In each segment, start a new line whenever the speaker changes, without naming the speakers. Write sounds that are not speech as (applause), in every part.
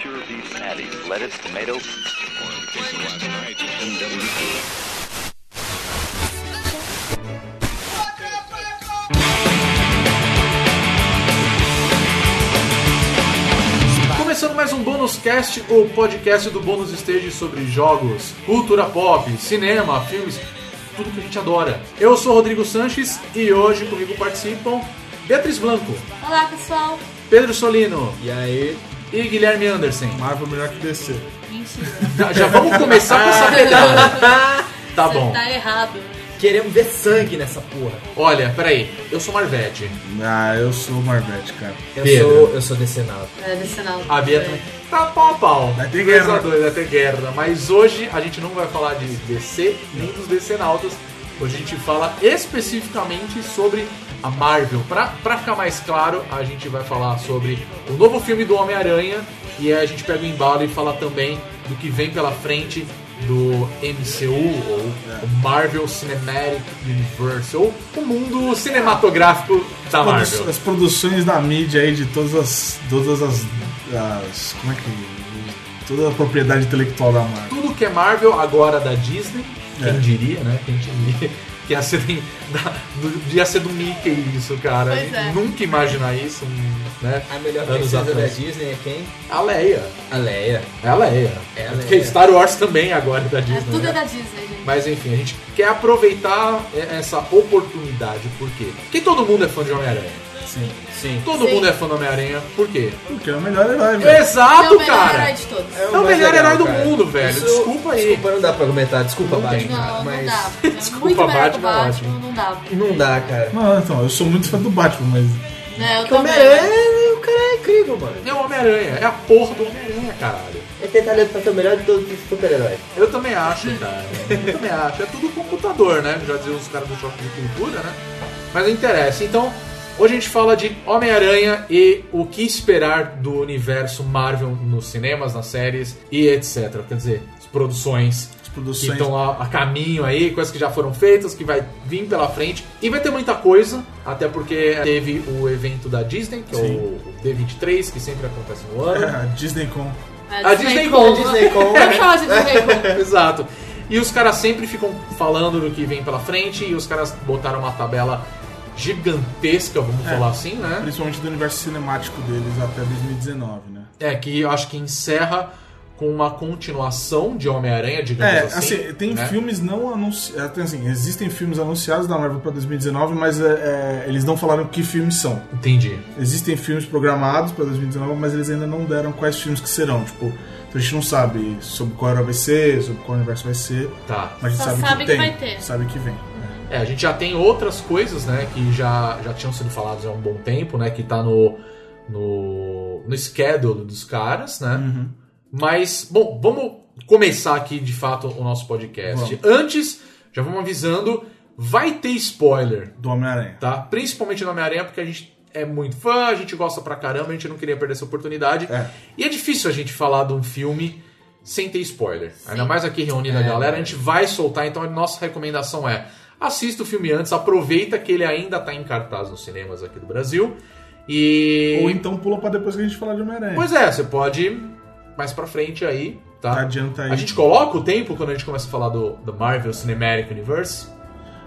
Veggie, patties, lettuce, tomatoes.
Começando mais um Bônus Cast, o podcast do Bônus Stage sobre jogos, cultura pop, cinema, filmes, tudo que a gente adora. Eu sou Rodrigo Sanches e hoje comigo participam Beatriz Blanco,
Olá, pessoal.
Pedro Solino
E aí,
e Guilherme Anderson.
Marvel melhor que DC.
Mentira.
Já vamos começar com
(laughs)
essa pegada. Tá bom.
Tá errado.
Queremos ver sangue nessa porra.
Olha, peraí, eu sou Marvete.
Ah, eu sou o Marvete, cara.
Eu
Pedro.
sou, eu sou decenado.
É, desse não.
A Bia também. Tá pau a pau.
Vai ter
Dois
guerra.
a dois, vai ter guerra. Mas hoje a gente não vai falar de DC nem dos DC Nautas. Hoje a gente fala especificamente sobre a Marvel. Pra, pra ficar mais claro, a gente vai falar sobre o novo filme do Homem-Aranha. E aí a gente pega o embalo e fala também do que vem pela frente do MCU, ou
É.
o Marvel Cinematic Universe, ou o mundo cinematográfico da Marvel.
Produ- As produções da mídia aí de todas as. todas as. as- como é que. toda a propriedade intelectual da Marvel.
tudo que é Marvel agora da Disney, quem
É.
diria, né? Quem diria (laughs) que ia ser, da, do, ia ser do Mickey isso, cara.
Pois é.
Nunca imaginar isso, hum, né?
A melhor
Anos
princesa da
atrás.
Disney é quem?
A Leia.
A Leia.
É a Leia.
É a
Porque
Leia.
Star Wars também agora é da Disney.
É, tudo
né?
é da Disney, gente.
Mas enfim, a gente quer aproveitar e- essa oportunidade, por quê? Porque todo mundo é fã de Homem-Aranha.
Sim.
Sim.
Todo
Sim.
mundo é fã do Homem-Aranha, por quê?
Porque é o melhor herói, velho.
Ele é
Exato,
o melhor
cara!
herói de todos.
É
um
o melhor herói do mundo, velho. Desculpa aí.
Desculpa, não dá pra argumentar. Desculpa, Batman.
Não,
mas
não dá. É muito
Batman,
melhor que o Batman,
Batman.
não dá.
Não dá, cara.
Não, então, eu sou muito fã do Batman, mas.
Né, eu
O
também.
Homem-Aranha, o cara é incrível, mano.
É o Homem-Aranha, é a porra do Homem-Aranha, caralho.
Ele tem talento pra ser o melhor de todos os super-heróis.
Eu também acho, cara. Eu também acho. É tudo computador, né? Já diziam os caras do Choque de Cultura, né? Mas não interessa. Então, hoje a gente fala de Homem-Aranha e o que esperar do universo Marvel nos cinemas, nas séries e etc. Quer dizer, as produções
as
que
produções.
estão a, a caminho aí, coisas que já foram feitas, que vai vir pela frente. E vai ter muita coisa, até porque teve o evento da Disney, que é
Sim.
o D23, que sempre acontece no
É,
ano.
a Disney com.
É,
A Disney Con,
Disney Con.
Vamos chamar de Disney Con.
(laughs) Exato. E os caras sempre ficam falando do que vem pela frente e os caras botaram uma tabela gigantesca, vamos
É.
falar assim, né?
Principalmente do universo cinemático deles até 2019, né?
É, que eu acho que encerra com uma continuação de Homem-Aranha, digamos
É,
assim.
assim, tem
né?
filmes não anunciados. Assim, existem filmes anunciados da Marvel pra 2019, mas é, é, eles não falaram que filmes são.
Entendi.
Existem filmes programados para 2019, mas eles ainda não deram quais filmes que serão. Tipo, então a gente não sabe sobre qual era vai ser, sobre qual universo vai ser,
Tá.
mas a gente
Só
sabe,
sabe
que
que
tem.
vai ter.
Sabe que vem. né,
É, a gente já tem outras coisas, né, que já, já tinham sido faladas há um bom tempo, né, que tá no no, no schedule dos caras, né?
Uhum.
Mas, bom, vamos começar aqui de fato o nosso podcast. Antes, já vamos avisando, vai ter spoiler,
Do Homem-Aranha.
tá? Principalmente no Homem-Aranha, porque a gente é muito fã, a gente gosta pra caramba, a gente não queria perder essa oportunidade.
É.
E é difícil a gente falar de um filme sem ter spoiler. Ainda mais aqui reunida a
É,
galera, a
é.
gente vai soltar, então a nossa recomendação é assista o filme antes, aproveita que ele ainda tá em cartaz nos cinemas aqui do Brasil. E.
Ou então pula pra depois que a gente falar de Homem-Aranha.
Pois é, você pode ir mais pra frente aí, tá?
Tá, Adianta aí.
A gente coloca o tempo quando a gente começa a falar do, do Marvel Cinematic Universe?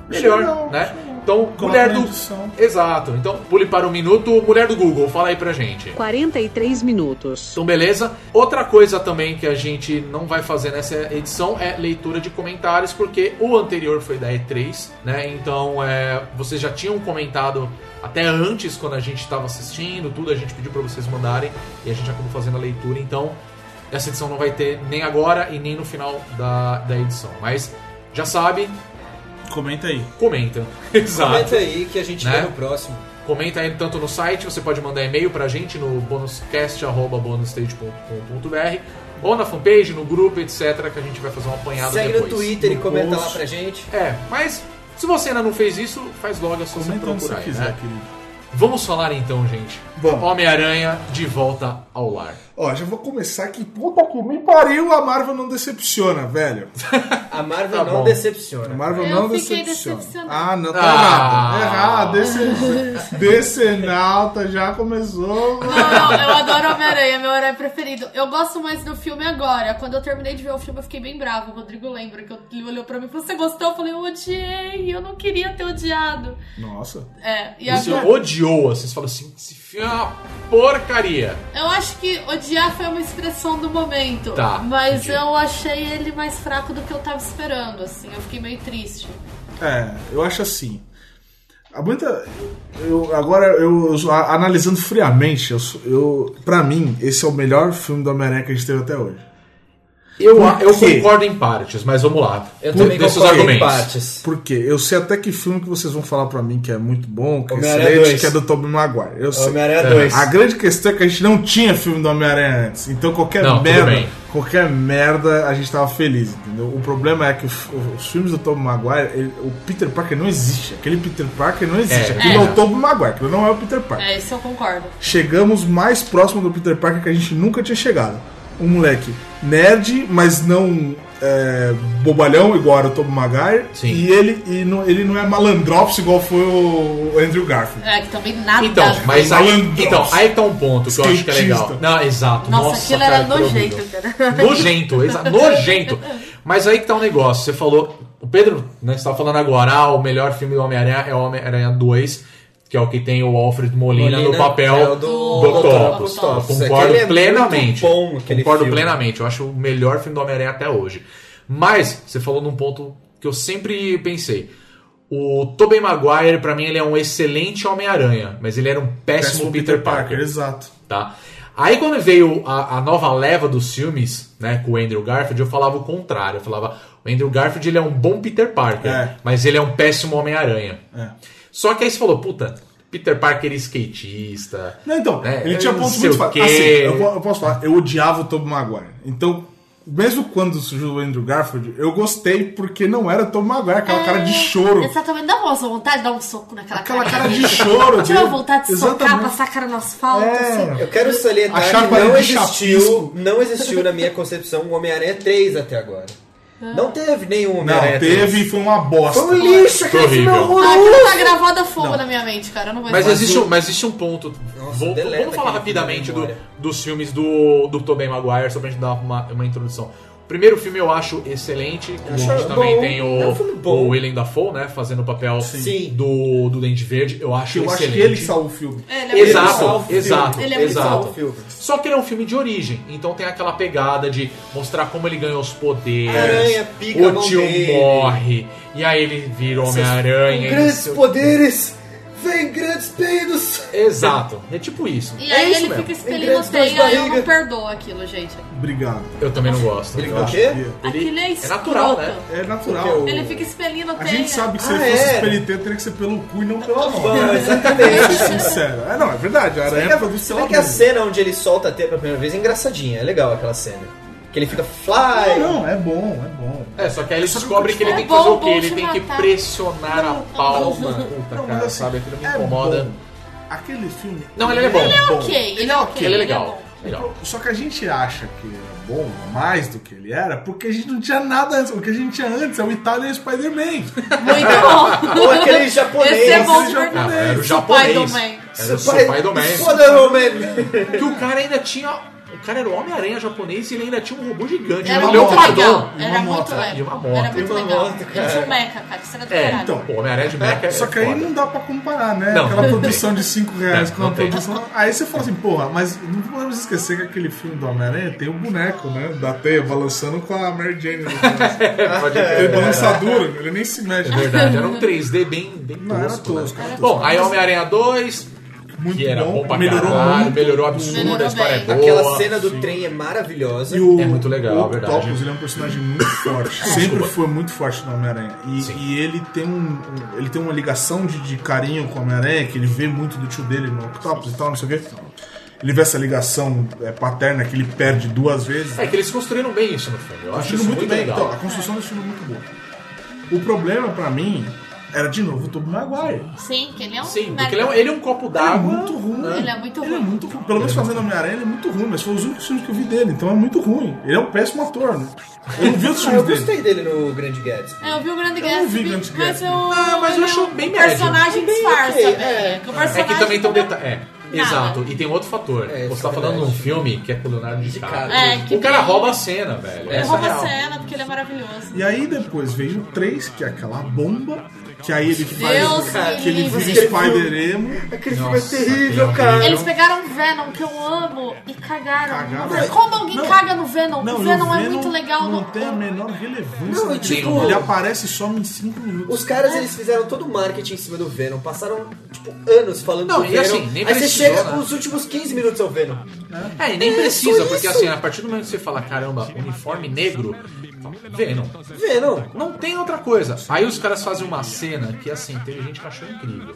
Acho
Melhor,
legal,
né?
acho legal.
Então,
Coloca
mulher
na
do.
edição.
Exato. Então, pule para um minuto, mulher do Google, fala aí pra gente.
43 minutos.
Então, beleza? Outra coisa também que a gente não vai fazer nessa edição é leitura de comentários, porque o anterior foi da E3, né? Então, é, vocês já tinham comentado até antes, quando a gente estava assistindo, tudo, a gente pediu para vocês mandarem e a gente acabou fazendo a leitura. Então, essa edição não vai ter nem agora e nem no final da, da edição. Mas, já sabe,
Comenta aí.
comenta. (laughs) Exato.
Comenta aí que a gente
Né?
vê no próximo.
Comenta aí tanto no site, você pode mandar e-mail pra gente no bonuscast.bonusstage.com.br ou na fanpage, no grupo, etc, que a gente vai fazer uma apanhada
Segue
depois.
no Twitter e
No
comenta
post.
lá pra gente.
É, mas se você ainda não fez isso, faz logo, é só você
Comenta onde
procurar
você
aí,
quiser,
né?
querido.
Vamos falar então, gente.
Vamos.
Homem-Aranha de volta ao lar.
Ó, já vou começar que puta que me pariu, a Marvel não decepciona, velho.
A Marvel
Tá
não
bom.
A
decepciona.
Marvel
Eu
não
fiquei
decepciona.
decepcionada.
Ah, não tá
Ah.
nada. Errado, (laughs) Dece- Decenalta já começou.
Não, eu adoro Homem-Aranha, meu herói preferido. Eu gosto mais do filme agora. Quando eu terminei de ver o filme, eu fiquei bem brava. O Rodrigo lembra que eu- ele olhou pra mim e falou: Você gostou? Eu falei: Eu odiei, eu não queria ter odiado.
Nossa.
É, e
Você
agora-
odiou, assim, você fala assim, esse filme é uma porcaria.
Eu acho que odiar foi uma expressão do momento.
Tá,
Mas
entendi.
eu achei ele mais fraco do que eu tava esperando, assim. Eu fiquei meio triste.
É, eu acho assim. Há muita. Eu, agora, eu, eu- a- analisando friamente, eu, sou- eu, pra mim, esse é o melhor filme do Homem-Aranha que a gente teve até hoje.
Eu,
Por
eu
quê?
concordo em partes, mas vamos lá.
Eu
Dê-
também
dê seus
concordo em
argumentos.
partes.
Por quê? Eu sei até que filme que vocês vão falar pra mim que é muito bom, que é
Homem-Aranha
excelente,
2.
que é do Tobey Maguire. Eu sei.
Homem-Aranha 2.
A grande questão é que a gente não tinha filme do Homem-Aranha antes. Então qualquer
Não, tudo
merda,
bem.
qualquer merda a gente tava feliz, entendeu? O problema é que os, os filmes do Tobey Maguire, ele- o Peter Parker não existe. Aquele Peter Parker não existe.
É,
Aquilo é,
é.
o Tobey Maguire, aquilo não é o Peter Parker.
É, isso eu concordo.
Chegamos mais próximo do Peter Parker que a gente nunca tinha chegado. Um moleque nerd, mas não é, bobalhão igual era o Tobey Maguire.
Sim.
E ele e não, ele não é malandrops igual foi o Andrew Garfield.
É, que também nada.
Então, mas aí,
Malandrox.
então, aí tá um ponto que eu acho que é legal.
Skatista.
Não, exato.
Nossa, aquilo era
cara, que
nojento,
horrível.
cara.
Nojento, exa- nojento. Mas aí que tá um negócio. Você falou. O Pedro, né, você tá falando agora, ah, o melhor filme do Homem-Aranha é o Homem-Aranha 2, que é o que tem o Alfred Molina, no papel
é o
do,
do-
Octopus.
do Octopus.
Eu
Aquele
Concordo
é muito
plenamente.
bom, aquele
concordo
filme.
plenamente. Eu acho o melhor filme do Homem-Aranha até hoje. Mas, você falou num ponto que eu sempre pensei. O Tobey Maguire, pra mim, ele é um excelente Homem-Aranha, mas ele era um péssimo, Peter Parker
Exato.
tá? Aí quando veio a, a nova leva dos filmes, né, com o Andrew Garfield, eu falava o contrário. Eu falava, o Andrew Garfield ele é um bom Peter Parker,
É.
mas ele é um péssimo Homem-Aranha.
É.
Só que aí você falou, puta, Peter Parker é skatista.
Não, então,
É,
ele tinha
eu
pontos
não sei
muito
o
fáceis.
quê.
Assim, eu, po- eu posso falar, eu odiava o Tobey Maguire. Então, mesmo quando surgiu o Andrew Garfield, eu gostei porque não era o Tobey Maguire,
É,
aquela cara de choro.
Exatamente. Dá uma vontade de dar um soco naquela
Aquela
cara.
cara de choro.
Dá uma
dele.
vontade de socar,
Exatamente.
passar a cara no asfalto,
É.
assim.
Eu quero
A
salientar que
chapa
não
de
existiu,
chapisco.
não existiu na minha concepção o Homem-Aranha 3 até agora. Não teve nenhum Homem-Aranha
Não,
3.
teve e foi uma bosta.
né? Foi um lixo, aquele
Foi
filme é
horrível.
Ah,
horroroso.
aquilo tá gravado a fogo na minha mente, cara. Eu não vou
Mas
falar.
existe, um- mas existe um ponto.
Nossa,
Vou-
deleta
vamos falar
aquele
rapidamente
filme
do-
da memória.
dos filmes do, do Tobey Maguire, só pra gente dar uma, uma introdução. O primeiro filme eu acho excelente. A
acho
gente
bom.
também tem
É
o,
um filme bom.
o Willem Dafoe, né? Fazendo o papel
Sim.
do, do Dente Verde. Eu acho
Eu
excelente.
acho que ele salvou o filme.
É, ele é muito
Ele
Exato,
salva o filme.
exato,
Ele é muito
salva
exato.
o filme.
Só que ele é um filme de origem, então tem aquela pegada de mostrar como ele ganhou os poderes.
Aranha pica a
o
mão
tio
dele. um
morre, e aí ele vira Homem-Aranha. e não
Grandes
sei o-
poderes, vem grandes peidos.
Exato, é tipo isso.
E
é
aí
isso
ele
mesmo. é
fica
Ele
espelhando
tem duas
teia, eu não
barrigas.
perdoo aquilo, gente.
Obrigado.
Eu também não gosto.
Ele-
Eu
o
acho
quê?
que
Aquilo é
é natural,
escroto.
né?
É natural.
Ele fica espelhando
A
teia.
gente
(laughs)
sabe que se ele
Ah,
fosse
é?
espeliteiro, teria que ser pelo cu e não pela mão.
Bom, exatamente.
Sincero. É, não, é verdade. A
Você vê
aranha
que a- (laughs)
produz
Você
pela
vê que a
mão.
cena onde ele solta a teia pela primeira vez é engraçadinha, é legal aquela cena. Que ele fica fly.
Não, é bom, é bom.
É, só que aí ele descobre que ele
É
tem que fazer
bom,
o quê?
bom
Ele
te
tem que
matar.
pressionar a palma.
Não,
Puta,
mas
cara,
assim,
sabe? Aquilo me
é
incomoda.
bom. Aquele filme.
Não, ele é bom. Ele é
ok, ele é ok.
Ele é
ele é
legal.
bom.
Legal.
Só que a gente acha que ele é bom, mais do que ele era, porque a gente não tinha nada antes. O que a gente tinha antes é o Italian Spider-Man.
Muito bom.
Ou aquele japonês.
Esse é bom de
Esse japonês.
Ah,
verdade.
era o
Supai do
japonês.
Man.
Era o Supai do Man.
é Foda-se,
Que o cara ainda tinha. O cara era o Homem-Aranha japonês e ele ainda tinha um robô gigante.
Era
um
muito legal.
leopardo.
e
Era
uma
muito
moto.
legal.
E uma moto.
Era muito
E uma
legal.
moto, cara.
Ele tinha um mecha, cara. Isso era do
É,
caralho.
então. Pô, Homem-Aranha de Mecha. é
Só que aí
foda. (laughs)
não dá pra comparar, né?
Não.
Aquela produção de 5 reais
Não,
com uma
não tem.
produção. Aí você fala assim, porra, mas não podemos esquecer que aquele filme do Homem-Aranha tem o boneco, né? Da teia balançando com a Mary Jane. né? no
(laughs)
braço.
É, Pode
ele
crer.
balança duro, ele nem se mexe.
É verdade, era um 3D bem, bem
é. Não, era
tosco, né?
tosco, era
Bom,
tosco.
aí Homem-Aranha 2,
Muito
que era bom, pra
melhorou
caralho,
muito.
melhorou absurdo,
Melhorou
a história é
bem.
boa.
Aquela cena do trem é maravilhosa.
E o,
É muito legal,
o
verdade. É,
Octopus, ele é um personagem
(coughs)
muito forte. Sempre
Desculpa.
foi muito forte no Homem-Aranha. E,
Sim.
e ele tem um, um- ele tem uma ligação de, de carinho com o Homem-Aranha, que ele vê muito do tio dele no Octopus e tal, não sei o quê. Ele vê essa ligação é, paterna que ele perde duas vezes. Um
É que eles construíram bem isso no filme. Eu acho
Construindo
isso muito,
muito bem.
legal.
Então, a construção do filme é muito boa. O problema pra mim era de novo o Tobey Maguire.
Sim, que ele
então.
é um.
Sim,
merda.
porque ele é, um- ele é um copo
Ele é
d'água.
muito ruim.
né?
Ele é muito
Ele é
ruim.
muito ruim. Pelo menos fazendo Homem-Aranha, ele é muito ruim, mas foi os únicos filmes que eu vi dele, então é muito ruim. Ele é um péssimo ator, né? Eu não
(laughs)
vi os
Ah, eu
filmes dele.
gostei dele no Grande Gatsby.
É, eu vi o Grande
não
Gatsby.
vi o Grande
Mas
Gatsby.
eu.
Ah, mas eu
ele
acho
é um
bem médio.
personagem
Bem
disfarça.
ok,
né?
é.
Que o
É que
personagem
também tem um
também-
detalhe. É,
Nada.
exato. E tem um outro fator.
É,
Você
isso
tá
é
falando de um
verdade.
filme que é com o Leonardo DiCaprio.
É, que
o cara
tem-
rouba a cena, velho.
Ele
Essa
rouba
é
a
real.
cena porque ele é maravilhoso.
E aí depois veio o 3, que é aquela bomba, que aí ele faz
Deus me
que ele
livre.
vira Spider-Emo.
Aquele
Nossa, aquele
filme é
é
terrível, cara.
Eles pegaram o Venom, que eu amo, e cagaram.
Cagaram.
Mas Como alguém
Não.
caga no Venom?
Não,
o
e
Venom é muito legal.
Não
no-
tem a menor relevância.
Não, e
né?
tipo-
ele aparece e some em 5 minutos.
Os caras, eles fizeram todo o marketing em cima do Venom. Passaram, tipo, anos falando
Não,
do
e
Venom.
assim, nem
Aí você
precisou,
chega,
né?
os últimos 15 minutos é o Venom.
É, e nem precisa,
só
porque
isso.
assim, a partir do momento que você fala, caramba, uniforme negro, Venom.
Venom.
Não tem outra coisa. Aí os caras fazem uma cena que, assim, teve gente que achou incrível.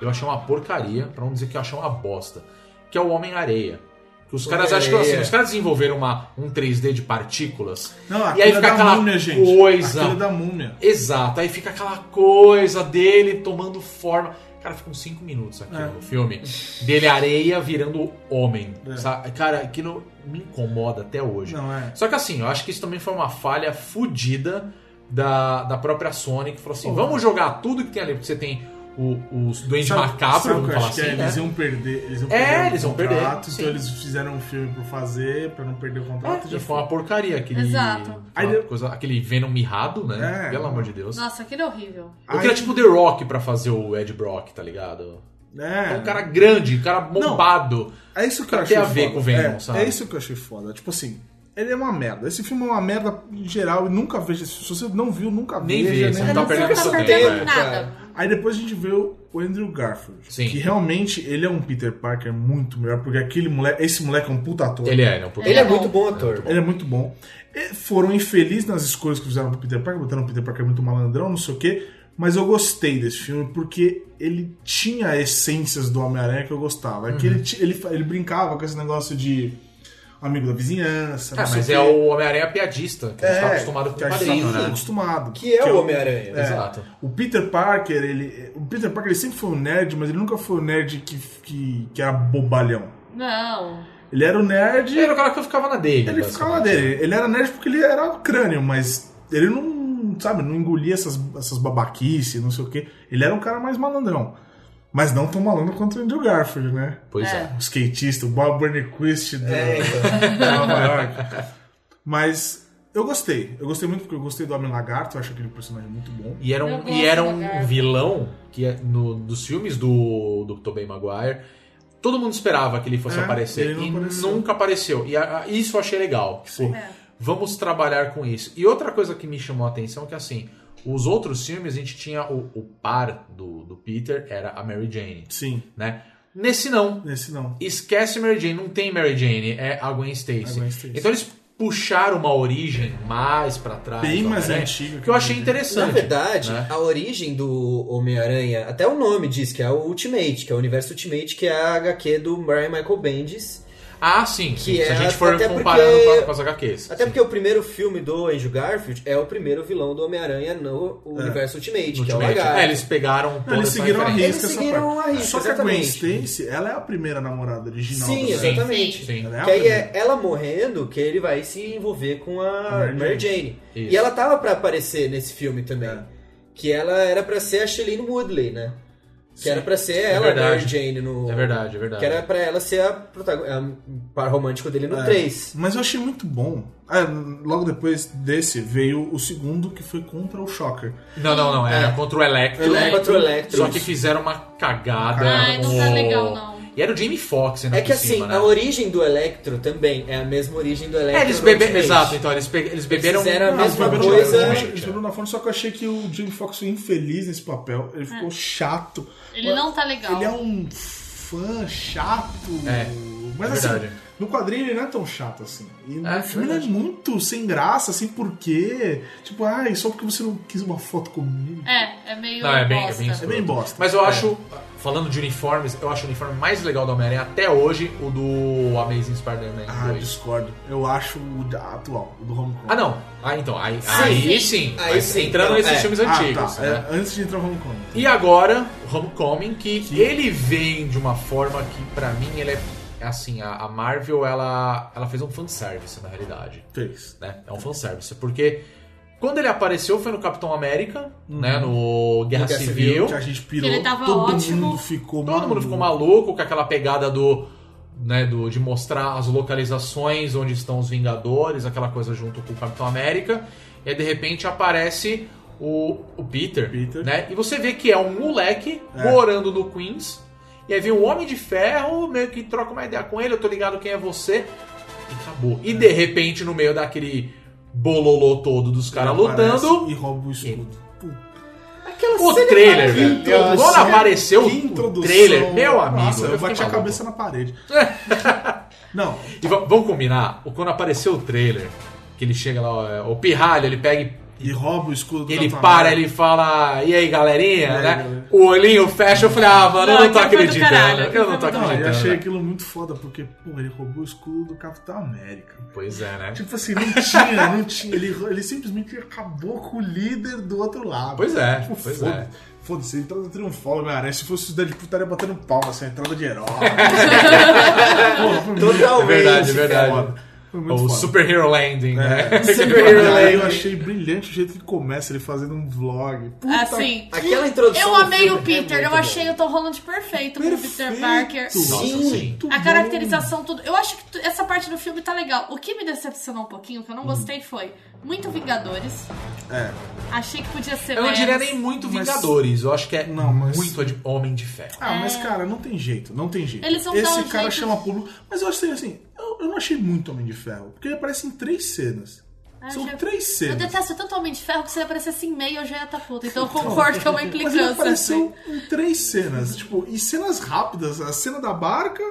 Eu achei uma porcaria, pra não dizer que eu achei uma bosta. Que é o Homem-Areia. Que os caras acham que, assim,
Homem-Areia.
os caras desenvolveram uma, um 3D de partículas.
Não,
e aí
aquilo é
fica
da
aquela
múmia, gente.
coisa.
Aquilo é da múmia.
Exato, aí fica aquela coisa dele tomando forma. Cara, ficam cinco minutos
É.
aqui no filme. Dele areia virando homem.
É.
sabe? Cara, aquilo me incomoda até hoje.
Não, é.
Só que assim, eu acho que isso também foi uma falha fodida da, da própria Sony, que falou assim: vamos jogar tudo que tem ali, porque você tem o- os doentes
Sabe-
macabros,
sabe o
vamos
que eu
falar
acho
assim.
que é?
né?
Eles iam perder. Eles iam
É,
perder o
eles iam perder,
contrato,
sim.
Então eles fizeram um filme pra fazer, pra não perder o contrato.
É,
já
e foi uma porcaria aquele.
Exato.
aquela
Aí eu-
coisa- aquele Venom mirrado, né?
É.
Pelo amor de Deus.
Nossa, aquele é horrível.
Eu queria
Aí-
tipo The Rock pra fazer o Ed Brock, tá ligado?
É.
É um cara grande, um cara bombado.
É isso que eu
Tem
achei
a ver
foda.
com o Venom,
é,
sabe?
É isso que eu achei foda. Tipo assim, ele é uma merda. Esse filme é uma merda em geral e nunca veja. esse- Se você não viu, nunca
Nem
veja.
veja,
nem-
não tá perdendo
fica
seu tempo. né?
perdendo Cara.
Nada.
Aí depois a gente vê o o Andrew Garfield.
Sim.
Que realmente ele é um Peter Parker muito melhor, porque aquele moleque, esse moleque é um puta ator.
Ele é, não, porque...
Ele é
bom.
muito bom ator.
Ele é muito bom. E foram infelizes nas escolhas que fizeram pro Peter Parker, botaram o Peter Parker muito malandrão, não sei o quê. Mas eu gostei desse filme porque ele tinha essências do Homem-Aranha que eu gostava. É que
Uhum.
ele, ti- ele, fa- ele brincava com esse negócio de amigo da vizinhança.
É,
não sei
mas
quê.
é o Homem-Aranha piadista, que a gente tá
É,
acostumado com
que
o
a gente tá
quadrinho. né?
muito acostumado.
Que é o
Que eu-
Homem-Aranha.
É.
Exato.
O Peter Parker, ele. O Peter Parker ele sempre foi um nerd, mas ele nunca foi um nerd que, que, que era bobalhão.
Não.
Ele era o nerd.
Ele era o cara que eu ficava na dele.
Ele ficava na dele. Ele era nerd porque ele era o crânio, mas ele não, sabe, não engolia essas, essas babaquices, não sei o quê. Ele era um cara mais malandrão. Mas não tão malandro quanto o Andrew Garfield, né?
Pois é.
O skatista, o Bob Burnquist do
É,
(laughs)
então.
de Nova York. Mas eu gostei. Eu gostei muito porque eu gostei do Homem Lagarto. Eu acho aquele personagem muito bom.
E era
Eu
um,
gosto
e era
do
um
Garfield.
vilão que é no, dos filmes do, do Tobey Maguire. Todo mundo esperava que ele fosse
É,
aparecer
ele não
e
apareceu.
nunca apareceu. E a- a- isso eu achei legal. Tipo, vamos trabalhar com isso. E outra coisa que me chamou a atenção é que assim, os outros filmes a gente tinha o, o par do, do Peter era a Mary Jane,
Sim,
né? Nesse não.
nesse não.
Esquece Mary Jane, não tem Mary Jane, é a Gwen Stacy.
A Gwen Stacy.
Então eles puxaram uma origem mais pra trás.
Bem
do
mais
Homem-Aranha,
antiga
Que eu
que a
achei
Mary Jane.
interessante.
Na verdade,
né?
a origem do Homem-Aranha, até o nome diz que é o Ultimate, que é o universo Ultimate, que é a HQ do Brian Michael Bendis.
Ah, sim. sim.
Que
Se a
é
gente for
até
comparando
porque-
com a- com as HQs.
Até
sim.
porque o primeiro filme do Andrew Garfield é o primeiro vilão do Homem-Aranha no universo Ultimate,
No
que é o
Ultimate.
lagarto.
É, eles pegaram toda
Eles
essa
seguiram a
referência.
risca
Eles
essa
seguiram
parte.
a risca,
Só que a Gwen
exatamente.
Stacy, ela é a primeira namorada original
Sim,
do Zé.
exatamente.
Sim.
Ela é a
Que aí
primeira.
é ela morrendo que ele vai se envolver com a
Mary
Mary Jane. É.
Isso.
E ela tava pra aparecer nesse filme também. Que ela era pra ser a Shailene Woodley, né? Que era pra ser ela, a
É verdade.
Mary Jane, no...
É verdade, é verdade.
Que era pra ela ser a protagonista, um par romântico dele no 3.
Mas eu achei muito bom. Ah, logo depois desse veio o segundo que foi contra o Shocker.
Não, não, não. Era contra o Electro.
Electro, É. Contra o Electro.
Só que fizeram uma cagada.
Ai, não tá
com o-
legal, não.
E era o Jamie Foxx ainda
É que
por
assim,
cima, né?
a origem do Electro também é a mesma origem do Electro.
É, eles
no
beberam...
Ultimate.
Exato, então. Eles, pe- eles beberam... um
fizeram a
Ah,
Não,
mesma
eles beberam
coisa.
na fonte,
Eles beberam
né?
na fonte, só que eu achei que o Jimmy Fox foi infeliz nesse papel. Ele ficou chato.
Ele não tá É. legal.
Ele é um fã chato.
É,
Mas
verdade.
assim, No quadrinho ele não é tão chato assim. E
É,
no filme ele é
verdade.
muito sem graça, assim, porque. Tipo, ai, só porque você não quis uma foto comigo.
É, é meio.
Não, é bem- é
bosta.
bem
um É bem bosta.
Mas eu
É.
acho, falando de uniformes, eu acho o uniforme mais legal do Homem-Aranha até hoje o do Amazing Spider-Man
Ah,
2.
discordo. Eu acho o da- atual, o do Homecoming.
Ah, não. Ah, então. Aí sim.
Sim.
Aí, sim.
Aí
Mas
sim,
Entrando
então,
nesses
é.
filmes
Ah,
antigos.
tá.
né?
É, antes de entrar o Homecoming.
E agora, Homecoming, que, ele vem de uma forma que, pra mim, ele é. é Assim, a, a Marvel, ela, ela fez um fanservice, na realidade.
Fez.
Né? É um fanservice. Porque quando ele apareceu foi no Capitão América, né? No Guerra,
Guerra
Civil.
Que a gente pirou.
Que ele tava
todo
ótimo.
mundo ficou
Todo mundo ficou maluco com aquela pegada do, né, do de mostrar as localizações onde estão os Vingadores, aquela coisa junto com o Capitão América. E aí, de repente aparece o, o Peter,
Peter.
né? E você vê que é um moleque
É.
morando no Queens. E aí vem um Homem de Ferro, meio que troca uma ideia com ele, eu tô ligado quem é você. E acabou. E de
É.
repente, no meio daquele bololô todo dos caras
Ele aparece
lutando,
E rouba o escudo. Puta,
Aquela
o
cena
trailer, velho.
maravilhosa.
que
É
introdução.
Quando apareceu
Que
o
introdução.
trailer, meu amigo,
Nossa, eu,
eu fiquei
bati a
maluco.
cabeça
(laughs)
na parede. não,
E va- vamos combinar, o- quando apareceu o trailer, que ele chega lá, ó, é, o pirralho, ele pega
e rouba o escudo do
e ele
Capitão
para,
América.
ele fala, e aí galerinha,
E aí,
né?
galera?
O olhinho fecha, eu falei, ah, mano,
Não,
eu não tô
aquilo foi do
acreditando,
caralho, aquilo
eu não tô
foi do
Não,
acreditando. né?
eu achei aquilo muito foda, porque, pô, ele roubou o escudo do Capitão América.
Pois é, né?
Tipo assim, não tinha, não tinha. Ele, ele simplesmente acabou com o líder do outro lado.
Pois é,
Tipo,
pois
foda-
é.
Foda-se, entrada triunfal, galera. Se fosse os Deadpool, estaria batendo palma, assim, entrada
(laughs)
de herói. Pô, foi muito-
Totalmente,
é Verdade, verdade.
foda. Foi muito
O né?
foda.
Superhero Landing, né? (laughs)
É.
Superhero
Cara, eu
Landing.
achei brilhante o jeito que começa ele fazendo um vlog. Puta
Assim.
Aquela introdução.
Eu
do
amei o
filme é
Peter,
muito
eu achei
boa.
o Tom Holland perfeito, pro Peter Parker.
Perfeito.
Nossa,
Sim.
sim.
Muito
A
bom.
caracterização, tudo. Eu acho que tu- essa parte do filme tá legal. O que me decepcionou um pouquinho, que eu não gostei, foi muito Vingadores.
É.
Achei que podia ser
Eu não
menos.
diria nem muito
Mas-
Vingadores, eu acho que é
Não, mas-
muito de Homem de Ferro.
Ah, mas cara, não tem jeito, não tem jeito.
é- Eles vão
Esse
dar um
cara
jeito
chama
de-
público. Mas eu achei assim, eu, eu não achei muito Homem de Ferro, porque ele aparece em três cenas.
Ah,
São
já-
três
Eu
cenas.
detesto tanto Homem de Ferro que se ele aparecesse em meio eu já ia estar puta. Então eu concordo que é uma
Mas ele
implicância. assim.
apareceu em três cenas, tipo, e cenas rápidas. A cena da barca,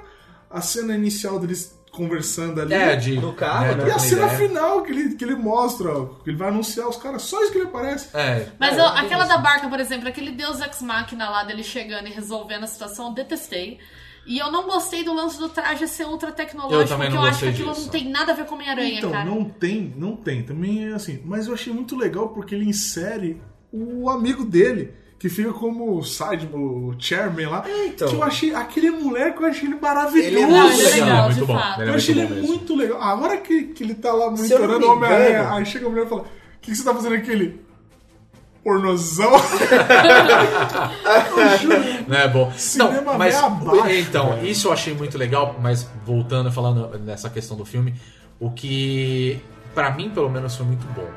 a cena inicial deles conversando ali.
É, de.
No carro, né?
E a
trocando
cena
ideia.
final que ele, que ele mostra, ó, que ele vai anunciar os caras, só isso que ele aparece.
É.
Mas ó, aquela da barca, por exemplo, aquele Deus Ex Machina lá dele chegando e resolvendo a situação, eu detestei. E eu não gostei do lance do traje ser ultra tecnológico,
Eu também
porque
não
eu acho que
gostei
aquilo
disso.
não tem nada a ver com Homem-Aranha,
Então,
cara.
não tem, não tem. Também é assim. Mas eu achei muito legal porque ele insere o amigo dele, que fica como o side, o chairman lá.
então.
Que eu achei aquele moleque, eu achei ele maravilhoso.
Ele é
Não, ele é
Nossa,
legal,
É, é
de
muito bom,
fato.
né?
eu achei
muito
ele
bom mesmo.
muito legal. Ah, Agora que, que ele tá lá
Se eu não
monitorando o
me
Homem-Aranha,
engano-
aí chega a mulher e fala: O que, que você tá fazendo aqui? Ele.
(laughs)
Pornozão. eu juro.
Não é bom.
Cinema
Não, mas,
meia abaixo,
então,
velho.
isso eu achei muito legal, mas voltando, falando nessa questão do filme, o que pra mim, pelo menos, foi muito bom.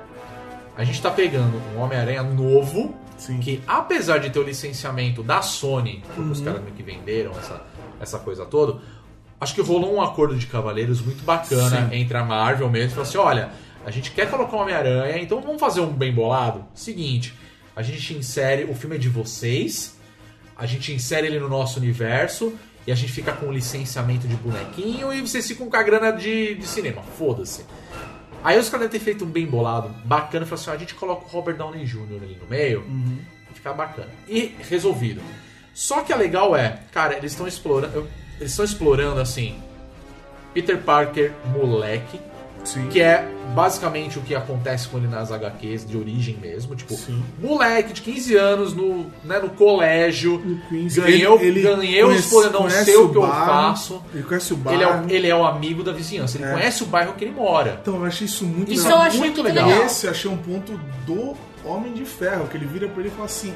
A gente tá pegando um Homem-Aranha novo,
Sim.
que apesar de ter o licenciamento da Sony, porque
Uhum.
os caras meio que venderam essa, essa coisa toda, acho que rolou um acordo de cavaleiros muito bacana entre a Marvel mesmo. Falou assim: olha, a gente quer colocar o Homem-Aranha, então vamos fazer um bem bolado? Seguinte, a gente insere, o filme é de vocês, a gente insere ele no nosso universo. E a gente fica com o licenciamento de bonequinho e vocês ficam com a grana de, de cinema. Foda-se. Aí os caras devem ter feito um bem bolado, bacana, e falaram assim: ó, a gente coloca o Robert Downey Jr. ali no meio, e fica bacana. E resolvido. Só que a legal é, cara, eles estão explorando. Eles estão explorando assim. Peter Parker, moleque,
Sim.
que é basicamente o que acontece com ele nas HQs de origem mesmo. Tipo,
Sim.
moleque de 15 anos no, né, no colégio.
O Queens,
Ganhei,
ele- ele
ganhei os
conhece-
poderes, não
conhece
sei o que eu
bairro,
faço.
Ele conhece o bar.
Ele é, o- ele é o amigo da vizinhança, ele
É.
conhece o bairro que ele mora.
Então, eu achei isso muito
Isso
legal.
eu achei
muito
muito
legal.
legal.
Esse eu achei um ponto do Homem de Ferro, que ele vira pra ele e fala assim.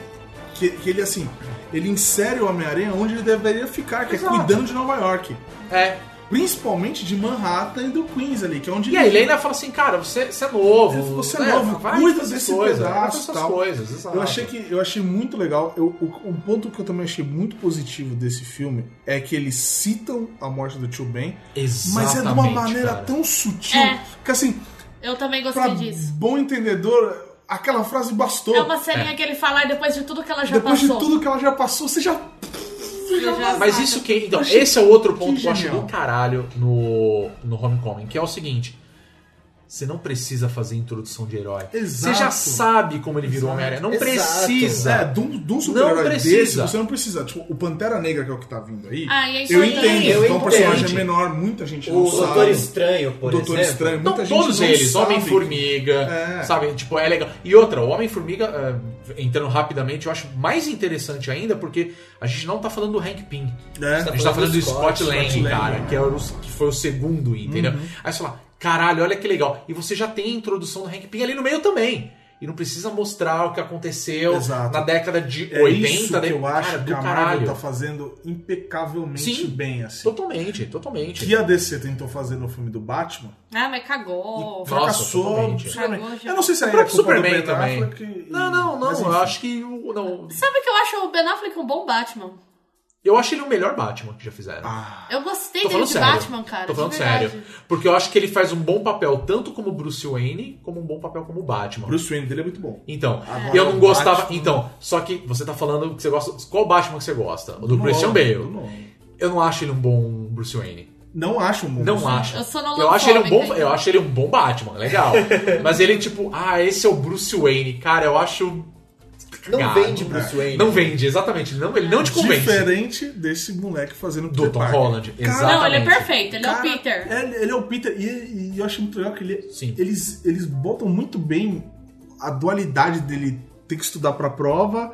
Que, que ele assim, ele insere o Homem-Aranha onde ele deveria ficar, que
Exato.
é cuidando de Nova York.
É.
Principalmente de Manhattan e do Queens ali, que é onde
E aí ele ainda fala assim, cara, você, você é novo.
Ele falou, "Você é
né,
novo,
vai
cuida
fazer
desse
coisa, vai
pedaço,
fazer essas
tal."
coisas. exato.
Eu achei que eu achei muito legal. Eu- o, o ponto que eu também achei muito positivo desse filme é que eles citam a morte do Tio Ben, mas é de uma
Exatamente,
maneira
cara.
tão sutil
É.
que assim,
Eu também
pra
gostei disso.
bom entendedor, aquela frase bastou.
É.
É uma ceninha que ele fala e depois de tudo que ela já
Depois
passou.
de tudo que ela já passou, você já.
Eu já-
Mas isso que. Então, esse é o outro ponto que, eu acho
genial.
do caralho no, no Homecoming, que é o seguinte. Você não precisa fazer introdução de herói. Você
Exato.
já sabe como ele virou
Exato.
Homem-Aranha. Não
Exato.
precisa.
É, de um, de um super-herói
Não precisa.
desse, você não precisa. Tipo, o Pantera Negra, que é o que tá vindo aí,
Ah, e é
eu
importante.
Eu
entendo. que é um
entendo.
personagem menor, muita gente
O
não sabe.
Doutor Estranho, por
Doutor
exemplo.
Estranho,
Não,
É, muita gente
todos
não
eles,
sabe.
Homem-Formiga,
É.
sabe? Tipo, é legal. E outra, o Homem-Formiga, eh, entrando rapidamente, eu acho mais interessante ainda, porque a gente não tá falando do Hank Pym.
Né?
A gente tá falando do Scott, Lang,
Scott Lang,
cara,
né?
que, era o- que foi o segundo, entendeu?
Uhum.
Aí você fala, caralho, olha que legal. E você já tem a introdução do Hank Pym ali no meio também. E não precisa mostrar o que aconteceu
Exato.
na década de
É
80.
isso que
daí-
eu acho
cara, do
que a
caralho.
Marvel tá fazendo impecavelmente
Sim.
bem, assim.
Totalmente, totalmente.
Que a DC tentou fazer no filme do Batman,
Ah, mas cagou.
Nossa,
fracassou
totalmente.
absurdamente.
Cagou,
Eu não sei se
O
ainda é
próprio
culpa do
Superman
Ben
também.
Affleck e-
Não, não, não.
mas enfim.
eu acho que. o- Não,
Sabe que eu acho o Ben Affleck um bom Batman?
eu acho ele o melhor Batman que já fizeram.
Ah,
Eu gostei
Tô falando
dele de
sério.
Batman, cara.
Tô
de
falando
verdade.
sério. Porque eu acho que ele faz um bom papel, tanto como Bruce Wayne, como um bom papel como Batman.
Bruce Wayne dele é muito bom.
Então,
Agora,
e eu não
o
gostava.
Batman-
Então, só que você tá falando que você gosta. Qual Batman que você gosta? O do é
Nolan,
Christian
do
Bale.
Nolan.
Eu não acho ele um bom Bruce Wayne.
Não acho um bom
Não
Bruce
acho.
Eu sou Nolan
eu acho ele um bom,
fóbica,
eu
então.
acho ele um bom Batman, legal. Mas ele tipo, ah, esse é o Bruce Wayne, cara, eu acho
Não
Cara,
vende Bruce Wayne.
Não vende, exatamente. Ele não, ele não te convence.
Diferente desse moleque fazendo
Do Tom Holland, exato.
Não, ele é
Exatamente.
perfeito. Ele é o Peter.
Ele, ele é o Peter. E, e eu acho muito legal que ele-
Sim.
eles, eles botam muito bem a dualidade dele ter que estudar pra prova,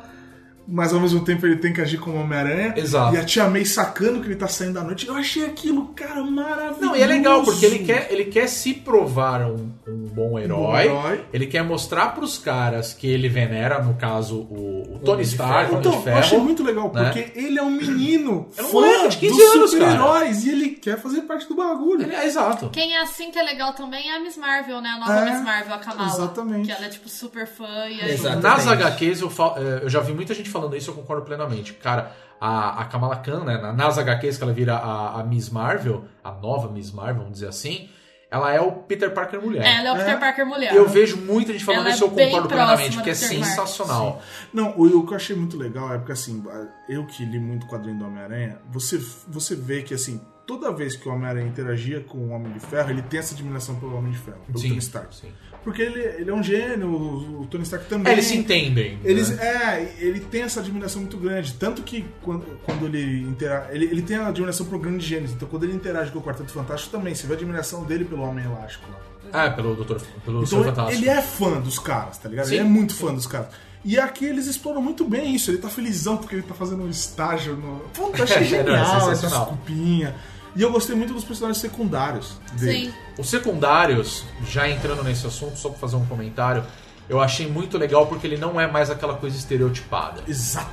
mas ao mesmo tempo ele tem que agir como Homem-Aranha.
Exato.
E a tia May sacando que ele tá saindo da noite. Eu achei aquilo, cara, maravilhoso.
Não, e é legal, porque ele quer, ele quer se provar um, um bom herói.
Um herói.
Ele quer mostrar pros caras que ele venera, no caso, o, o Tony
Homem de
Stark, o Homem
Então,
de
eu achei
Ferro.
muito legal,
né?
porque ele é um menino
É um
fã
moleque de 15
dos
anos, cara.
super-heróis e ele quer fazer parte do bagulho.
Ele- é, exato.
Quem é assim que é legal também é a Miss Marvel, né? A nova
É,
Miss Marvel, a Kamala.
exatamente.
Que ela é, tipo, super fã e ajuda.
Exato.
Nas
Exatamente.
HQs, eu, fal- eh, eu já vi muita gente falando isso, eu concordo plenamente. Cara, a, a Kamala Khan, né, na- nas HQs que ela vira a, a Miss Marvel, a nova Miss Marvel, vamos dizer assim, ela é o Peter Parker mulher.
É, ela é o Peter Parker mulher.
Eu vejo muita gente falando
Ela é
isso, eu
bem
concordo
próxima
plenamente,
do
que é
Peter Parker.
sensacional.
Não, o, o que eu achei muito legal é porque, assim, eu que li muito quadrinho do Homem-Aranha, você, você vê que, assim, toda vez que o Homem-Aranha interagia com o Homem de Ferro, ele tem essa admiração pelo Homem de Ferro, pelo
Sim,
Tony Stark.
sim.
Porque ele, ele é um gênio, o, o Tony Stark
É,
também.
eles se entendem.
Eles,
né?
É, ele tem essa admiração muito grande. Tanto que quando, quando ele interage. Ele, ele tem a admiração pro grande gênio. Então quando ele interage com o Quarteto Fantástico também, você vê a admiração dele pelo Homem Elástico lá.
Ah, pelo Doutor pelo Senhor
Então
Fantástico.
ele é fã dos caras, tá ligado?
Sim.
Ele é muito fã dos caras. E aqui eles exploram muito bem isso. Ele tá felizão porque ele tá fazendo um estágio no. Puta, achei
(laughs) É, não, é
genial essa
sensacional.
desculpinha. E eu gostei muito dos personagens secundários dele.
Sim.
Os secundários, já entrando nesse assunto, só pra fazer um comentário, eu achei muito legal porque ele não é mais aquela coisa estereotipada.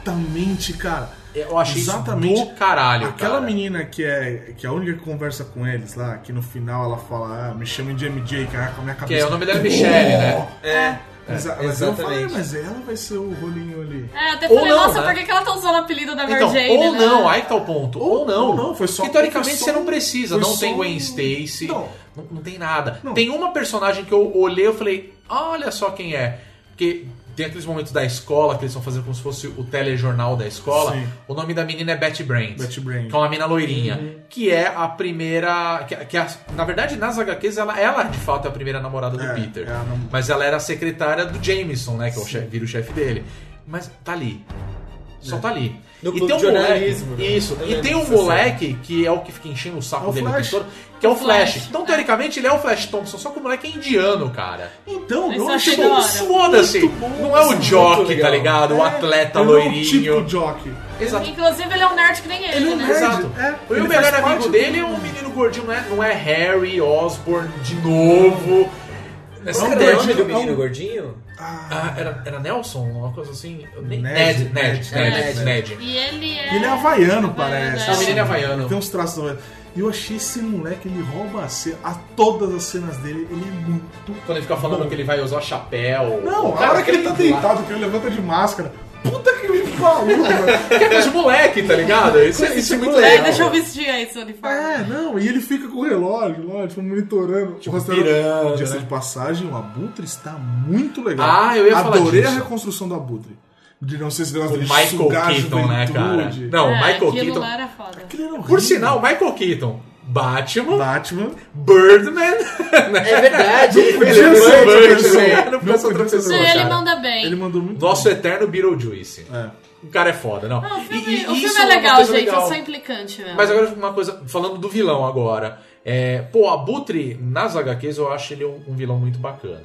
Exatamente, cara.
Eu achei
Exatamente.
isso do caralho,
Aquela
cara.
menina que é, que é a única que conversa com eles lá, que no final ela fala, ah, me chamem de MJ, cara, com a minha
Que é,
cabeça. Oh!
o nome dela é Michelle, né?
É.
Exa-
É,
mas eu falei,
exatamente.
mas ela vai ser o rolinho ali.
É, até
Ou
falei,
não,
nossa,
né?
por que, que ela tá usando o apelido da Mary
Então,
Jane?
ou
né?
não, aí que tá o ponto. Ou não.
ou não, foi só-
Porque teoricamente
foi só
você não
um-
precisa,
foi
não
só
tem
um-
Gwen Stacy,
Não.
não. Não, tem nada.
Não.
Tem uma personagem que eu olhei e falei, olha só quem é. Porque tem aqueles momentos da escola que eles estão fazendo como se fosse o telejornal da escola.
Sim.
O nome da menina é Betty Brant.
Betty Brant.
Que é uma mina loirinha. Que é a primeira. Que, que é a- na verdade, nas HQs, ela, ela de fato é a primeira namorada do
É,
Peter.
é a nam-
Mas ela era a secretária do Jameson, né? Que é o chefe, vira o chefe dele. Mas tá ali. Só tá ali.
No clube de jornalismo,
moleque,
né?
Isso.
Eu
E
lembro
tem um
dessa cena.
moleque que é o que fica enchendo o saco
É o
dele o
Flash.
tempo todo, que é o Flash.
Flash.
Então, teoricamente, ele é o Flash Thompson, só que o moleque é indiano, cara.
Então,
é
Mas
eu
eu
achei
achei da hora.
isso
Foda-se!
muito bom,
Não é o
assim.
jockey,
muito
tá
legal.
ligado? o
É,
atleta
ele não é o
tá loirinho.
Tipo jockey.
Exato.
Inclusive, ele é um nerd que nem ele,
Ele é um
né?
nerd.
Exato.
É,
e
ele
o melhor
faz
amigo
parte
dele
do-
é um menino gordinho, não é, não é Harry Osborn de novo.
Mas
Não,
cadê o nome
gordinho,
do
não.
menino gordinho?
Ah, era, era Nelson, uma coisa assim. Eu nem-
Ned,
Ned, Ned, Ned,
Ned,
Ned.
Ned.
E ele é...
Ele é havaiano, parece.
É,
É o menino é havaiano.
Ele tem uns traços havaianos. E eu achei esse moleque, ele rouba a cena. A todas as cenas dele, ele é muito.
Quando ele fica falando
bom.
que ele vai usar chapéu.
Não,
Cara,
a hora que ele tá
aquele lá.
deitado, que ele levanta de máscara. Puta que me pariu, (laughs) mano.
Que é coisa de moleque, tá ligado? Isso, é- isso é muito legal.
É, deixa eu vestir aí esse uniforme.
É, não, e ele fica com o relógio lá, tipo, monitorando. Tipo,
pirando,
Dia
né?
de passagem, o Abutre está muito legal.
Ah, eu ia falar
Adorei
disso.
a reconstrução do Abutre. de não ser se deu
O Michael Keaton, né, cara? Não, o
É,
Michael
aquilo
Keaton.
lá era foda.
Por sinal, Michael Keaton, Batman,
Batman.
Birdman. (laughs) né?
É
(laughs)
verdade, ele
podia
foi
ser
levante,
outro
né?
personagem.
Não
Não
pensa
podia
outra
ser
pessoa,
Não, ele
cara.
manda bem.
Ele mandou muito.
Nosso eterno Beetlejuice.
bem. É.
O cara é foda, não.
Não, o filme,
E- e
o filme
isso
é
uma
legal,
coisa
gente.
legal.
Eu sou implicante mesmo.
Mas agora uma coisa, falando do vilão agora. É, pô, Abutre nas HQs eu acho ele um, um vilão muito bacana.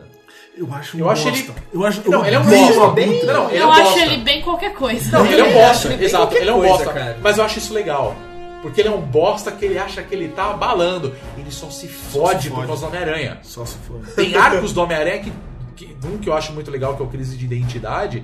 Eu acho um
Eu acho
bosta.
ele-
Eu acho...
Não,
eu
ele é um
odeio
bosta.
o Abutre.
Não, ele é
eu
um
acho
bosta.
ele bem qualquer coisa.
Não, ele é um
Ele acha,
bosta,
ele tem
exato,
qualquer
ele é um
coisa,
bosta.
cara.
Mas eu acho isso legal. Porque ele é um bosta que ele acha que ele tá abalando. Ele só se fode por
fode.
causa do Homem-Aranha.
Só se for.
Tem arcos do Homem-Aranha que, que- Um que eu acho muito legal, que é o Crise de Identidade.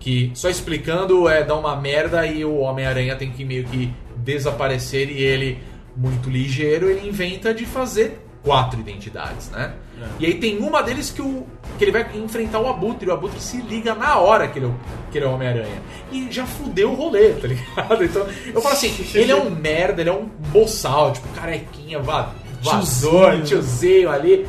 Que só explicando é dá uma merda e o Homem-Aranha tem que meio que desaparecer e ele, muito ligeiro, ele inventa de fazer quatro identidades, né? E aí tem uma deles que, o, que ele vai enfrentar o Abutre, e o Abutre se liga na hora que ele, é o- que ele é o Homem-Aranha. E já fudeu o rolê, tá ligado? Então, eu falo assim, ele é um merda, ele é um boçal, tipo, carequinha, va- vazou,
Tiozinho.
tiozinho ali.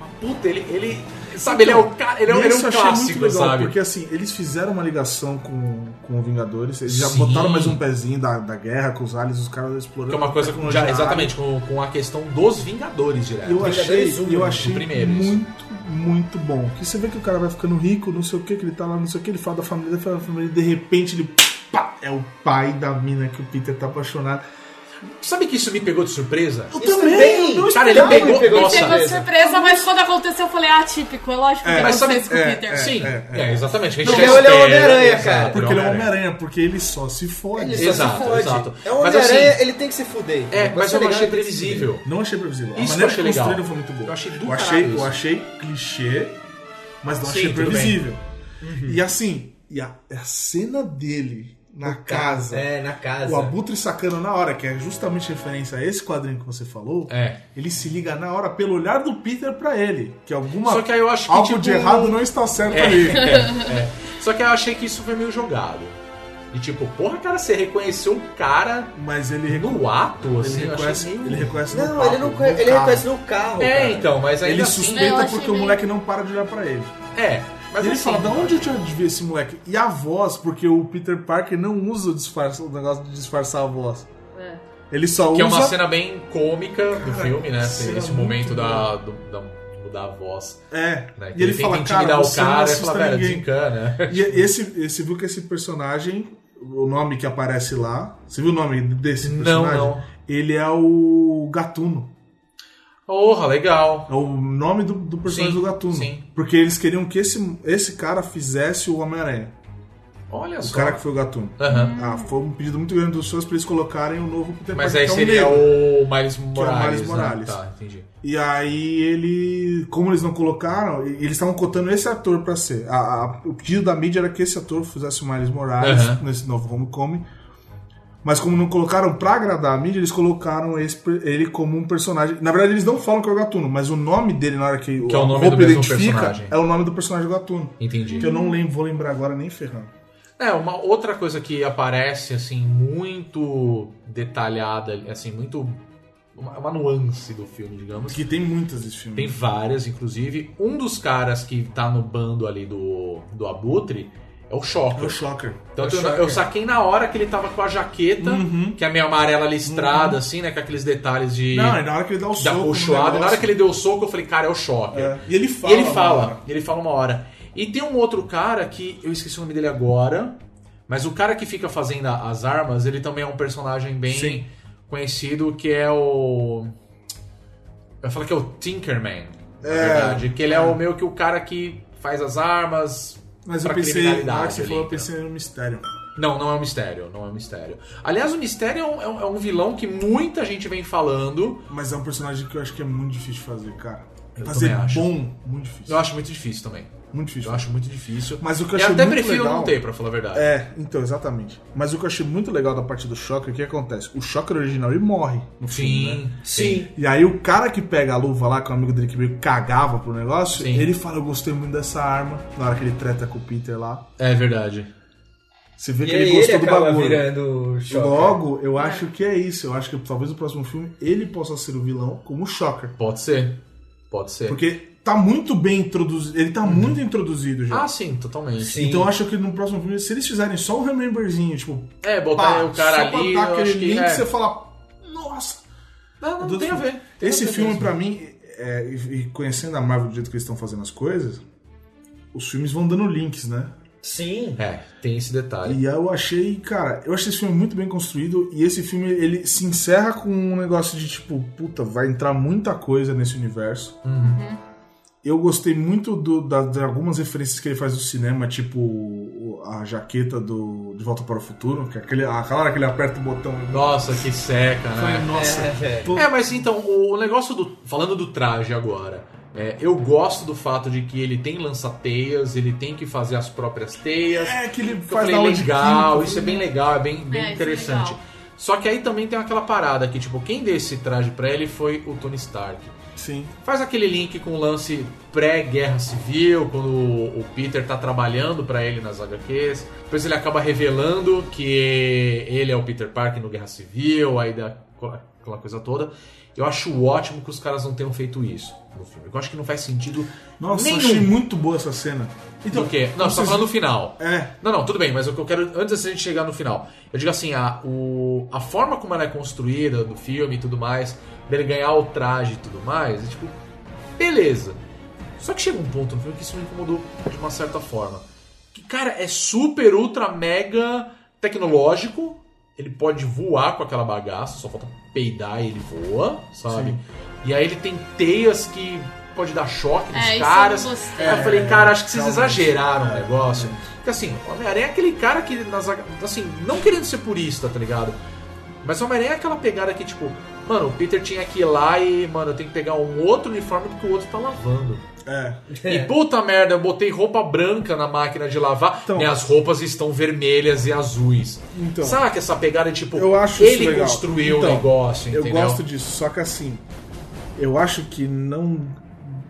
Mas, puta, ele, ele. Sabe, ele é o cara. Ele, é um- ele é um
Isso eu achei muito
clássico,
legal,
sabe?
Porque assim, eles fizeram uma ligação com, com o Vingadores, eles já
Sim.
botaram mais um pezinho da, da guerra com os aliens, os caras explorando.
Que é uma coisa
a
com,
tecnologia
já,
alien.
exatamente, com, com a questão dos Vingadores direto.
Eu
Vingadores um,
achei, eu
do
achei
primeiro, isso.
muito, muito bom. Que você vê que o cara vai ficando rico, não sei o que, que ele tá lá, não sei o que, ele fala da família, ele fala da família, e de repente ele pá, é o pai da mina que o Peter tá apaixonado.
Sabe que isso me pegou de surpresa?
Eu
Isso
também,
também.
eu não
Cara, ele é
esperava.
pegou-
Me
nossa,
pegou de
beleza.
surpresa, mas quando aconteceu eu falei, ah, típico, é lógico que
mas
aconteceu
sabe-
isso com o
é,
Peter.
é.
Sim, é, exatamente. A gente
Porque
já
ele é o
espera, né?
Homem-Aranha,
exato,
cara.
Porque ele é um Homem-Aranha, porque ele só se fode.
Ele só
Exato,
se fode.
exato.
É um
Mas,
Homem-Aranha,
assim,
ele tem que se fuder.
É,
Vai
mas
ser
eu não achei
legal, ele tem que se fuder.
previsível.
Não achei previsível.
Isso
a
eu
maneira
achei
que
legal.
construíram foi muito boa.
Eu achei do
eu achei,
caralho
eu
isso.
achei clichê, mas não
Sim,
achei
tudo bem. Uhum.
previsível. E assim, e a, a cena dele na casa,
É, na casa.
o Abutre sacando na hora, que é justamente referência a esse quadrinho que você falou,
É.
ele se liga na hora pelo olhar do Peter pra ele. Que alguma
Só que aí eu acho que,
algo
tipo,
de errado não está certo
É, (laughs)
ali.
é, é. Só que eu achei que isso foi meio jogado. E tipo, porra, cara, você reconheceu o cara
Mas ele reconhece.
no ato, assim,
Ele
eu
reconhece,
achei meio...
ele reconhece no
Não,
papo,
ele não
no
conhe- ele
carro.
reconhece no né, carro.
É,
cara.
então, mas ainda
Ele
assim...
Eu
suspeita
achei
porque o
meio-
moleque não para de olhar pra ele.
É, mas
E ele
assim,
fala, da onde eu tinha de ver esse moleque? E a voz, porque o Peter Parker não usa o, disfarça, o negócio de disfarçar a voz.
É.
Ele só
Que é
usa.
uma cena bem cômica do
Cara,
filme, né? Esse,
cena
esse
muito
momento da, do, da, de mudar a voz.
É.
Né? Que
E ele
tem que
fala,
intimidar
cara,
o
você não
cara e
assusta
fala, né?" velho,
ninguém.
desencana.
E esse, esse viu que esse personagem, o nome que aparece lá. Você viu o nome
(laughs)
desse
Não,
personagem?
não.
Ele é o Gatuno.
Porra, legal.
É o nome do, do personagem
Sim,
do Gatuno.
sim.
Porque eles queriam que esse, esse cara fizesse o Homem-Aranha.
Olha
O
só.
cara que foi o Gatuno.
Aham.
Ah, foi um pedido muito grande dos fãs pra eles colocarem o novo Peter
Mas
Parker,
aí
que é um
seria
negro. é
o Miles Morales. né?
Morales.
Tá, entendi.
E aí ele, como eles não colocaram, e- eles estavam cotando esse ator pra ser. A- a- o pedido da mídia era que esse ator fizesse o Miles Morales
Aham.
nesse novo Homecoming. Mas como não colocaram pra agradar a mídia, eles colocaram esse per- ele como um personagem. Na verdade, eles não falam que é o Gatuno, mas o nome dele na hora que,
Que é o
a
nome
roupa
do mesmo
identifica
personagem.
é o nome do personagem Gatuno.
Entendi.
Que eu não lembro, vou lembrar agora nem ferrando.
É, uma outra coisa que aparece, assim, muito detalhada, assim, muito. Uma, uma nuance do filme, digamos.
Que tem muitas desse filme.
Tem várias, inclusive. Um dos caras que tá no bando ali do, do Abutre é o
É o
Shocker.
Shocker.
Tanto
é o
eu, eu
Shocker.
saquei na hora que ele tava com a jaqueta,
Uhum.
que é meio amarela listrada, assim, né? Com aqueles detalhes de.
Não, é na hora que ele dá o
da
soco. no
cochoada. Na hora
negócio.
que ele deu o soco, eu falei, cara, é o Shocker.
É. E ele
E
fala.
ele
mano.
fala, ele fala uma hora. E tem um outro cara que eu esqueci o nome dele agora, mas o cara que fica fazendo a- as armas, ele também é um personagem bem
Sim.
conhecido que é o eu falo que é o Tinkerman, na
É.
verdade, que ele é, o meio que o cara que faz as armas.
Mas eu
pra
pensei,
criminalidade
na hora ah, que você
ali,
falou, eu
então.
pensei no mistério.
Não, não é um mistério, não é um mistério. Aliás, o mistério é um, é um- é um vilão que muita gente vem falando.
Mas é um personagem que eu acho que é muito difícil de fazer, cara.
Eu
fazer
também acho.
bom, muito difícil.
Eu acho muito difícil também.
Muito
Eu
difícil.
acho muito difícil.
Mas o que eu
Eu,
achei
até
muito
prefiro
legal...
não ter, pra falar a verdade.
É, então, exatamente. Mas o que eu achei muito legal da parte do Shocker, o que acontece? O Shocker original, ele morre no filme,
Sim,
né?
sim.
E aí o cara que pega a luva lá, que é um amigo dele que meio que cagava pro negócio,
Sim.
ele fala, eu gostei muito dessa arma, na hora que ele treta com o Peter lá.
É verdade.
Você vê
E
que ele
aí ele
gostou do
acaba
bagulho.
virando choque.
Logo, eu acho que é isso. Eu acho que talvez no próximo filme ele possa ser o vilão como o Shocker.
Pode ser. Pode ser.
Porque tá muito bem introduzido. Ele tá muito introduzido já.
Ah, sim, totalmente.
Sim.
então eu acho que no próximo filme, se eles fizerem só um rememberzinho, tipo,
É, botar
pá,
o cara
só pra
ali,
dar
eu
aquele
acho que...
link
é.
que você fala, nossa,
Não, não
Todo
tem a
filme.
ver. tem
Esse
a ver
filme,
mesmo.
pra mim, é, e e conhecendo a Marvel do jeito que eles estão fazendo as coisas, os filmes vão dando links, né?
Sim.
É, tem esse detalhe.
E aí eu achei, cara, eu achei esse filme muito bem construído e esse filme ele se encerra com um negócio de tipo, puta, vai entrar muita coisa nesse universo. Eu gostei muito do- da- de algumas referências que ele faz do cinema, tipo o- a jaqueta do De Volta para o Futuro, que é aquele, aquela hora que ele aperta o botão.
Nossa, que seca,
Eu falei,
né?
nossa,
É, é.
tô-
É, mas então, o negócio do. Falando do traje agora. é, eu gosto do fato de que ele tem lança-teias, ele tem que fazer as próprias teias.
é que ele
Eu
faz
falei,
aula de
legal,
química. né?
isso é bem legal, é bem,
É,
bem
isso é
interessante.
legal.
Só que aí também tem aquela parada que, tipo, quem deu esse traje pra ele foi o Tony Stark.
Sim.
Faz aquele link com o lance pré-guerra civil, quando o o Peter tá trabalhando pra ele nas HQs. Depois ele acaba revelando que ele é o Peter Parker no Guerra Civil, aí dá aquela coisa toda. Eu acho ótimo que os caras não tenham feito isso no filme. Eu acho que não faz sentido
Nossa,
nenhum.
achei muito boa essa cena. Então,
do que. Não, você tá
vocês-
falando no final.
É,
Não, não, tudo bem, mas o que eu quero, antes da gente chegar no final, eu digo assim, a, o- a forma como ela é construída do filme e tudo mais, dele ganhar o traje e tudo mais, é tipo, beleza. Só que chega um ponto no filme que isso me incomodou de uma certa forma. Que, cara, é super, ultra, mega tecnológico, ele pode voar com aquela bagaça, só falta peidar e ele voa, sabe?
Sim.
E aí ele tem teias que pode dar choque nos
É, isso
caras.
eu não gostei.
Aí eu falei, cara, acho que vocês
É, Realmente. É.
exageraram o negócio. Porque assim, o Homem-Aranha é aquele cara que, nas, assim, não querendo ser purista, tá ligado? Mas o Homem-Aranha é aquela pegada que, tipo, mano, o Peter tinha que ir lá e, mano, eu tenho que pegar um outro uniforme porque o outro tá lavando.
é.
E puta merda, eu botei roupa branca na máquina de lavar,
Então-
minhas roupas estão vermelhas e azuis.
Então.
Saca essa pegada, tipo,
Eu acho isso
ele
legal.
construiu
Então,
o negócio,
Eu
entendeu?
gosto disso, só que assim, eu acho que não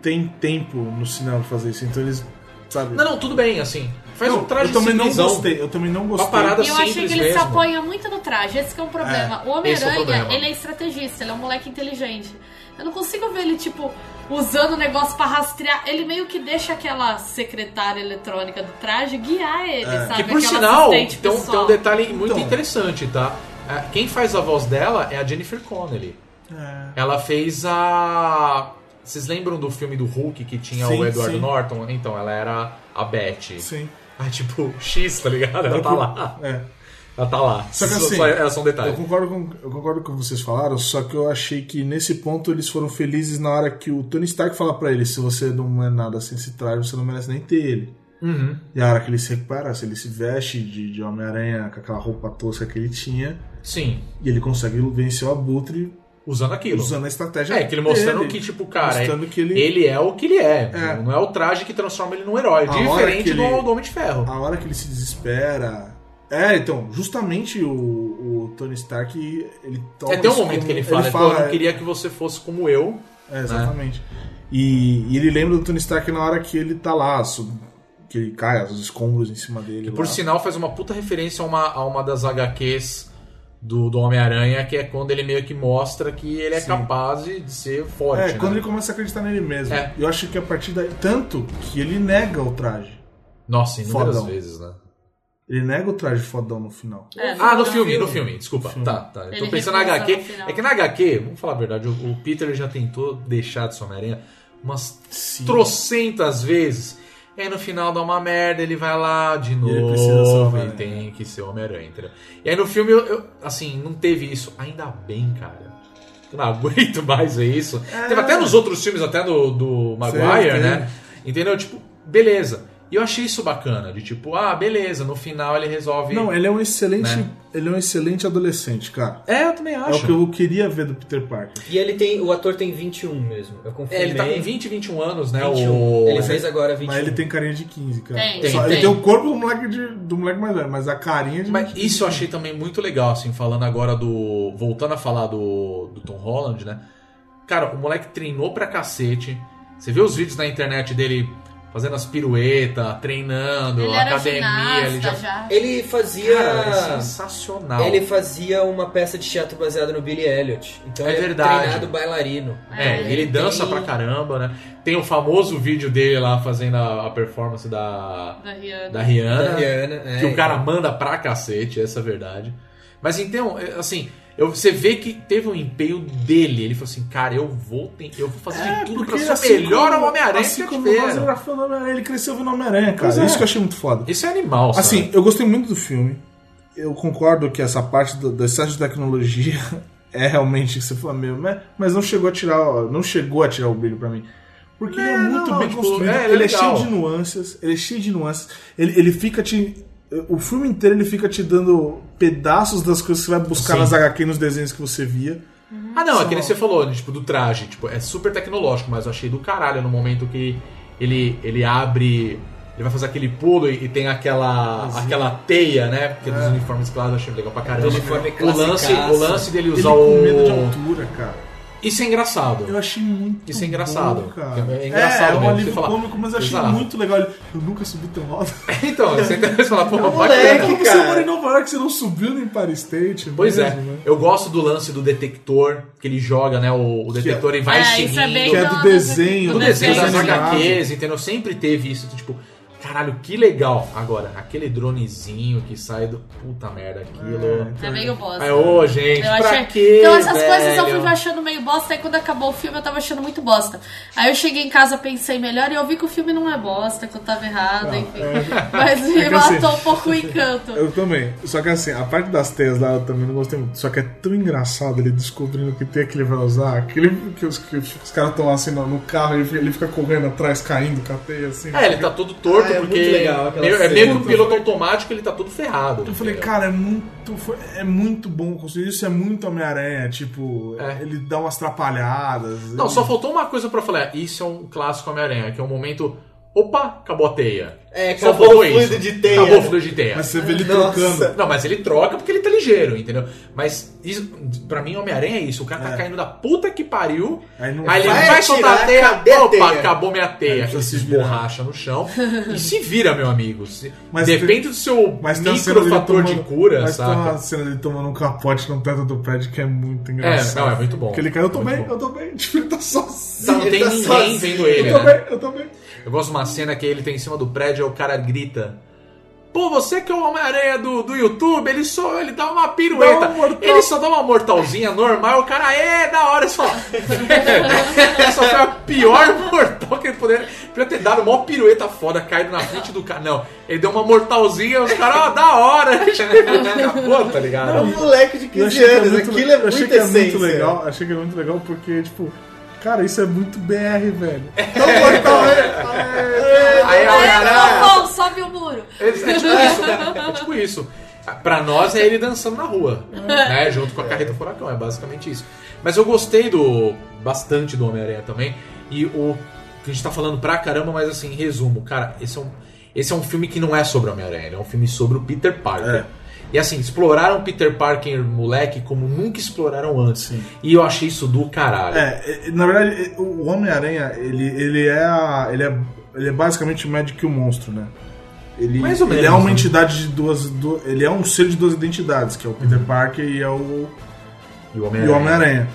tem tempo no cinema pra fazer isso, então eles, sabe?
Não, não, tudo bem, assim. Faz
Não,
um traje
eu também não
simplesão.
gostei, eu também não gostei.
parada-
E eu achei
simples
que ele se
mesmo.
apoia muito no traje, esse que é um problema.
esse é
o
o
Homem-Aranha,
problema.
ele é estrategista, ele é um moleque inteligente. Eu não consigo ver ele, tipo, usando o negócio pra rastrear. Ele meio que deixa aquela secretária eletrônica do traje guiar ele, sabe?
É. Que por
Aquela
sinal, tem,
Tá, assistente
tem um- tem
pessoal.
um detalhe muito
Então.
interessante, tá? Ah, Quem faz a voz dela é a Jennifer Connelly.
É.
Ela fez a. Vocês lembram do filme do Hulk que tinha
Sim,
o Edward
sim.
Norton? Então, ela era a Beth.
Sim.
Ah, tipo, X, tá ligado? Ela tá lá.
É.
Ela tá lá.
Só que assim,
era só um detalhe.
Eu concordo, com, eu concordo com o que vocês falaram, só que eu achei que nesse ponto eles foram felizes na hora que o Tony Stark fala pra ele: se você não é nada sem esse traje, você não merece nem ter ele.
Uhum.
E a hora que ele se recupera, se ele se veste de, de Homem-Aranha com aquela roupa tosca que ele tinha,
Sim,
e ele consegue vencer o Abutre
usando aquilo.
usando a estratégia.
É, que ele mostrando
dele,
que, tipo, cara,
mostrando que ele,
ele é o que ele é.
É.
Não é o traje que transforma ele num herói.
A hora que
Diferente do
ele-
do Homem de Ferro.
A hora que ele se desespera. É, então, justamente o, o Tony Stark, ele toma.
É até um
isso
momento
como-
que ele fala, pô, eu não queria né? que você fosse como eu.
É, exatamente. E, e ele lembra do Tony Stark na hora que ele tá lá, sob- que ele cai, os escombros em cima dele.
Que por
lá.
sinal faz uma puta referência a uma, a uma das HQs do, do Homem-Aranha, que é quando ele meio que mostra que ele é
Sim.
capaz de de ser forte.
É,
né?
quando ele começa a acreditar nele mesmo.
É.
Eu acho que a partir daí. Tanto que ele nega o traje.
Nossa, inúmeras
Fodão.
vezes, né?
Ele nega o traje fodão no final.
É,
Ah, no
não.
filme, no filme, desculpa. Tá, tá. Eu
Ele
tô pensando na
recusa no
HQ.
final.
É que na HQ, vamos falar a verdade, o, o Peter já tentou deixar de ser Homem-Aranha umas
Sim.
trocentas vezes. E aí no final dá uma merda, ele vai lá de
ele
novo
precisa ser o
e
Homem-Aranha.
tem que ser o Homem-Aranha, entendeu? E aí no filme, eu, eu- assim, não teve isso. Ainda bem, cara. Eu não (laughs) aguento mais ver isso. Teve até nos outros filmes, até do, do Maguire,
É. Sim, sim.
né? Entendeu? Tipo, beleza. E eu achei isso bacana, de tipo, ah, beleza, no final ele resolve...
Não, ele é um excelente.
Né?
Ele é um excelente adolescente, cara.
É, eu também
É o que eu queria ver do Peter Parker.
E ele tem. O ator tem 21 mesmo. Eu confirmei.
É, ele tá com 20, 21 anos, né?
21.
O...
Ele fez agora 21.
Mas um. ele tem carinha de 15, cara.
Tem,
Só-
tem, tem.
Ele tem o corpo do moleque, de- do moleque mais velho, mas a carinha de.
Mas isso eu achei também muito legal, assim, falando agora do. Voltando a falar do, do Tom Holland, né? Cara, o moleque treinou pra cacete. Você vê os vídeos na internet dele. fazendo as piruetas, treinando,
Ele era
academia, ele já.
ginasta é já.
Ele fazia.
Cara, é sensacional.
Ele fazia uma peça de teatro baseada no Billy Elliot. Então
É
ele
verdade.
treinado bailarino.
É, ele, dança pra caramba, né? Tem o famoso vídeo dele lá fazendo a, a performance da,
Da Rihanna.
da Rihanna.
Da Rihanna, é,
né? que o cara
então.
manda pra cacete, essa é a verdade. Mas então, é, assim, eu- você vê que teve um empenho dele. Ele falou assim, cara, eu vou, ten- eu vou fazer de tudo pra ser o melhor
É, como-
ao Homem-Aranha
Assim
que
como
tiver.
o Rafael do Homem-Aranha, ele cresceu vendo Homem-Aranha,
Pois
cara.
é.
Isso que eu achei muito foda.
Isso é animal, sabe?
Assim, eu gostei muito do filme. Eu concordo que essa parte do, do excesso de tecnologia (laughs) é realmente que você fala meio, né? mas não chegou a tirar, ó, não chegou a tirar o brilho pra mim. Porque ele é
Não,
muito
não,
bem
tipo,
construído,
é, ele
ele,
é
é
legal.
cheio de nuances, ele é cheio de nuances. Ele, ele fica te o filme inteiro ele fica te dando pedaços das coisas que você vai buscar
Sim.
nas HQ e nos desenhos que você via.
Ah, não, é
Só-
que nem você falou, tipo, do traje. Tipo, é super tecnológico, mas eu achei do caralho no momento que ele, ele abre. Ele vai fazer aquele pulo e, e tem aquela,
Sim.
aquela teia, né? Porque
É.
dos uniformes claros eu achei legal pra caramba.
Do uniforme
o, lance,
classicaço.
o lance dele
Ele
usar
com medo de um-
o.
altura, cara.
Isso é engraçado.
Eu achei muito
Isso é engraçado.
bom, cara.
É engraçado
é, é um
mesmo,
alívio
você fala,
cômico, mas eu achei
exato.
muito legal. Ele, Eu nunca subi tão alto.
então, você, você fala, pô,
moleque,
bacana.
Como
cara.
você mora em Nova York, você não subiu nem para State.
Pois é,
mesmo, né?
eu gosto do lance do detector, que ele joga, né? O, o detector e vai
é,
seguindo.
isso é bem né?
Que é do
da-
desenho,
do
do
desenho
desenho
é
das
animado.
HQs, entendeu? Sempre teve isso, tipo, caralho, que legal. Agora, aquele dronezinho que sai do. Puta merda, aquilo.
É meio bosta.
Aí, ô, gente,
Eu
pra
achei-
quê?
então essas
velho?
coisas eu fui achando meio bosta, aí quando acabou o filme eu tava achando muito bosta. Aí eu cheguei em casa, pensei melhor e eu vi que o filme não é bosta, que eu tava errada, enfim. (laughs) Mas me
Ah, É que assim-
matou um pouco o encanto.
Eu também. Só que assim, a parte das teias lá eu também não gostei muito. Só que é tão engraçado ele descobrindo que teia que ele vai usar. Aquele que os, que os caras estão lá assim no, no carro e ele, ele fica correndo atrás, caindo com a teia assim.
É, ele tá todo torto,
Ah, é
porque
muito legal aquela
meio- é
cena.
meio que um piloto automático, ele tá todo ferrado.
Eu falei,
entendeu?
cara, é muito, foi- é muito bom construir isso, é muito Homem-Aranha. Tipo,
É.
ele dá umas atrapalhadas.
Não,
ele-
só faltou uma coisa pra falar. Isso é um clássico Homem-Aranha, que é um momento. Opa, acabou a teia.
É,
Só
acabou
faltou
o fluido
isso.
de teia.
Acabou o fluido de teia.
né? Mas você vê ele
Nossa.
trocando.
Não, mas ele troca porque ele tá ligeiro, entendeu? Mas isso, pra mim, Homem-Aranha é isso. O cara tá
É.
caindo da puta que pariu.
Aí não
Aí ele vai,
Vai
soltar a
atirar,
teia.
cadê a
opa,
teia?
acabou minha teia.
Aí
Ele
precisa
se
se virar.
esborracha no chão e se vira, meu amigo. Se-
(laughs) Mas
Depende
tem-
do seu
Mas tem uma cena dele
microfator de
tomando-
cura,
mas Tem uma
saca?
cena dele tomando um capote no teto do prédio que é muito engraçado.
não, é muito bom.
Porque ele caiu, eu tô
Muito
bem,
bom.
eu tô bem. (laughs) Tipo, ele tá sozinho.
Tá, não
Ele
tem
tá
ninguém
sozinho.
vendo ele,
eu tô
né?
bem, eu tô bem.
Eu gosto de uma cena que ele tem em cima do prédio e o cara grita. Pô, você que é o Homem-Aranha do, do YouTube, ele só ele dá uma pirueta.
Dá um mortal.
ele só dá uma mortalzinha normal, o cara é da hora, você fala. (laughs) "Velho, Essa foi a pior mortal que ele poderia. Podia ter dado uma pirueta foda, caído na frente do cara. Não, ele deu uma mortalzinha, os caras, ó, da hora. (laughs) Acabou, tá ligado?
É um moleque de 15
Eu achei que é
anos,
muito-
aquilo é
eu achei
muito
que é muito
essência.
legal. Achei que é muito legal porque, tipo, cara, isso é muito BR, velho.
(laughs)
Então, mortal, é.
Aí,
Aí,
olha,
não, não, sobe o muro.
É, é tipo isso, né? É tipo isso. Pra nós é ele dançando na rua, né? Junto com a carreta furacão, é basicamente isso. Mas eu gostei do bastante do Homem-Aranha também. E o que a gente tá falando pra caramba, mas assim, em resumo, cara, esse é um, esse é um filme que não é sobre o Homem-Aranha, ele é um filme sobre o Peter Parker.
É.
E assim, exploraram o Peter Parker moleque como nunca exploraram antes.
Sim.
E eu achei isso do caralho.
É, é, na verdade, é, o Homem-Aranha, ele, ele, é, a- ele é. Ele é basicamente o Magic e o Monstro, né? Ele,
Mais ou
ele
menos,
é uma
né?
entidade de duas. du- ele é um ser de duas identidades, que é o Peter Parker e é o
E o
e o Homem-Aranha.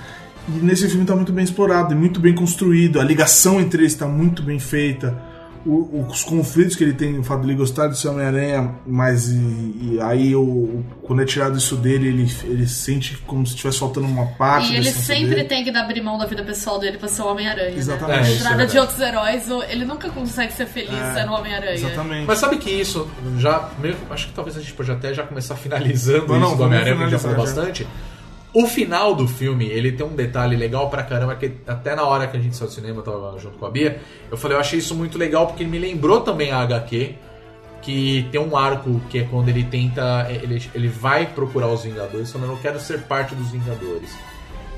E nesse filme tá muito bem explorado, e muito bem construído, a ligação entre eles tá muito bem feita. O- os conflitos que ele tem, o fato dele gostar de ser Homem-Aranha, mas e- e aí o- o- quando é tirado isso dele, ele, ele sente como se estivesse faltando uma parte.
E
da
ele
essência
sempre
Ah, dele.
tem que dar abrir mão da vida pessoal dele pra ser o Homem-Aranha.
Exatamente.
É, isso
Né? Na
é
entrada
verdade.
de outros heróis, o- ele nunca consegue ser feliz
É.
sendo o Homem-Aranha.
Exatamente.
Mas sabe que isso, já meio- acho que talvez a gente pode até já começar (laughs) finalizando
Não,
isso
não,
do Homem-Aranha, que a gente já
vamos
falou
finalizar
bastante. O final do filme, ele tem um detalhe legal pra caramba, que até na hora que a gente saiu do cinema, eu tava junto com a Bia, eu falei, eu achei isso muito legal porque me lembrou também a HQ, que tem um arco que é quando ele tenta, ele, ele vai procurar os Vingadores, falando, eu quero ser parte dos Vingadores.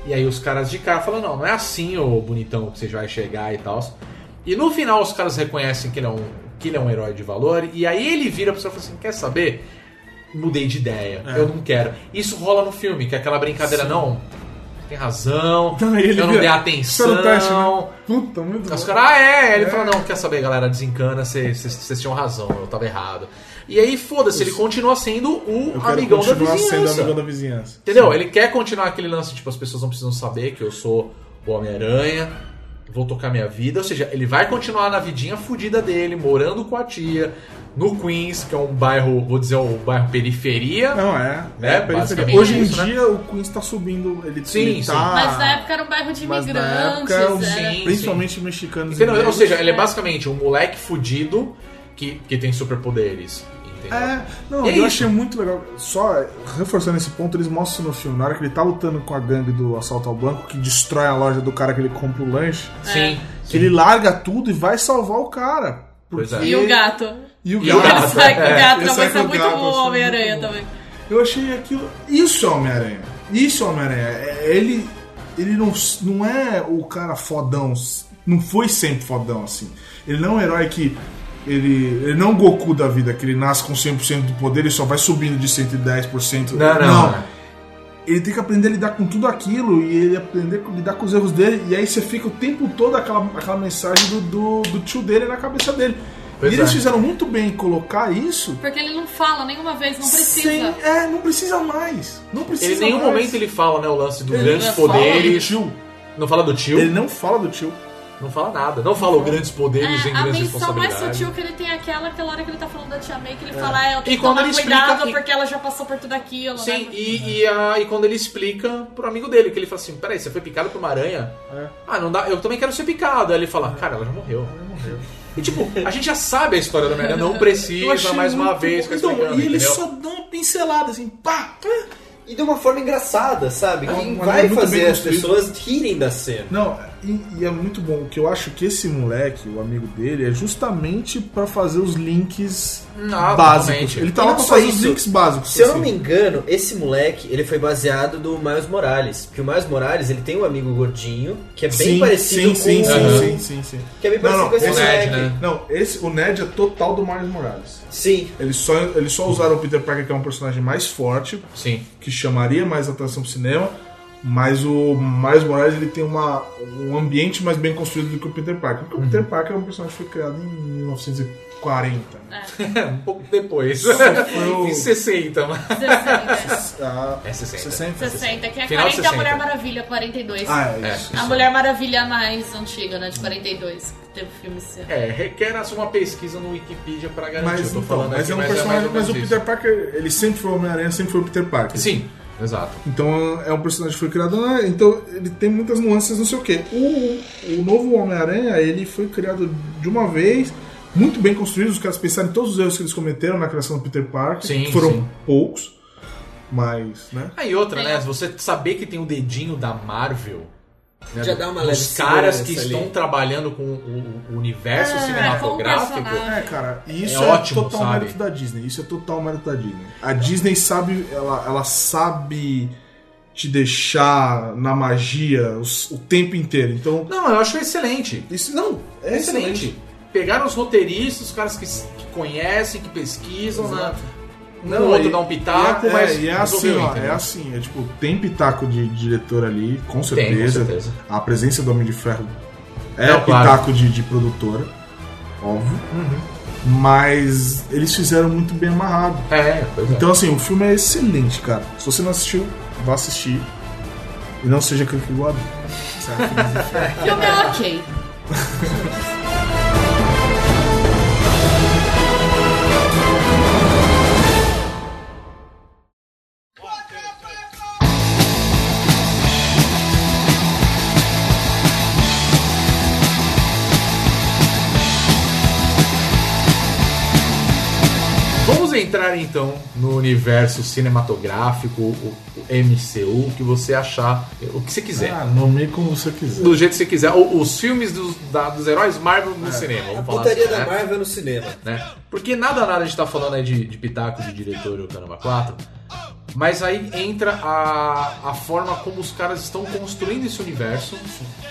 E aí os caras de cara falam, não, não é assim, ô bonitão, que você vai chegar e tal. E no final os caras reconhecem que ele é um, que ele é um herói de valor, e aí ele vira pra pessoa e fala assim, quer saber? Mudei de ideia, eu não quero. Isso rola no filme, que é aquela é brincadeira, não, tem
(laughs)
razão,
(laughs) Então, ele
eu não
vira-
dei
Tá
atenção.
no teste, né? Puta, muito
Aí Os
bom.
caras, ah, é. Ele falou, não, quer saber, galera, desencana, vocês vocês tinham razão, eu tava errado. E aí, foda-se, ele continua sendo o
Eu quero
amigão da
continuar sendo
vizinhança.
amigão da vizinhança.
Entendeu? Ele quer continuar aquele lance, tipo, as pessoas não precisam saber que eu sou o Homem-Aranha, vou tocar minha vida. Ou seja, ele vai continuar na vidinha fudida dele, morando com a tia, no Queens, que é um bairro, vou dizer, o bairro periferia.
Não, é.
Né?
É, periferia.
Basicamente
Hoje em
isso, né?
dia o Queens tá subindo. Ele,
Sim,
ele
sim.
tá-
Mas na época era um bairro de
mas na
imigrantes. é.
época era um-
era-
Sim,
Principalmente mexicanos. e
Entendeu? Ou
negros.
seja, ele é basicamente um moleque fudido que, que tem superpoderes. Entendeu?
É, não,
E é
eu
isso.
achei muito legal. Só reforçando esse ponto, eles mostram no filme, na hora que ele tá lutando com a gangue do assalto ao banco, que destrói a loja do cara que ele compra o lanche,
É.
Sim.
que ele larga tudo e vai salvar o cara.
Pois é.
E o gato.
E o
E o gato.
(laughs)
gato. (laughs)
Esse aqui, o
é,
gato assim.
esse
não vai
aqui é
ser
o
muito
gato,
bom
esse é
o Homem-Aranha
muito bom.
também.
Eu achei aquilo. Isso é Homem-Aranha. Isso é Homem-Aranha. É- Ele, ele não, não é o cara fodão. Não foi sempre fodão assim. Ele não é um herói que. Ele, ele não é um Goku da vida, que ele nasce com 100% do poder e só vai subindo de 110%.
Não, não. não.
Ele tem que aprender a lidar com tudo aquilo e ele aprender a lidar com os erros dele. E aí você fica o tempo todo aquela, aquela mensagem do, do, do tio dele na cabeça dele.
Pois
e eles
é.
fizeram muito bem em colocar isso
Porque ele não fala nenhuma vez, não precisa.
sem- é, não precisa mais. Não precisa
Ele, em nenhum
mais.
momento ele fala, né, o lance dos
Ele
grandes
não fala do
poderes.
tio.
Não fala do tio,
Ele não fala do tio.
não fala nada. Não fala os grandes poderes
É,
em
a
grandes
menção mais
responsabilidades.
sutil que ele tem é aquela, aquela hora que ele tá falando da Tia May, que ele fala, é, eu
E
tenho que
quando
tomar
ele
cuidado
explica que-
porque ela já passou por tudo aquilo,
Sim,
né?
e, e, a- e quando ele explica pro amigo dele, que ele fala assim, peraí, você foi picado por uma aranha?
É.
Ah, não dá, eu também quero ser picado. Aí ele fala, cara, ela já morreu. E tipo, a gente já sabe a história da aranha né? não
É. (laughs) Eu achei
precisa mais uma
muito
vez.
bom.
ficar
Então,
explicando,
e ele
entendeu?
só dá uma pincelada assim, pá!
E de uma forma engraçada, sabe?
É uma
Que
maneira
vai
muito
fazer
bem
as
construída.
pessoas rirem da cena.
Não, e, e é muito bom. O que eu acho que esse moleque, o amigo dele, é justamente pra fazer os links
Ah,
básicos.
totalmente.
Ele tá
E
lá
não
pra
só
fazer os
isso.
links básicos.
Se eu não
assim.
me engano, esse moleque, ele foi baseado do Miles Morales. Porque o Miles Morales, ele tem um amigo gordinho, que é bem
Sim,
parecido
sim, sim,
com...
sim,
Aham.
sim, sim, sim.
Que é bem
Não,
parecido
não,
com esse
esse
é o Ned,
moleque.
né?
Não, esse, o Ned é total do Miles Morales.
Sim.
Eles só, eles só usaram o Peter Parker, que é um personagem mais forte,
Sim.
que chamaria mais atenção pro cinema, mas o Miles Morales ele tem uma, um ambiente mais bem construído do que o Peter Parker.
Uhum.
Porque o Peter Parker é um personagem que foi criado em 1940. né?
um pouco depois. (laughs)
Foi o-
em 60, mas...
60,
Ah,
É 60.
60.
60, que
Final
é 40
de
é
60.
a Mulher Maravilha, 42.
Ah, é isso.
a Mulher Maravilha mais antiga, né? De 42, que teve filme esse ano.
É, requer assim, uma pesquisa no Wikipedia pra garantir.
Mas,
eu tô
então,
falando
mas
aqui,
é um
mas
personagem.
mais
mas
ou
o
menos
Peter Parker, ele sempre foi o Homem-Aranha, sempre foi o Peter Parker.
isso. Sim, exato.
Então é um personagem que foi criado, né? então ele tem muitas nuances, não sei o quê. O, o novo Homem-Aranha, ele foi criado de uma vez, muito bem construído, os caras pensaram em todos os erros que eles cometeram na criação do Peter Parker,
Sim,
que foram
sim.
poucos, mas, né?
Aí outra, né? Você saber que tem o dedinho da Marvel. Né,
Já
do-
dá uma leve
Os caras que
segurança
estão
ali.
trabalhando com o, o- o universo
É,
Ah, com o
cinematográfico.
personagem.
É, cara, e isso
É
é,
ótimo,
total
sabe?
mérito da Disney. Isso é total mérito da Disney. A Disney sabe, ela, ela sabe te deixar na magia os- o tempo inteiro. Então,
Não, eu acho excelente.
isso não, é excelente.
excelente. Pegaram os roteiristas, os caras que, s- que conhecem, que pesquisam, né? Um
Não,
outro
e-
dá um pitaco,
e é,
mas.
e é assim,
resolveu,
ó, é
entendeu?
assim, é tipo, tem pitaco de diretor ali, com certeza.
Tem, com certeza.
A presença do Homem de Ferro é
Não, claro.
pitaco de, de produtora, óbvio.
Uhum.
Mas eles fizeram muito bem amarrado.
É, pois é.
Então, assim, o filme é excelente, cara. Se você não assistiu, vá assistir. E não seja cancelado.
(laughs)
Filme é ok.
Vamos entrar então no universo cinematográfico, o, o MCU, o que você achar, o que você quiser.
Ah, nomeie como você quiser.
Do jeito que você quiser. O- os filmes dos, da- dos heróis Marvel no cinema. Vamos
A
falar
putaria
assim,
da
né?
Marvel no cinema.
né? Porque nada nada a gente tá falando aí de, de pitaco, de diretor e o Caramba 4. Mas aí entra a, a forma como os caras estão construindo esse universo,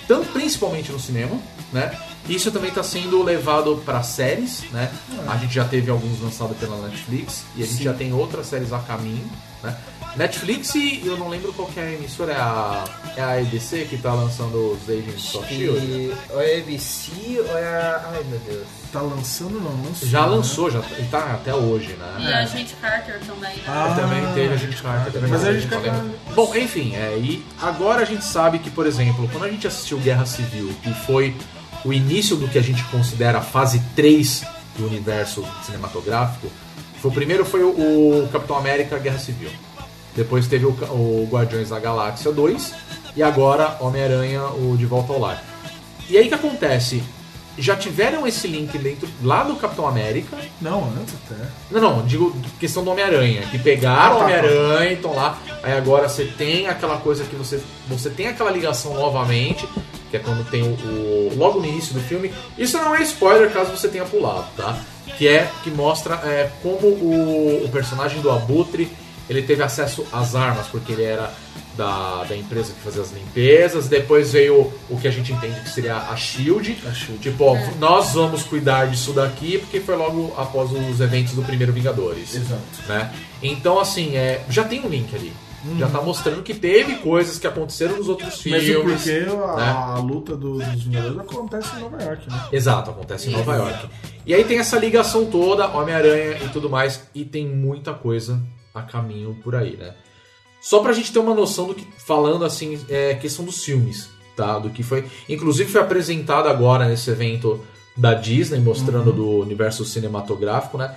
tanto principalmente no cinema, né? Isso também está sendo levado para séries, né? A gente já teve alguns lançados pela Netflix e a gente já tem outras séries a caminho, né? Netflix e eu não lembro qual que é a emissora, é a, é a ABC que tá lançando os Agents of S.H.I.E.L.D.
E ou é a ABC ou é a... Ai, meu Deus.
Tá lançando não, lançou.
Já
né?
lançou, já tá- e tá até hoje, né?
E a gente Carter também, né?
Ah,
Mas também teve a gente Carter. também.
Mas a
não
gente
lembro.
Carter-
Bom, enfim, é, e agora a gente sabe que, por exemplo, quando a gente assistiu Guerra Civil, que foi o início do que a gente considera a fase 3 do universo cinematográfico, foi, o primeiro foi o, o Capitão América Guerra Civil. Depois teve o, Ca- o Guardiões da Galáxia 2 e agora Homem-Aranha, o De Volta ao Lar. E aí o que acontece? Já tiveram esse link dentro, lá do Capitão América,
Não, antes até.
não, não, digo questão do Homem-Aranha. Que pegaram
Ah,
o
tá,
Homem-Aranha e estão lá. Aí agora você tem aquela coisa que você. Você tem aquela ligação novamente. Que é quando tem o, o- Logo no início do filme. Isso não é spoiler caso você tenha pulado, tá? Que é. Que mostra é, como o, o personagem do Abutre. Ele teve acesso às armas, porque ele era da, da empresa que fazia as limpezas. Depois veio o que a gente entende que seria a Shield.
A Shield.
Tipo, ó, nós vamos cuidar disso daqui, porque foi logo após os eventos do primeiro Vingadores.
Exato.
Né? Então, assim, é, já tem um link ali. Já tá mostrando que teve coisas que aconteceram nos outros
Mesmo
filmes.
porque a,
né?
a luta do- dos Vingadores acontece em Nova York, né?
Exato, acontece em Nova York. E aí tem essa ligação toda, Homem-Aranha e tudo mais, e tem muita coisa a caminho por aí, né? Só pra gente ter uma noção do que, falando assim, é questão dos filmes, tá? Do que foi. Inclusive foi apresentado agora nesse evento da Disney, mostrando
Uhum.
do universo cinematográfico, né?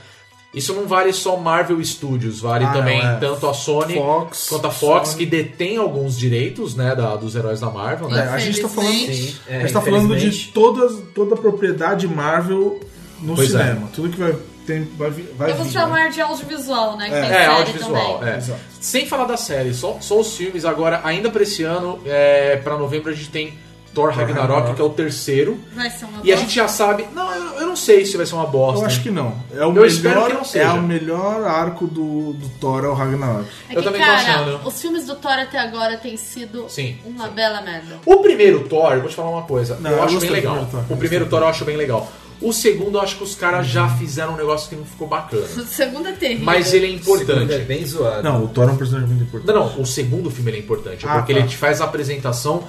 Isso não vale só Marvel Studios, vale
Ah,
também
não, é.
tanto a Sony
Fox.
quanto a Fox,
Sony.
que detém alguns direitos, né, da- dos heróis da Marvel,
É,
né?
a gente tá falando.
Infelizmente.
É,
a gente tá falando de
infelizmente.
todas, toda a propriedade Marvel no
Pois é.
cinema. Tudo que vai, tem, vai, vi- vai
Eu vou
vir, né?
chamar de audiovisual, né? Que tem
É,
série
audiovisual,
também.
é.
Exato.
Sem falar da série, só, só os filmes. Agora, ainda pra esse ano, é, pra novembro, a gente tem Thor Ragnarok, que é o terceiro.
Vai ser uma
E a
boa.
gente já sabe. Não, eu, eu não sei se vai ser uma bosta.
Eu acho que não. É o
Eu espero
melhor,
que não
é
seja.
o melhor arco do, do Thor ao Ragnarok.
É que,
eu também tô
cara,
achando.
Os filmes do Thor até agora têm sido
Sim,
uma bela merda.
O primeiro Thor, eu vou te falar uma coisa.
Não,
eu
eu
acho
gostei
bem
do
legal.
primeiro Thor.
o
Eu
primeiro
gostei. Uhum.
Thor eu acho bem legal. O segundo, eu acho que os caras já fizeram um negócio que não ficou bacana.
O segundo é terrível.
Mas ele é
Segundo É
importante.
bem zoado.
Não, o Thor é um personagem muito importante.
Não, não, o segundo filme ele é importante,
Ah,
porque
tá.
ele te faz a apresentação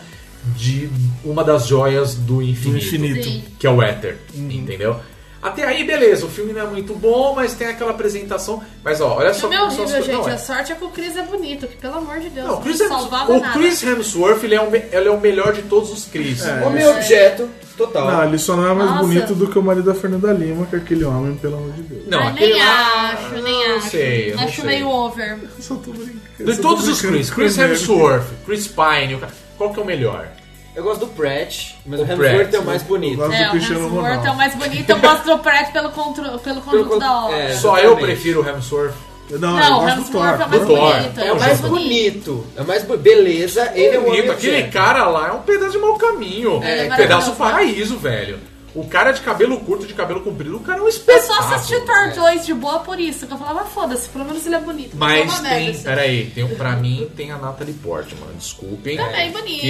de uma das joias do
Do
infinito.
infinito.
Sim.
que é o Éter,
Uhum.
entendeu? Até aí, beleza, o filme não é muito bom, mas tem aquela apresentação. Mas ó, olha
O
só
filme é
só as
horrível,
coisas-
gente.
Não, é.
a sorte é que o Chris é bonito, que pelo amor de Deus,
Não, o
não
Chris, Hemsworth-
salvava
o
nada.
Chris Hemsworth ele é, o me- ele é o melhor de todos os Chris.
É O meu objeto, total.
Não, ele só não é mais
Nossa.
bonito do que o marido da Fernanda Lima, que é aquele homem, pelo amor de Deus.
Não,
Mas
aquele
Ah, nem
lá-
acho,
eu
nem
não
acho.
sei, eu não
acho
sei.
meio over.
Eu só tô brincando. eu
De
só tô
todos os
brincando
Chris,
com
Chris
o primeiro.
Hemsworth, Chris Pine, o cara- qual que é o melhor?
Eu gosto do Pratt, mas
O
o, Hemsworth
Pratt. né?
é o mais bonito.
Eu gosto
É,
do
o
Cristiano
Hemsworth
Ronaldo.
é o mais bonito.
(laughs)
Eu gosto do Pratt pelo, contro- pelo conjunto
con-
da obra.
é,
Só eu
exatamente.
prefiro o Hemsworth.
Não,
Não,
eu
o
gosto do Thor.
Hemsworth é o mais
Ah, do Thor.
bonito.
É o mais bonito. É o mais bo- beleza, ele é o
Bonito,
homem
aquele
objeto.
cara lá é um pedaço de mau caminho.
É, ele é
um pedaço
maravilhoso.
paraíso, velho. O cara de cabelo curto, de cabelo comprido, o cara é um
Eu
espetáculo.
só assisti o Thor 2 de boa por isso, que eu falava, foda-se, pelo menos ele é bonito. é
Mas
uma
tem,
merda,
peraí, tem, um- pra mim tem a Natalie Portman, desculpem.
Também
É,
bonita.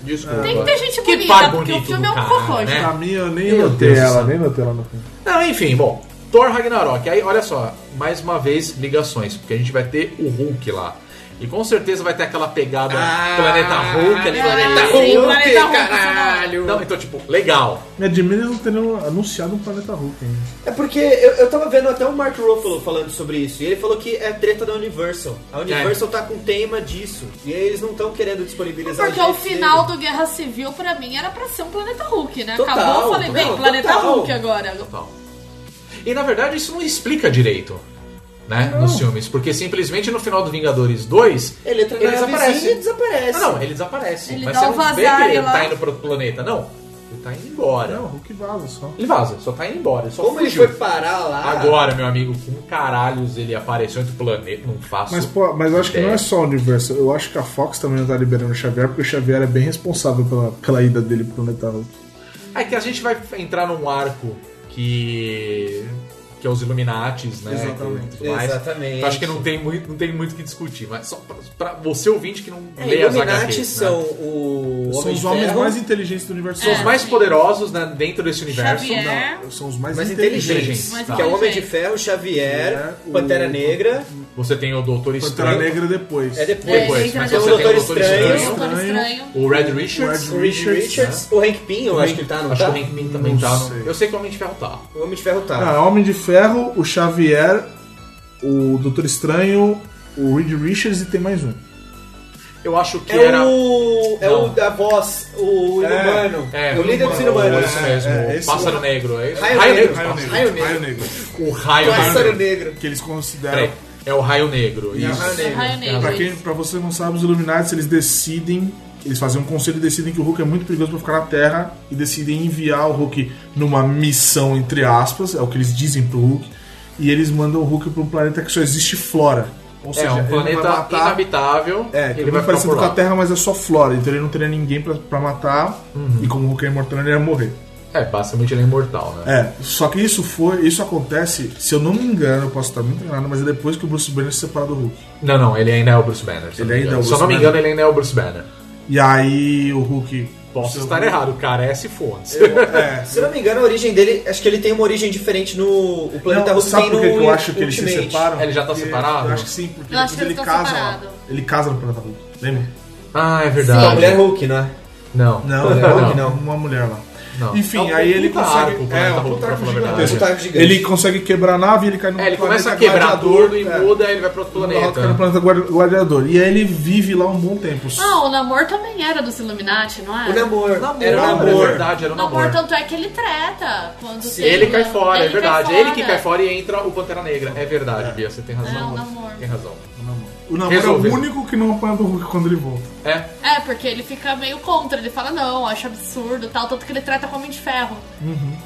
que- desculpa.
Tem que ter gente
Que
bonita,
par
porque o
bonito
filme
do
é um
cara,
cocô, gente.
né?
Pra mim, eu nem
Meu
notei
Deus do
ela,
céu.
nem notei ela no filme.
Não, enfim, bom. Thor Ragnarok, aí olha só, mais uma vez ligações, porque a gente vai ter o Hulk lá. E com certeza vai ter aquela pegada
Ah,
Planeta Hulk, ali, Planeta
sim,
Hulk,
Planeta Hulk,
tá caralho. Não, então, tipo, legal.
Me admira eles não terem anunciado um planeta Hulk ainda.
É porque eu, eu tava vendo até o Mark Ruffalo falando sobre isso. E ele falou que é treta da Universal.
É.
A Universal tá com tema disso. E aí eles não estão querendo disponibilizar
Porque
a
o
gente
final
dele.
do Guerra Civil, pra mim, era pra ser um Planeta Hulk, né?
Total,
Acabou, eu falei, bem,
não,
Planeta
total.
Hulk agora.
Total. E na verdade isso não explica direito, né, nos filmes, porque simplesmente no final do Vingadores 2
Ele entra
Eles
na navezinha
aparecem.
e desaparece.
Ah, Não, não, ele desaparece.
Ele
mas
dá
você
um
não vê
vazar
que ele
lá.
tá indo pro outro planeta, não. Ele tá indo embora.
Não, É, Hulk vaza só.
Ele vaza, só tá indo embora. Ele só
Como ele
fugiu.
foi parar
Ah.
lá?
Agora, meu amigo, como caralhos ele apareceu entre o planeta, não faço.
Mas, pô, mas eu acho que não é só o universo. Eu acho que a Fox também não tá liberando o Xavier, porque o Xavier é bem responsável pela, pela ida dele pro planeta Hulk.
É que a gente vai entrar num arco que que é os Illuminatis, né?
Exatamente.
e tudo mais.
Exatamente.
Então, acho que não tem muito, não tem muito o que discutir, mas só pra, pra você ouvinte que não
É,
lê as
Illuminati
HQs,
são
né?
o.
São
Homem
os
de
homens
Ferro,
mais inteligentes do universo.
São os mais poderosos né, dentro desse universo.
É. Xavier.
Não, são os mais,
mais
inteligentes.
inteligentes.
Mais
Que é o Homem de
inteligentes.
Ferro, Xavier,
É, o-
Pantera Negra.
Você tem o Doutor
Pantera
Estranho,
Negra depois.
né? É
É,
depois.
depois,
entra
mas
no
você tem o
Doutor
Doutor
Estranho.
Estranho,
Doutor Estranho.
o Red Richards,
Red
O Reed
Richards,
Richards, o Hank Pym, eu acho que ele tá no
acho
tá?
que o Hank Pym também
Não
tá. no-
sei.
Eu sei que o Homem de Ferro tá.
O Homem de Ferro tá.
Ah, Homem de Ferro, o Xavier, o Doutor Estranho, o Reed Richards e tem mais um.
Eu acho que
é
era.
o. É
Não.
o da voz, o
É,
inumano.
é,
o líder dos inumanos.
Isso mesmo,
É, é,
o
esse
Pássaro
o-
Negro. É,
Raio Negro.
Raio Negro.
Raio Negro.
O Raio
Pássaro
Negro.
Negro.
Que eles consideram.
Peraí, É o Raio Negro.
É o
Isso.
Raio
Negro.
Raio Negro.
Pra, quem, pra você que não sabe, os Illuminati, eles decidem, eles fazem um conselho e decidem que o Hulk é muito perigoso pra ficar na Terra e decidem enviar o Hulk numa missão, entre aspas, é o que eles dizem pro Hulk, e eles mandam o Hulk pra um planeta que só existe flora. Ou
É
seja,
um
ele não vai
planeta
matar-
inabitável.
É,
ele
que ele
vai
muito
ficar
parecido
por
com a
lá.
Terra, mas é só flora, então ele não teria ninguém pra, pra matar,
Uhum.
e como o Hulk é imortal, ele ia morrer.
É, basicamente ele é imortal, né?
É, só que isso foi, isso acontece, se eu não me engano, eu posso estar muito enganado, mas é depois que o Bruce Banner se separa do Hulk.
Não, não, ele ainda é o Bruce Banner. se eu
Ele
não me
ainda é
engano.
o
Se eu
Bruce
não me
Banner.
engano, ele ainda é o Bruce Banner.
E aí o Hulk.
Posso
Seu-
estar errado, cara, é se for.
É,
Se não me engano, a origem dele, acho que ele tem uma origem diferente no. O planeta
Não,
Hulk
sabe
tem
por
no
que que eu acho que eles se
Ultimate.
separam?
um Ele já tá
Porque-
separado?
Eu acho que sim, porque
Eu acho que
depois
eles
ele
estão
casa lá.
separados.
Ele casa no planeta Hulk, lembra?
Ah, é
Não,
verdade.
a mulher Hulk, né?
Não.
Não,
ele é
não,
Hulk,
não,
não.
uma mulher lá.
Não.
Enfim,
É um
aí ele
puta
consegue.
arco, o
é,
planeta
um
Hulk,
puta
pra
arco
falar a verdade.
gigantesco.
É, um puta arco gigante.
Ele consegue quebrar a nave e ele cai no
É, ele começa a
planeta
quebrar
gladiador,
tudo e
é.
muda, ele vai pro outro
Ela fica no
planeta.
planeta guarda- gladiador. E aí ele vive lá um bom tempo.
Ah, o Namor também era dos Illuminati, não é?
O namoro.
Era o namoro,
namoro.
é verdade, era o
O Namor,
namoro.
tanto é que ele treta. Quando tem
Ele
o-
cai fora, é
cai
verdade. Ele que
fora.
né?
cai fora e entra o Pantera Negra. É verdade, Bia, você tem razão.
um
É, o namoro.
Tem razão.
O namoro é
Resolveu.
o único que não apanha do Hulk quando ele volta.
É,
É, porque ele fica meio contra, ele fala não, acho absurdo e tal, tanto que ele trata com Homem de Ferro.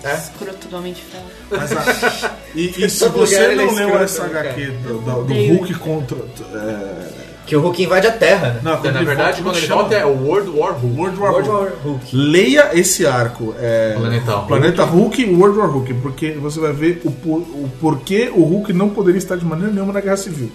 é.
Escroto do Homem de Ferro.
Mas,
(laughs)
ah, e, e se
Todo lugar
você
ele é
não leu
escroto,
essa
né, cara?
HQ do, do- do
odeio
Hulk contra. é,
Que o Hulk invade a Terra, né?
não, quando
Na
ele
verdade,
volta,
quando ele
chama
volta é o World War Who.
World War
World
Hulk.
War Hulk.
Leia esse arco. É,
Planeta Hulk.
Planeta Hulk e World War Hulk, porque você vai ver o, por, o porquê o Hulk não poderia estar de maneira nenhuma na Guerra Civil.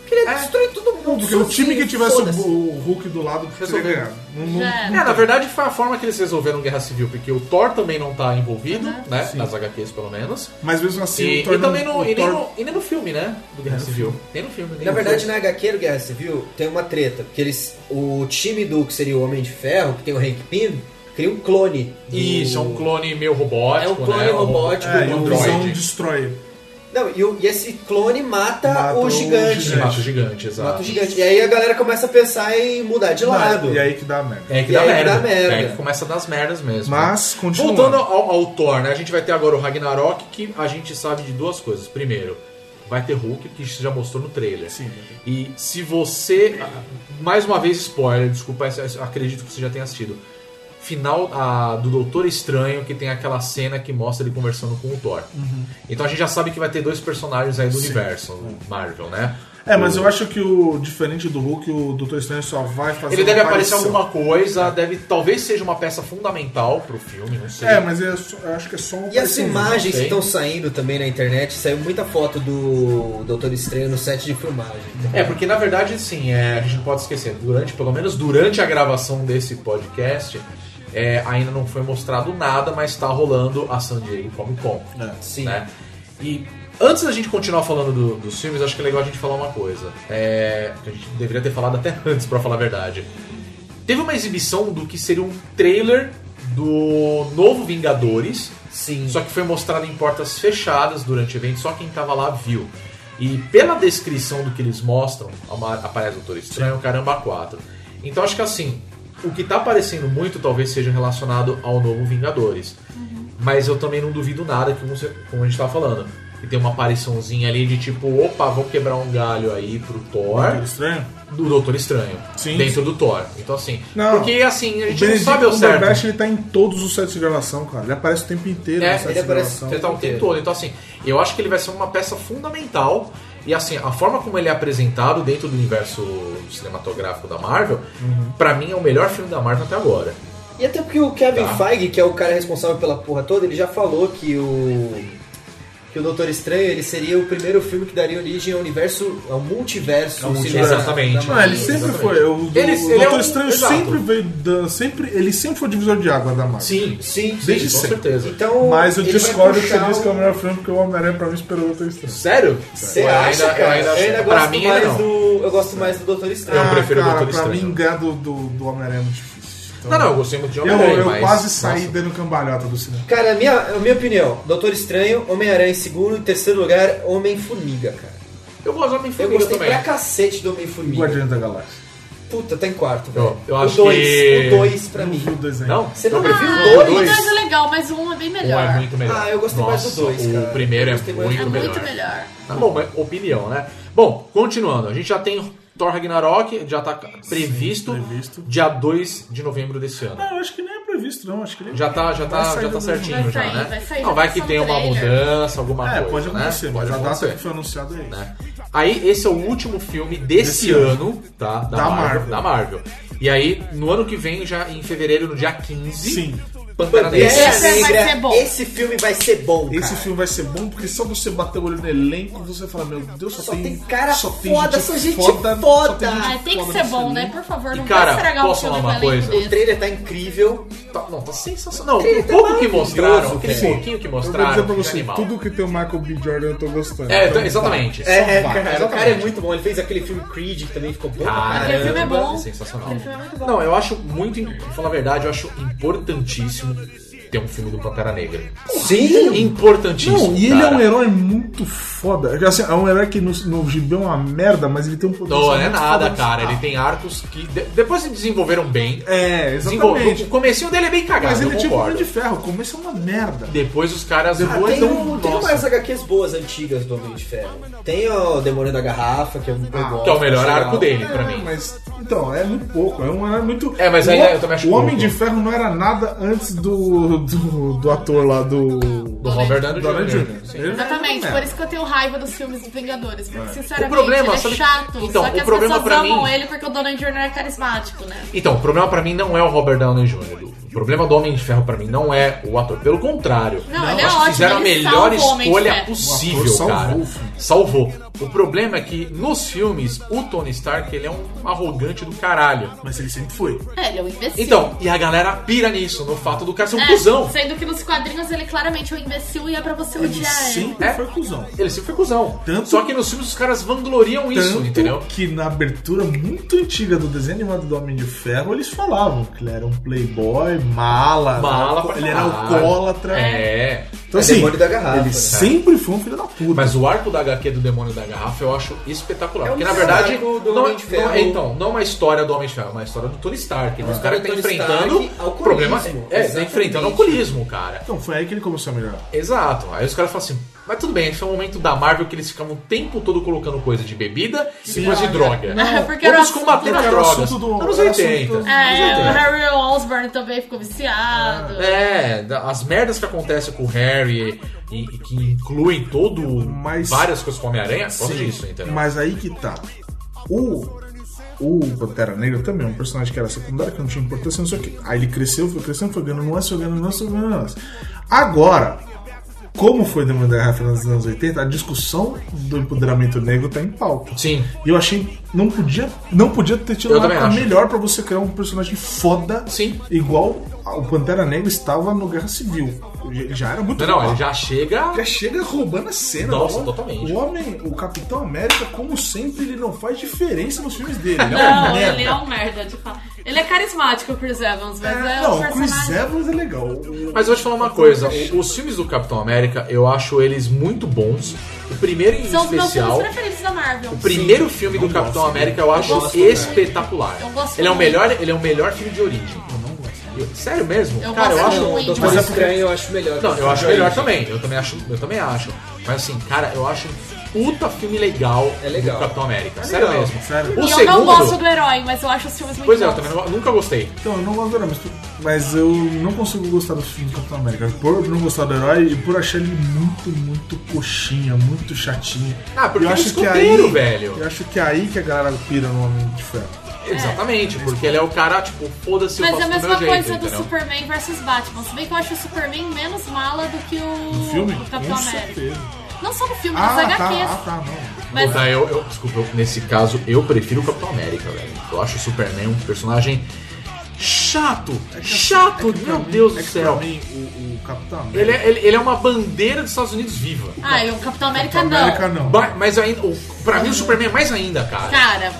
Porque ele destruiu todo mundo.
É. Porque o time que
sozinho,
tivesse o,
foda-se.
o Hulk do lado teria
Resolveu.
ganhado. Não- não-
Já era.
É, na verdade foi a forma que eles resolveram Guerra Civil, porque o Thor também não tá envolvido, né? Nas HQs, pelo menos.
Mas mesmo assim,
e,
o Thor
e também
não-
no,
o
e nem,
Thor-
no, e nem no filme, né? Do Guerra Civil. Nem no filme. Nem
Na
no
verdade,
filme.
na HQ do Guerra Civil tem uma treta, porque eles. O time do que seria o Homem de Ferro, que tem o Hank Pym, cria um clone. do-
Isso, é um clone meio robótico,
É um clone
né?
robótico
É, e
do
o
droid.
Visão destrói ele.
Não, e, o- e esse clone mata,
Mata o
o gigante.
Um
gigante.
mato gigante, exato.
Mata o gigante. E aí a galera começa a pensar em mudar de lado.
E aí que dá a merda.
É aí que
E
dá
aí que
merda.
dá merda.
É aí que começa a dar as merdas mesmo. né?
Mas, continuando.
Voltando ao, ao Thor, né? A gente vai ter agora o Ragnarok, que a gente sabe de duas coisas. Primeiro, vai ter Hulk, que isso já mostrou no trailer.
Sim.
E se você. ah, Mais uma vez, spoiler, desculpa, essa- essa- acredito que você já tenha assistido. Final ah, do Doutor Estranho, que tem aquela cena que mostra ele conversando com o Thor.
Uhum.
Então a gente já sabe que vai ter dois personagens aí do universo Marvel, né?
É, mas
O-
eu acho que o diferente do Hulk, o Doutor Estranho só vai fazer.
Ele
uma
deve aparecer
aparição.
alguma coisa, deve, talvez seja uma peça fundamental pro filme, não sei.
É, mas é só- eu acho que é só uma
E as
aparição.
imagens que
sei.
estão saindo também na internet, saiu muita foto do Doutor Estranho no set de filmagem.
É, porque na verdade, sim, é, a gente não pode esquecer, durante, pelo menos durante a gravação desse podcast, é, ainda não foi mostrado nada, mas tá rolando a San Diego Comic Con.
Sim.
É.
né? E antes da gente continuar falando do- dos filmes, acho que é legal a gente falar uma coisa. É, que a gente deveria ter falado até (laughs) antes, pra falar a verdade. Teve uma exibição do que seria um trailer do novo Vingadores,
Sim.
só que foi mostrado em portas fechadas durante o evento, só quem tava lá viu. E pela descrição do que eles mostram, ama- aparece o Doutor Estranho, Caramba 4. Então acho que assim, o que tá aparecendo muito talvez seja relacionado ao novo Vingadores. Mas eu também não duvido nada, que como, você- como a gente tava falando. E tem uma apariçãozinha ali de tipo, opa, vou quebrar um galho aí pro
Doutor
Thor,
Estranho?
do Doutor Estranho,
Sim.
dentro do Thor. Então assim,
Não.
porque assim, a
O
gente não
Benedict
sabe ao certo.
Cumberbatch ele tá em todos os sets de gravação, cara. Ele aparece o tempo inteiro
É,
no set
ele
de
aparece-
gravação.
Ele tá o tempo todo. Então, assim, eu acho que ele vai ser uma peça fundamental. E, assim, a forma como ele é apresentado dentro do universo cinematográfico da Marvel,
Uhum.
pra mim é o melhor filme da Marvel até agora.
E até porque o Kevin
Tá.
Feige, que é o cara responsável pela porra toda, ele já falou que o. que o Doutor Estranho ele seria o primeiro filme que daria origem ao universo, ao multiverso.
Ao
cinematográfico
multiverso. Exatamente.
da
Ah, ele
Marvel.
sempre
Exatamente.
foi. O, o
Ele- ele é
Doutor
um-
Estranho
exato.
sempre veio dando. Sempre, ele sempre foi o divisor de água da Marvel.
Sim,
Sim, sim.
Desde
com
sempre.
certeza.
Então,
Mas eu
ele vai
discordo que você
puxar
disse que é o
um-
melhor filme, porque o Homem-Aranha pra mim esperou o Doutor Estranho.
Sério?
Você
Eu
acha,
ainda- eu
cara?
ainda
Eu
acho-
ainda
pra
gosto
mim,
mais
não.
do. Eu gosto mais do Doutor Estranho.
Eu prefiro o
Ah, cara,
Doutor
Pra
Estranho.
mim, ganhar do, do, do Homem-Aranha é muito difícil. Então,
Não, não, eu gostei muito de
Eu,
Homem-Aranha,
eu
mas-
quase saí
Nossa.
dando cambalhota do cinema.
Cara, a minha, a minha opinião, Doutor Estranho, Homem-Aranha em segundo, em terceiro lugar, Homem-Formiga, cara.
Eu gosto de
Eu
Homem-Formiga
gostei pra
também.
cacete do Homem-Formiga.
Guardiões da Galáxia.
Puta, tá em quarto,
Eu-
velho.
eu
o
acho
dois,
que-
o dois pra
Eu não
mim.
vi o desenho.
Não?
Você não é
eu prefiro
viu
o
Ah, o
dois.
2 é legal, mas o 1 é bem
Um
melhor.
é muito melhor.
Ah, eu gostei mais do
Nossa,
dois, cara.
O primeiro é
Eu gostei
muito,
mais do
é
dois.
melhor.
muito melhor.
Tá bom, mas opinião, né? Bom, continuando. A gente já tem Thor Ragnarok, já tá previsto,
previsto.
dia 2 de novembro desse ano.
Não, eu acho que nem é previsto, não. Acho que nem
Já tá, já
Vai
tá,
sair
já
do
tá certinho
Vai
já,
sair,
né?
vai sair,
Não,
já
vai
tá
que
só
tem
um
uma
trailer.
mudança, alguma
É,
coisa,
pode
né?
acontecer,
Pode
mas tá a data
acontecer.
que foi anunciada é isso.
né? Aí esse é o último filme desse
Desse ano.
ano, tá? Da,
Da
Marvel,
Marvel.
Da Marvel. E aí, no ano que vem, já em fevereiro, no dia 15,
Sim. É.
Pantera
Esse,
Negra.
Esse vai
negra,
ser bom.
esse filme vai ser bom, cara.
Esse filme vai ser bom porque só você bater o olho no elenco, você fala, meu Deus, só,
Só tem cara
só tem
foda,
gente
só gente
foda,
foda.
Só tem gente
Mas tem
é
que
foda
ser
nesse
bom, né?
elenco.
Por favor,
E,
não
cara,
vai estragar o
posso
filme
falar
com
uma
elenco
coisa?
O
desse.
trailer tá incrível.
Tá, não, tá sensacional. O pouco que mostraram, aquele
Sim.
pouquinho que
é Eu vou
mostraram,
dizer pra
que
você,
animal.
tudo que tem o Michael B. Jordan eu tô gostando.
É,
Então,
tá- exatamente.
É, é, cara,
vai,
o
exatamente.
cara é muito bom. Ele fez aquele filme Creed que também ficou bom. pra
Cara,
caramba.
Aquele filme é bom.
Sensacional.
Aquele filme é muito bom.
Não, eu acho muito. im- Pra falar a verdade, eu acho importantíssimo ter um filme do Pantera Negra.
Sim.
Importantíssimo.
Não, e ele é
cara.
um herói muito foda. Assim, é um herói que no, no gibi é uma merda, mas ele tem um potencial.
Não, é
muito
nada,
foda.
cara. Ele tem arcos que. de- depois se desenvolveram bem.
É,
Desenvolve-
exatamente.
O comecinho dele é bem cagado.
Mas ele
eu
é tipo um
concordo.
homem de ferro. O começo é uma merda.
Depois os caras.
Ah,
Depois
tem, um, tem umas HQs boas antigas do Homem de Ferro. Tem o Demônio da Garrafa, Ah, que um eu, eu gosto.
que é o melhor
acho legal.
arco dele, pra
É,
mim.
Mas, então, é muito pouco. É um herói muito.
É, mas
o,
ainda eu também acho
O Homem
pouco.
de Ferro não era nada antes do. do, do ator lá do.
Do Robert Downey
Downey
Jr.
Jr.
Sim.
Ele era
Exatamente,
uma
por
merda.
isso que eu tenho raiva dos filmes dos Vingadores. Porque, sinceramente,
é. O problema,
ele é
sabe-
chato.
Então,
só que
o
as
problema
pessoas
pra
amam
mim-
ele porque o Donald Jr. é carismático, né?
Então, o problema pra mim não é o Robert Downey Jr. O problema do Homem de Ferro pra mim não é o ator. Pelo contrário.
Não,
eu
ele é
acho que
ótimo,
fizeram a
ele
melhor
salva o Homem de
escolha
Ferro.
O
possível,
ator salvou
cara.
o filme.
Salvou. O problema é que nos filmes, o Tony Stark ele é um arrogante do caralho.
Mas ele sempre foi.
É, ele é um imbecil.
Então, e a galera pira nisso, no fato do cara ser um
É,
cuzão.
Sendo que nos quadrinhos ele claramente é um imbecil e é pra você
Ele
odiar ele.
sempre
É.
foi cuzão.
Ele sempre foi cuzão.
Tanto-
Só que nos filmes os caras vangloriam isso,
Tanto
entendeu?
que na abertura muito antiga do desenho animado do Homem de Ferro, eles falavam que ele era um playboy, mala,
Mala pra
ele era
caralho.
alcoólatra.
É.
Então,
É
assim,
demônio da garrafa,
ele
né?
sempre foi um filho da puta.
Mas o arco da HQ do Demônio da Garrafa eu acho espetacular.
É
porque
o
na
melhor
verdade.
arco do
não, é-
Homem de Ferro. É,
não é- então, não é uma história do Homem de Ferro, é uma história do Tony Stark. Então, os caras
do
estão
Tony
enfrentando.
Stark, alcoolismo,
problema. É, tá
exatamente.
enfrentando alcoolismo, cara.
Então foi aí que ele começou a melhorar.
Exato. Aí os caras falam assim. Mas tudo bem, esse é um momento da Marvel que eles ficavam o tempo todo colocando coisa de bebida e coisa de droga.
Não, porque era
Vamos
assunto-
combater as
porque era
drogas.
assunto do-
Anos
era assunto
80.
do-
É, o
Anos 80.
Harry Osborn também ficou viciado.
É, da- as merdas que acontecem com o Harry e, e que incluem todo.
Mas-
várias coisas com o Homem-Aranha, por causa
Sim,
disso, entendeu?
Mas aí que tá. O, o Pantera Negra também é um personagem que era secundário, que não tinha importância, não sei o quê. Aí ele cresceu, foi crescendo, foi ganhando nuance, foi ganhando nuance, foi ganhando nuance. Agora, como foi Demônio da Garrafa nos anos 80, a discussão do empoderamento negro tá em pauta.
Sim.
E eu achei não podia não podia ter tido
Eu
uma
também
época
acho.
melhor pra você criar um personagem foda,
Sim.
igual o Pantera Negra estava no Guerra Civil. Ele já era muito
Não, é não,
foda.
ele já chega.
Já chega roubando a cena.
Nossa,
o,
totalmente.
O homem, o Capitão América, como sempre, ele não faz diferença nos filmes dele. Ele é uma
Não,
merda.
ele é um merda de fato. Ele é carismático, o Chris Evans, mas é,
É,
um
não, o
personagem.
Chris Evans é legal. O-
Mas eu vou te falar uma coisa: o- os filmes do Capitão América, eu acho eles muito bons. O primeiro em
São os meus filmes
especial.
preferidos da Marvel.
O primeiro filme do Capitão América eu acho
gosto, né?
espetacular.
Eu gosto
ele é o
muito.
melhor, ele é o melhor filme de origem. Eu não gosto. Sério mesmo?
Eu
cara, eu
gosto
acho
muito.
Doutor
Mas é porque-
Estranho eu acho melhor.
Não, eu acho melhor também. Eu também acho, eu também acho. Mas assim, cara, eu acho um puta filme legal,
É legal.
do Capitão América. sério
legal,
mesmo.
sério.
O
E
segundo,
eu não gosto do herói, mas eu acho os filmes muito
Pois é, eu
bons.
também não- nunca gostei.
Então, eu não gosto do herói, mas, tu- mas eu não consigo gostar dos filmes do Capitão América. Por não gostar do herói e por achar ele muito, muito coxinha, muito chatinho.
Ah, porque
eu
ele é
acho que
escoteiro,
aí,
velho.
Eu acho que é aí que a galera pira no Homem de Ferro.
Exatamente, porque ele é o cara, tipo, foda-se, eu faço
Mas é a
do meu
mesma
jeito,
coisa do
entendeu?
Superman versus Batman. Se bem que eu acho o Superman menos mala do que o,
O filme?
o Capitão
Com
América.
certeza.
Não só no filme, nas
Ah, tá,
HQs.
ah, tá, não.
Mas
Puta, eu, eu- desculpa, eu- nesse caso eu prefiro o Capitão América, velho. Eu acho o Superman um personagem chato, chato,
É que pra
meu
mim-
Deus
é
do
que
céu.
Pra mim, o, o Capitão América.
Ele é, ele, ele é uma bandeira dos Estados Unidos viva.
Ah, e o Capitão América,
tá. Capitão América não.
Ba- Mas ainda, o- pra mim o Superman é mais ainda,
não.
cara.
Cara,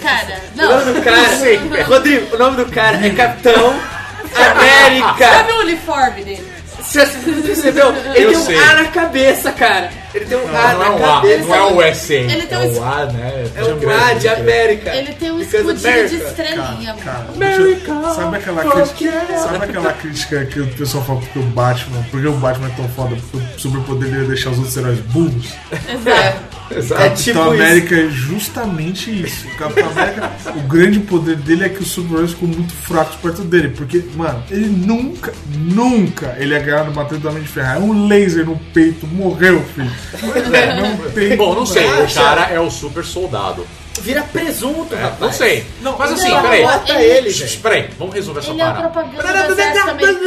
cara,
O nome
não.
do cara. é Rodrigo, o nome do cara é Capitão América.
Sabe o uniforme dele?
Você percebeu? Ele
Eu
tem um
sei.
A na cabeça, cara. Ele tem um A
Não é
na
o A,
cabeça.
não é o S.
Ele tem
é
um
o A, né?
É um A de América.
Ele tem um
Because
escudinho de
America.
estrelinha.
Cara,
America,
sabe aquela crítica, sabe aquela crítica que o pessoal fala porque o Batman, porque o Batman é tão foda, porque o superpoder dele é deixar os outros heróis burros?
Exato.
É
Exato.
tipo
Capitão América é justamente isso. O Capitão América, o grande poder dele é que os super-heróis ficam muito fracos perto dele. Porque, mano, ele nunca, nunca ele é ganhado batendo do Homem de Ferrar. É um laser no peito, morreu, filho. Não
(laughs)
tem.
Bom, não sei, o
Acha?
cara é o super soldado.
isso. Vira presunto, rapaz.
Não sei. Mas assim,
Não,
peraí.
Mata
Ele-
ele,
Shh,
gente.
shh, Peraí, vamos resolver essa
Ele é a
parada.
propaganda do exército americano.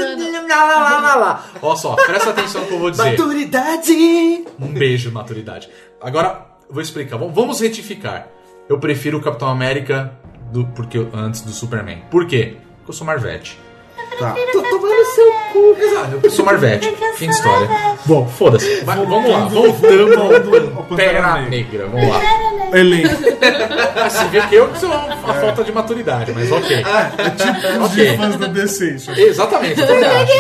Olha só, presta atenção no que eu vou dizer.
Maturidade.
Um beijo, maturidade. Agora, vou explicar. Vamos- Vamos retificar. Eu prefiro o Capitão América do, porque, eu- antes do Superman. Por quê? Porque eu sou Marvete.
Tá.
Tô tomando seu cu.
Eu sou Marvete. Fim de história.
Bom,
Foda-se. Vai, Vamos lá, voltamos
voltando ao
ao Pera
Pantera
Negra. Vamos lá. Ah,
elenco.
Você vê que eu que sou a falta de maturidade, mas ok.
Tipo os
Ok.
fãs da DC, isso aí.
Exatamente, eu também acho.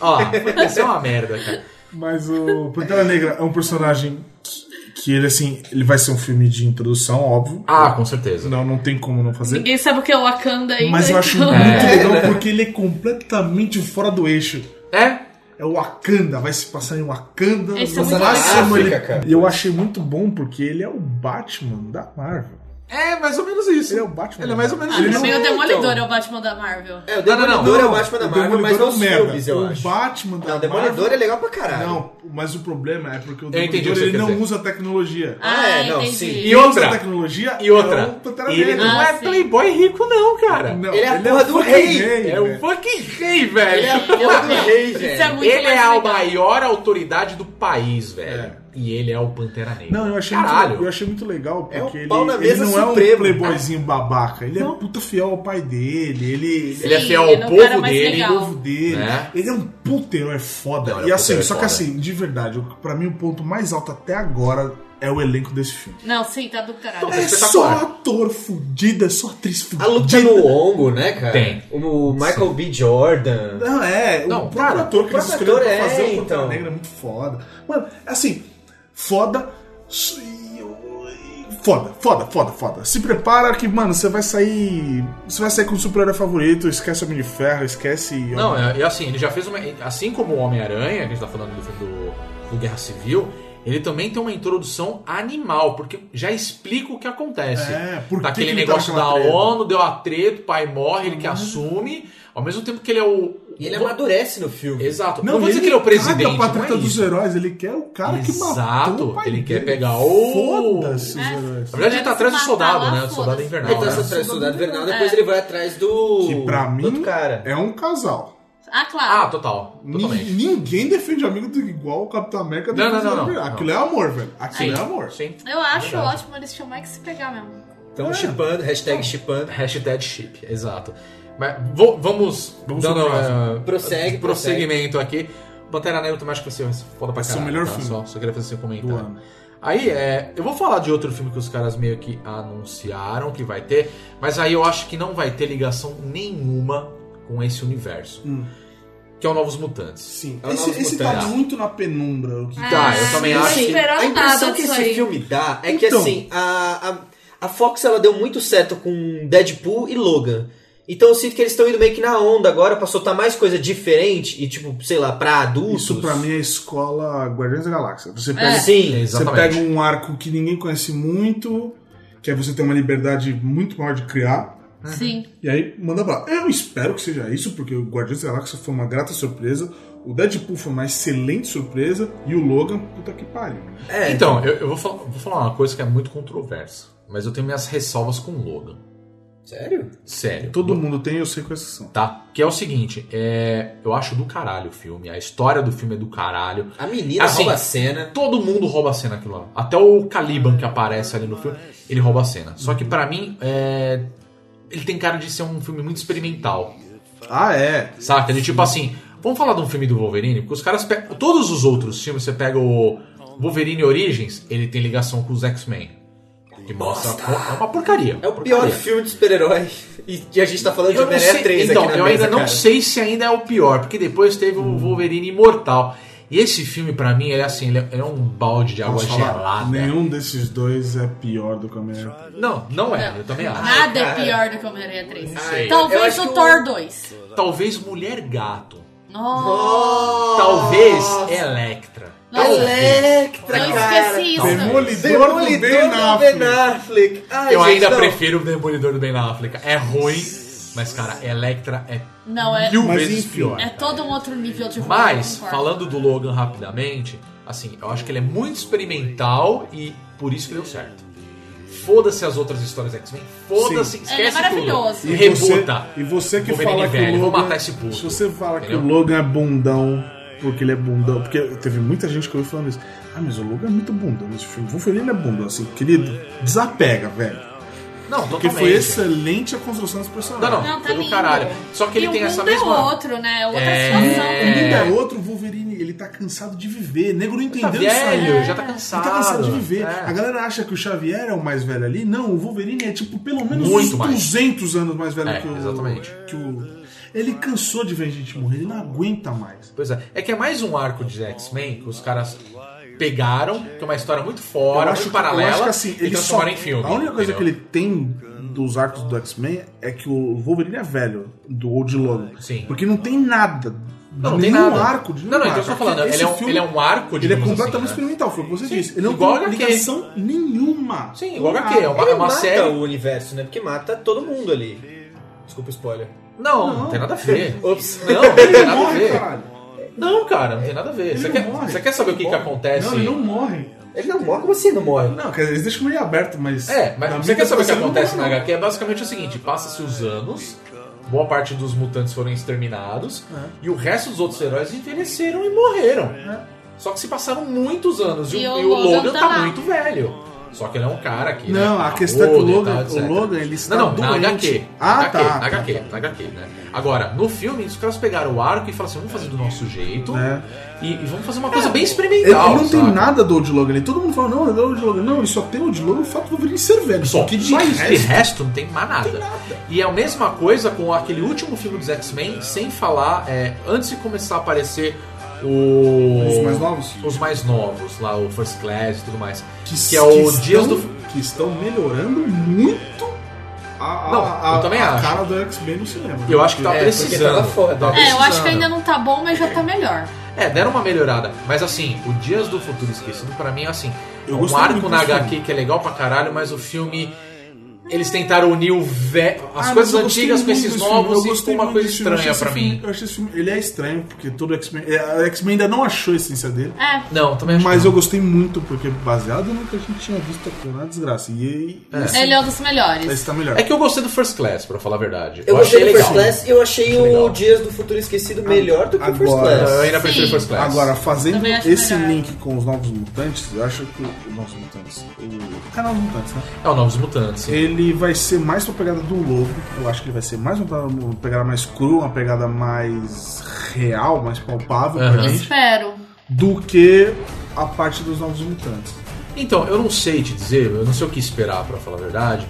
Ó, isso é uma merda, cara.
Mas o Pantera Negra é um personagem que, que ele, assim, ele vai ser um filme de introdução, óbvio.
Ah, com certeza.
Não, não tem como não fazer.
Ninguém sabe o que é Wakanda ainda.
Mas eu acho
então.
muito legal porque ele é completamente fora do eixo.
É?
É o Wakanda, vai se passar em Wakanda.
Esse
no
é muito
máximo
legal.
ele-
África, cara.
E eu achei muito bom porque ele é o Batman da Marvel.
É mais ou menos isso.
Ele é o Batman.
Ele é mais ou menos
Ah,
Ele
pra
não
mim
é,
o Demolidor
então.
é o Batman da Marvel.
É,
Não, não,
o
não.
Demolidor é o Batman da
o
Marvel, mas
Demolidor
não os
é um merda.
filmes, eu
o
acho.
Batman da
Não, o
Marvel.
Demolidor é legal pra caralho.
Não, mas o problema é porque o
entendi o
Demolidor
que você
ele
quer
não
dizer.
usa tecnologia.
Ah,
é, não,
entendi.
sim.
E
Quem usa
outra.
tecnologia
E
é
outra.
o Pantera
Ele
Negra.
não
Ah,
é
sim.
playboy rico, não, cara.
Não,
Ele é a
o
porra do
fucking
rei.
É o
velho.
fucking rei,
Ele é a
velho.
porra do rei,
Isso é
velho.
muito
Ele
mais
é a
legal.
maior autoridade do país, velho.
É.
E ele é o Pantera Negra.
Não, eu achei,
Caralho.
muito, eu achei muito legal,
É um
porque
pau na
ele, ele
mesa
não é um
supremo.
playboyzinho babaca, ele é puta fiel ao pai dele, ele, ele
Ele é
Sim,
fiel ao
ele é o
povo
cara mais
dele.
é
legal.
o povo dele,
Né?
ele é um puta herói foda.
Não, ele é
e
um
assim,
puta
só que
herói
assim, de verdade, o- pra mim o ponto mais alto até agora é o elenco desse filme.
Não, sim, tá do caralho.
É só
espetacular.
ator fudido, é só atriz
A luta
fudida.
no ombro, né, cara?
Tem.
O Michael B. Jordan.
Não, é,
Não,
o próprio
cara,
ator que
o
eles
próprio
escolheram
ator
pra
é,
fazer o Pantera
então.
Negra é muito foda. Mano, é assim, foda. su- e- e- Foda, foda, foda, foda. Se prepara que, mano, você vai sair. Você vai sair com o super-herói favorito, esquece o Homem de Ferro, esquece.
Não, é, e assim, ele já fez uma. Assim como o Homem-Aranha, que a gente tá falando do filme do, do Guerra Civil, ele também tem uma introdução animal, porque já explica o que acontece.
É, por
tá
que
aquele
que ele tá
negócio da
naquela treta?
ONU, deu a treta, o pai morre, ele que assume, ao mesmo tempo que ele é o.
E ele amadurece no filme.
Exato. Não, vou dizer que ele é o
Ele
presidente.
caga
não
pra
é
treta dos
isso.
heróis, ele quer o cara que matou.
Exato,
o pai
ele quer
dele.
pegar o-
Foda-se os
É.
heróis.
Na verdade, ele tá atrás do
Matar
soldado, né?
lá,
Do
foda-se.
soldado invernal.
Ele tá
né?
atrás do soldado invernal, depois ele vai atrás do.
Que pra
do
mim
outro cara.
é um casal.
Ah, claro.
Ah, total.
Ni-
Totalmente.
Ninguém defende amigo do, igual o Capitão América
Não,
defende
não, não,
amigo.
não.
Aquilo é amor, velho. Aquilo
Sim,
é amor.
Sim.
Eu acho
Verdade.
ótimo eles chamar que se pegar mesmo.
Tamo
É.
Então, chipando, hashtag chipando.
Hashtag chip, exato. Mas vo- vamos,
Vamos
dando
pro próximo.
eh,
Prossegue,
prosseguimento aqui. Pantera Negra também acho que vai ser foda pra
Vai ser é o
caralho.
melhor
tá?
filme.
Só, só queria fazer esse
Do
comentário.
ano.
Aí, é, eu vou falar de outro filme que os caras meio que anunciaram que vai ter, mas aí eu acho que não vai ter ligação nenhuma com esse universo.
Hum.
Que é o Novos Mutantes.
Sim.
É o
esse
Novos
esse tá
Mutantes.
muito na penumbra. O que
Ah, é.
Tá, eu também
não
acho
tô
que-
esperando
A
nada
impressão que
disso
esse
aí.
filme dá é que
Então.
assim, a, a, a Fox ela deu muito certo com Deadpool e Logan. Então eu sinto que eles estão indo meio que na onda agora pra soltar mais coisa diferente e tipo, sei lá, pra adultos.
Isso pra mim é a escola Guardiões da Galáxia. Você pega,
É.
Sim.
você pega um arco que ninguém conhece muito, que aí você tem uma liberdade muito maior de criar,
Uhum.
Sim.
e aí manda pra lá. Eu espero que seja isso, porque o Guardiões da Galáxia foi uma grata surpresa, o Deadpool foi uma excelente surpresa, e o Logan, puta que pariu.
É.
Então, eu, eu vou, falar, vou falar uma coisa que é muito controversa, mas eu tenho minhas ressalvas com o Logan.
Sério?
Sério.
Todo mundo tem, eu sei quais que são.
Tá? Que é o seguinte, é... eu acho do caralho o filme, a história do filme é do caralho.
A menina
Assim,
rouba a cena.
Todo mundo rouba a cena aquilo lá. Até o Caliban que aparece ali no filme, ele rouba a cena. Só que pra mim, é... ele tem cara de ser um filme muito experimental.
Ah, é.
Saca? De tipo assim, vamos falar de um filme do Wolverine, porque os caras pegam. Todos os outros filmes, você pega o Wolverine Origins, ele tem ligação com os X-Men. Que mostra. É uma porcaria.
É o
porcaria.
pior filme de super-herói. E, e a gente tá falando de
Eu não
Homem-Aranha
sei,
3
então,
aqui na
eu
mesa,
ainda não
cara.
sei se ainda é o pior, porque depois teve o Wolverine Imortal. E esse filme, pra mim, ele é assim, ele é, ele é um balde de água
Posso falar?
gelada.
Nenhum desses dois é pior do que o Homem-Aranha.
Não, não é, eu também acho.
Nada é
cara.
pior do que Homem-Aranha 3.
sei.
Eu
Talvez
acho
o
que o-
Thor 2.
Talvez Mulher Gato.
Nossa.
Nossa!
Talvez Electra.
Nossa.
Electra,
Não
cara.
esqueci isso.
Demolidor, do Ben
Demolidor do
Affleck.
Ben Affleck. Ai,
Eu
gente,
ainda
não.
prefiro o Demolidor do Ben Affleck. É ruim, mas, cara, Electra é
Não, é,
mil
Mas
vezes
enfim.
pior.
é todo um outro nível de ruim,
Mas,
eu concordo.
falando do Logan rapidamente, assim, eu acho que ele é muito experimental e por isso que deu certo. Foda-se as outras histórias X-Men, foda-se,
Sim.
esquece
Ele é maravilhoso.
tudo.
E
Rebuta.
Você, e você que
Wolverine
fala que
velho,
o
vou
Logan.
matar esse puto.
se você fala que
Entendeu?
o Logan é bundão, porque ele é bundão. Porque teve muita gente que ouviu falando isso. Ah, mas o Logan é muito bundão nesse filme. Wolverine é bundão, assim, querido. Desapega, velho.
Não,
Porque
totalmente.
foi excelente a construção dos personagens.
Não,
Não, tá
Pelo
lindo.
caralho. Só que ele
e
tem
o
essa
mundo
mesma-
é outro, né? Outra
É.
situação.
O mundo é outro, o Wolverine, ele tá cansado de viver. O negro não
Tá
entendeu isso aí.
velho, já tá
Ele
cansado.
tá cansado de viver.
É.
A galera acha que o Xavier é o mais velho ali. Não, o Wolverine é tipo pelo menos
Muito
uns
mais.
200 anos mais velho
É,
que o.
exatamente.
Que o... Ele cansou de ver gente morrer, ele não aguenta mais.
Pois é. É que é mais um arco de X-Men que os caras pegaram, que é uma história muito
Eu
fora,
acho,
muito
que- eu
paralela,
acho que assim,
e
ele só,
transformaram em filme.
A única coisa
entendeu?
que ele tem dos arcos do X-Men é que o Wolverine é velho, do Old Logan.
Sim.
Porque não tem nada.
Não, não tem
nenhum
nada.
arco de
Não, não, então eu tô falando, ele é um- ele é um arco,
de Ele é
digamos assim,
completamente
né?
experimental, foi o que você
Sim,
disse. Ele não
igual
tem
HQ.
ligação nenhuma.
Sim, igual
Um
HQ, é
arco.
uma,
Ele
é uma
mata
série.
o universo, né? Porque mata todo mundo ali. Desculpa o spoiler.
Não, não, tem nada a
(laughs)
ver.
Ops.
Não, não tem
Ele
nada a
morre,
ver.
caralho.
Não, cara, não tem nada a ver.
Ele
Você
não
quer,
morre.
você quer saber o que, que acontece?
Não, ele não morre.
Ele não morre? Como assim não morre?
Não, quer dizer, eles deixam meio aberto, mas.
É, mas
na
você
minha
quer saber o que
concepção, ele não
acontece na
morre,
HQ? É basicamente o seguinte: passa-se os anos, boa parte dos mutantes foram exterminados,
É.
e o resto dos outros heróis envelheceram e morreram. Só que se passaram muitos anos, e, o, e o Logan tá
lá.
não. muito velho. Só que ele é um cara que.
Não,
né,
a questão é que o
parrudo e
Logan-
etc.
o Logan, ele está
Não, não,
doente.
na HQ.
Ah,
na HQ,
tá,
Na
tá,
HQ,
tá.
na HQ, né? Agora, no filme, os caras pegaram o arco e falaram assim: vamos fazer do nosso jeito
É.
e, e vamos fazer uma coisa bem
Ele, ele
experimental.
não tem
sabe?
nada do Old Logan. Ele, todo mundo fala, não, ele é o Old Logan. Não, ele só tem o Old Logan o fato do Wolverine ser velho.
Só que
de
de, de
resto-
resto não tem mais nada. E é a mesma coisa com aquele último filme dos X-Men, sem falar, é, antes de começar a aparecer o...
Os mais novos?
Os mais novos, lá, o First Class e tudo mais.
que,
que é o
estão,
Dias do-
que estão melhorando muito a, a-
Não,
a-
eu também
a
acho.
cara do X-men no cinema. né?
Eu acho que tá
É, porque
precisando.
tava foda.
Tava
É, eu acho
precisando.
que ainda não tá bom, mas já tá melhor.
É, deram uma melhorada. Mas assim, o Dias do Futuro Esquecido, pra mim, é assim,
Eu
um
gostei
arco
muito
na
do filme.
HQ que é legal pra caralho, mas o filme... Eles tentaram unir o ve... as coisas
Ah, mas eu gostei
antigas com
muito
esses
desse filme, eu
novos e
gostei
ficou uma
muito
coisa
desse filme, eu
estranha
achei esse
pra
filme-
mim.
Eu achei esse filme, ele é estranho, porque todo X-Men. é, A X-Men ainda não achou a essência dele.
É.
Não, também acho
Mas
que
eu gostei muito, porque baseado no que a gente tinha visto aqui, era uma desgraça. E, e esse-
Ele é um dos melhores.
esse tá melhor.
É que eu gostei do First Class, pra falar a verdade.
Eu,
achei
gostei do
legal.
First Class e eu achei
Achei legal.
o Dias do Futuro Esquecido melhor do que o First
Agora-
Não, Eu
Class.
ainda prefiro
Sim.
First Class.
Agora, fazendo
Também acho
esse
melhor.
link com os Novos Mutantes, eu acho que. Os Novos Mutantes. O canal dos Mutantes, né?
É o Novos Mutantes. sim.
Ele vai ser mais uma pegada do lobo. Eu acho que ele vai ser mais uma pegada- uma pegada mais crua, uma pegada mais real, mais palpável pra
Aham.
gente,
Espero.
do que a parte dos Novos Mutantes.
Então, eu não sei te dizer, eu não sei o que esperar, pra falar a verdade,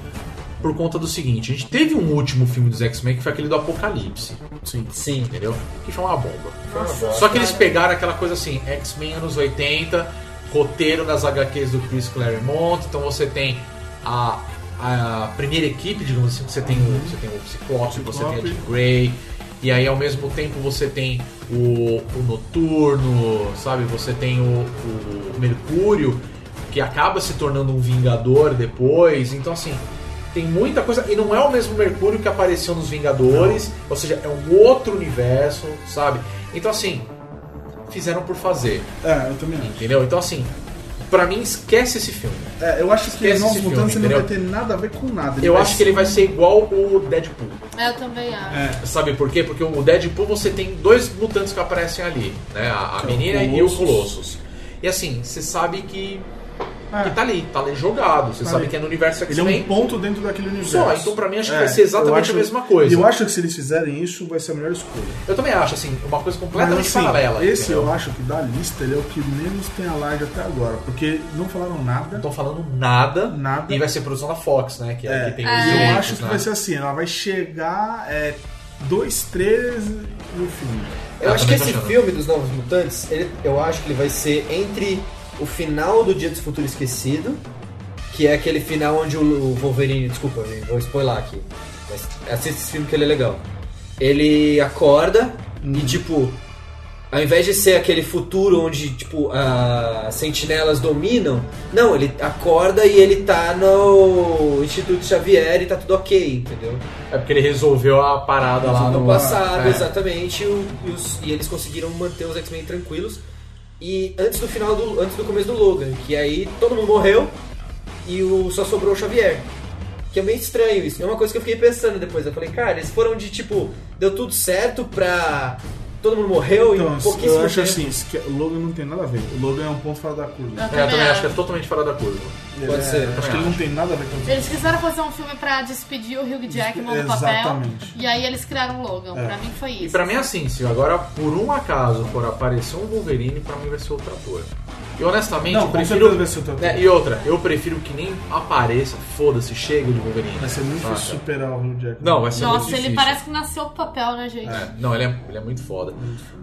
por conta do seguinte: a gente teve um último filme dos X-Men que foi aquele do Apocalipse,
Sim.
Sim.
entendeu? Que foi uma bomba. Só que eles pegaram aquela coisa assim: X-Men anos 80, roteiro das HQs do Chris Claremont, então você tem a. a primeira equipe, digamos assim, que você tem
Uhum.
o, você tem o Ciclope, você tem a
Ciclope.
Jean Grey, e aí ao mesmo tempo você tem o, o Noturno, sabe? Você tem o, o Mercúrio, que acaba se tornando um Vingador depois. Então, assim, tem muita coisa. E não é o mesmo Mercúrio que apareceu nos Vingadores, ou seja, é um outro universo, sabe? Então, assim, fizeram por fazer,
É, eu também acho.
entendeu? Então, assim. pra mim, esquece esse filme.
É, eu acho que
Esquece
os novos
esse filme,
mutantes ele não vai
entendeu?
ter nada a ver com nada.
Eu
vai um
acho que ele vai ser igual o Deadpool.
Eu também acho.
Sabe por quê? Porque o Deadpool você tem dois mutantes que aparecem ali, né? A, a
Que é o
menina e o
Colossus.
Colossus. E assim, você sabe que,
É.
que tá ali, tá ali jogado. Você
Tá
sabe
ali.
que é no universo
Ele é um
X-Men.
ponto dentro daquele universo.
Só, então pra mim acho que
É,
vai ser exatamente
eu acho-
a mesma coisa.
Eu acho que se eles fizerem isso, vai ser a melhor escolha.
Eu também acho, assim, uma coisa completamente
Mas, assim,
paralela.
Esse
entendeu?
eu acho que da lista ele é o que menos tem a larga até agora. Porque não falaram nada.
Não tô falando nada,
Nada.
e vai ser produção da Fox, né? Que, é.
É,
que tem
eu
os direitos,
acho que
né?
vai ser assim, ela vai chegar é, dois, três no filme.
Eu
Ah,
acho que
também tô
esse
achando.
filme dos Novos Mutantes, ele- eu acho que ele vai ser entre o final do Dia do Futuro Esquecido, que é aquele final onde o, o Wolverine, desculpa, gente, vou spoiler aqui, mas assista esse filme que ele é legal. Ele acorda e
Uhum.
tipo, ao invés de ser aquele futuro onde tipo a- as sentinelas dominam, não, ele acorda e ele tá no Instituto Xavier e tá tudo ok, entendeu?
É porque ele resolveu a parada lá
no
do
passado,
é.
exatamente, e, o- e os- e eles conseguiram manter os X-Men tranquilos. E antes do final do. antes do começo do Logan, que aí todo mundo morreu e o, só sobrou o Xavier. Que é meio estranho isso. É uma coisa que eu fiquei pensando depois. Eu falei, cara, eles foram de tipo, deu tudo certo pra. Todo mundo morreu
Então,
em pouquíssimo
eu acho
tempo.
assim, isso que- o Logan não tem nada a ver. O Logan é um ponto fora da curva.
Eu
É, eu
também
também acho que é
acho.
totalmente fora da curva.
Pode
Ele é-
ser.
Acho que ele não tem nada a ver com o
Eles quiseram fazer um filme pra despedir o Hugh Jackman do papel.
Exatamente.
E aí eles criaram o Logan. Pra mim foi
E
isso.
pra mim é assim, se agora por um acaso for aparecer um Wolverine, pra mim vai ser outra ator. E honestamente,
Não,
eu
com
prefiro.
certeza vai ser outra
né,
coisa.
e outra, eu prefiro que nem apareça, foda-se, chega de Wolverine.
Vai ser muito
saca?
difícil superar o Hugh Jackman.
Não, vai ser muito
Nossa, ele
difícil.
parece que nasceu pro papel, né, gente?
É, não, ele é, ele é muito foda.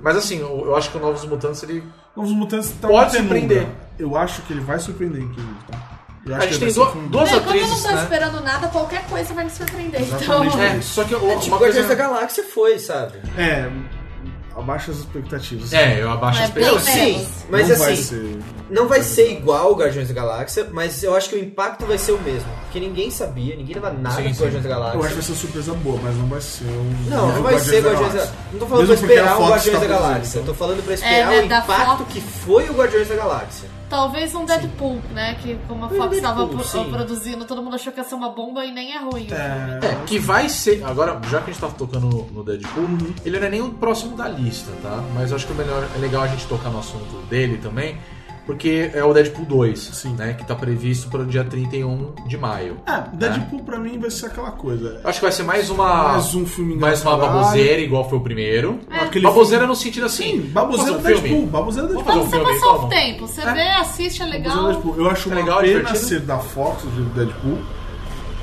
Mas assim, eu, eu acho que o Novos Mutantes, ele.
Novos Mutantes tá
Pode
na penumbra.
surpreender.
Eu acho que ele vai surpreender, inclusive. Tá? Eu
A
acho
gente
que ele
tem duas,
vai ser um filme
duas
É, quando eu
atrizes,
não tô
né?
esperando nada, qualquer coisa vai me surpreender.
Exatamente.
Então,
É, só que eu-
É
uma
tipo,
coisa...
Guardiões da Galáxia foi, sabe?
bom. É, abaixa as expectativas.
É, eu abaixo
É,
as
bem
Não,
expectativas.
sim,
menos.
mas
não Vai
assim.
ser...
Não vai ser igual o Guardiões da Galáxia, mas eu acho que o impacto vai ser o mesmo. Porque ninguém sabia, ninguém dava nada
Sim,
pro
sim.
Guardiões da
Eu acho que
Galáxia.
vai ser uma surpresa boa, mas não vai ser um.
Não, não
um
vai ser Guardiões da Galáxia. Não tô falando pra
Mesmo porque a
esperar o
Fox
Guardiões
tá
da
fazendo,
Galáxia. Eu
então.
tô falando pra esperar
né,
o
da
impacto
Fox.
que foi o Guardiões da Galáxia.
(laughs) talvez um Deadpool, né? Que como a
Um
Fox
Deadpool,
tava pro-
sim.
produzindo, todo mundo achou que ia ser uma bomba e nem é ruim.
É,
É, que vai ser. Agora, já que a gente tá tocando no, no Deadpool, ele não é nem o próximo da lista, tá? Mas eu acho que o melhor, é legal a gente tocar no assunto dele também, porque é o Deadpool 2,
Sim.
né? Que tá previsto para o dia 31 de maio.
Ah, Deadpool pra mim vai ser aquela coisa. É
Acho que vai ser mais É uma.
mais um filme
mais uma
engraçado. é,
baboseira, igual foi o primeiro.
Aquele
baboseira no sentido assim.
Sim, baboseira é
vamos fazer um
Deadpool.
filme.
Baboseira Deadpool.
fazer
Então
um
você
filme,
passou
tá
o
bom.
tempo, você
É.
vê, assiste, é
Baboseira
legal.
Deadpool. Eu acho
É
uma
legal,
pena
divertido.
ser da Fox o filme do Deadpool,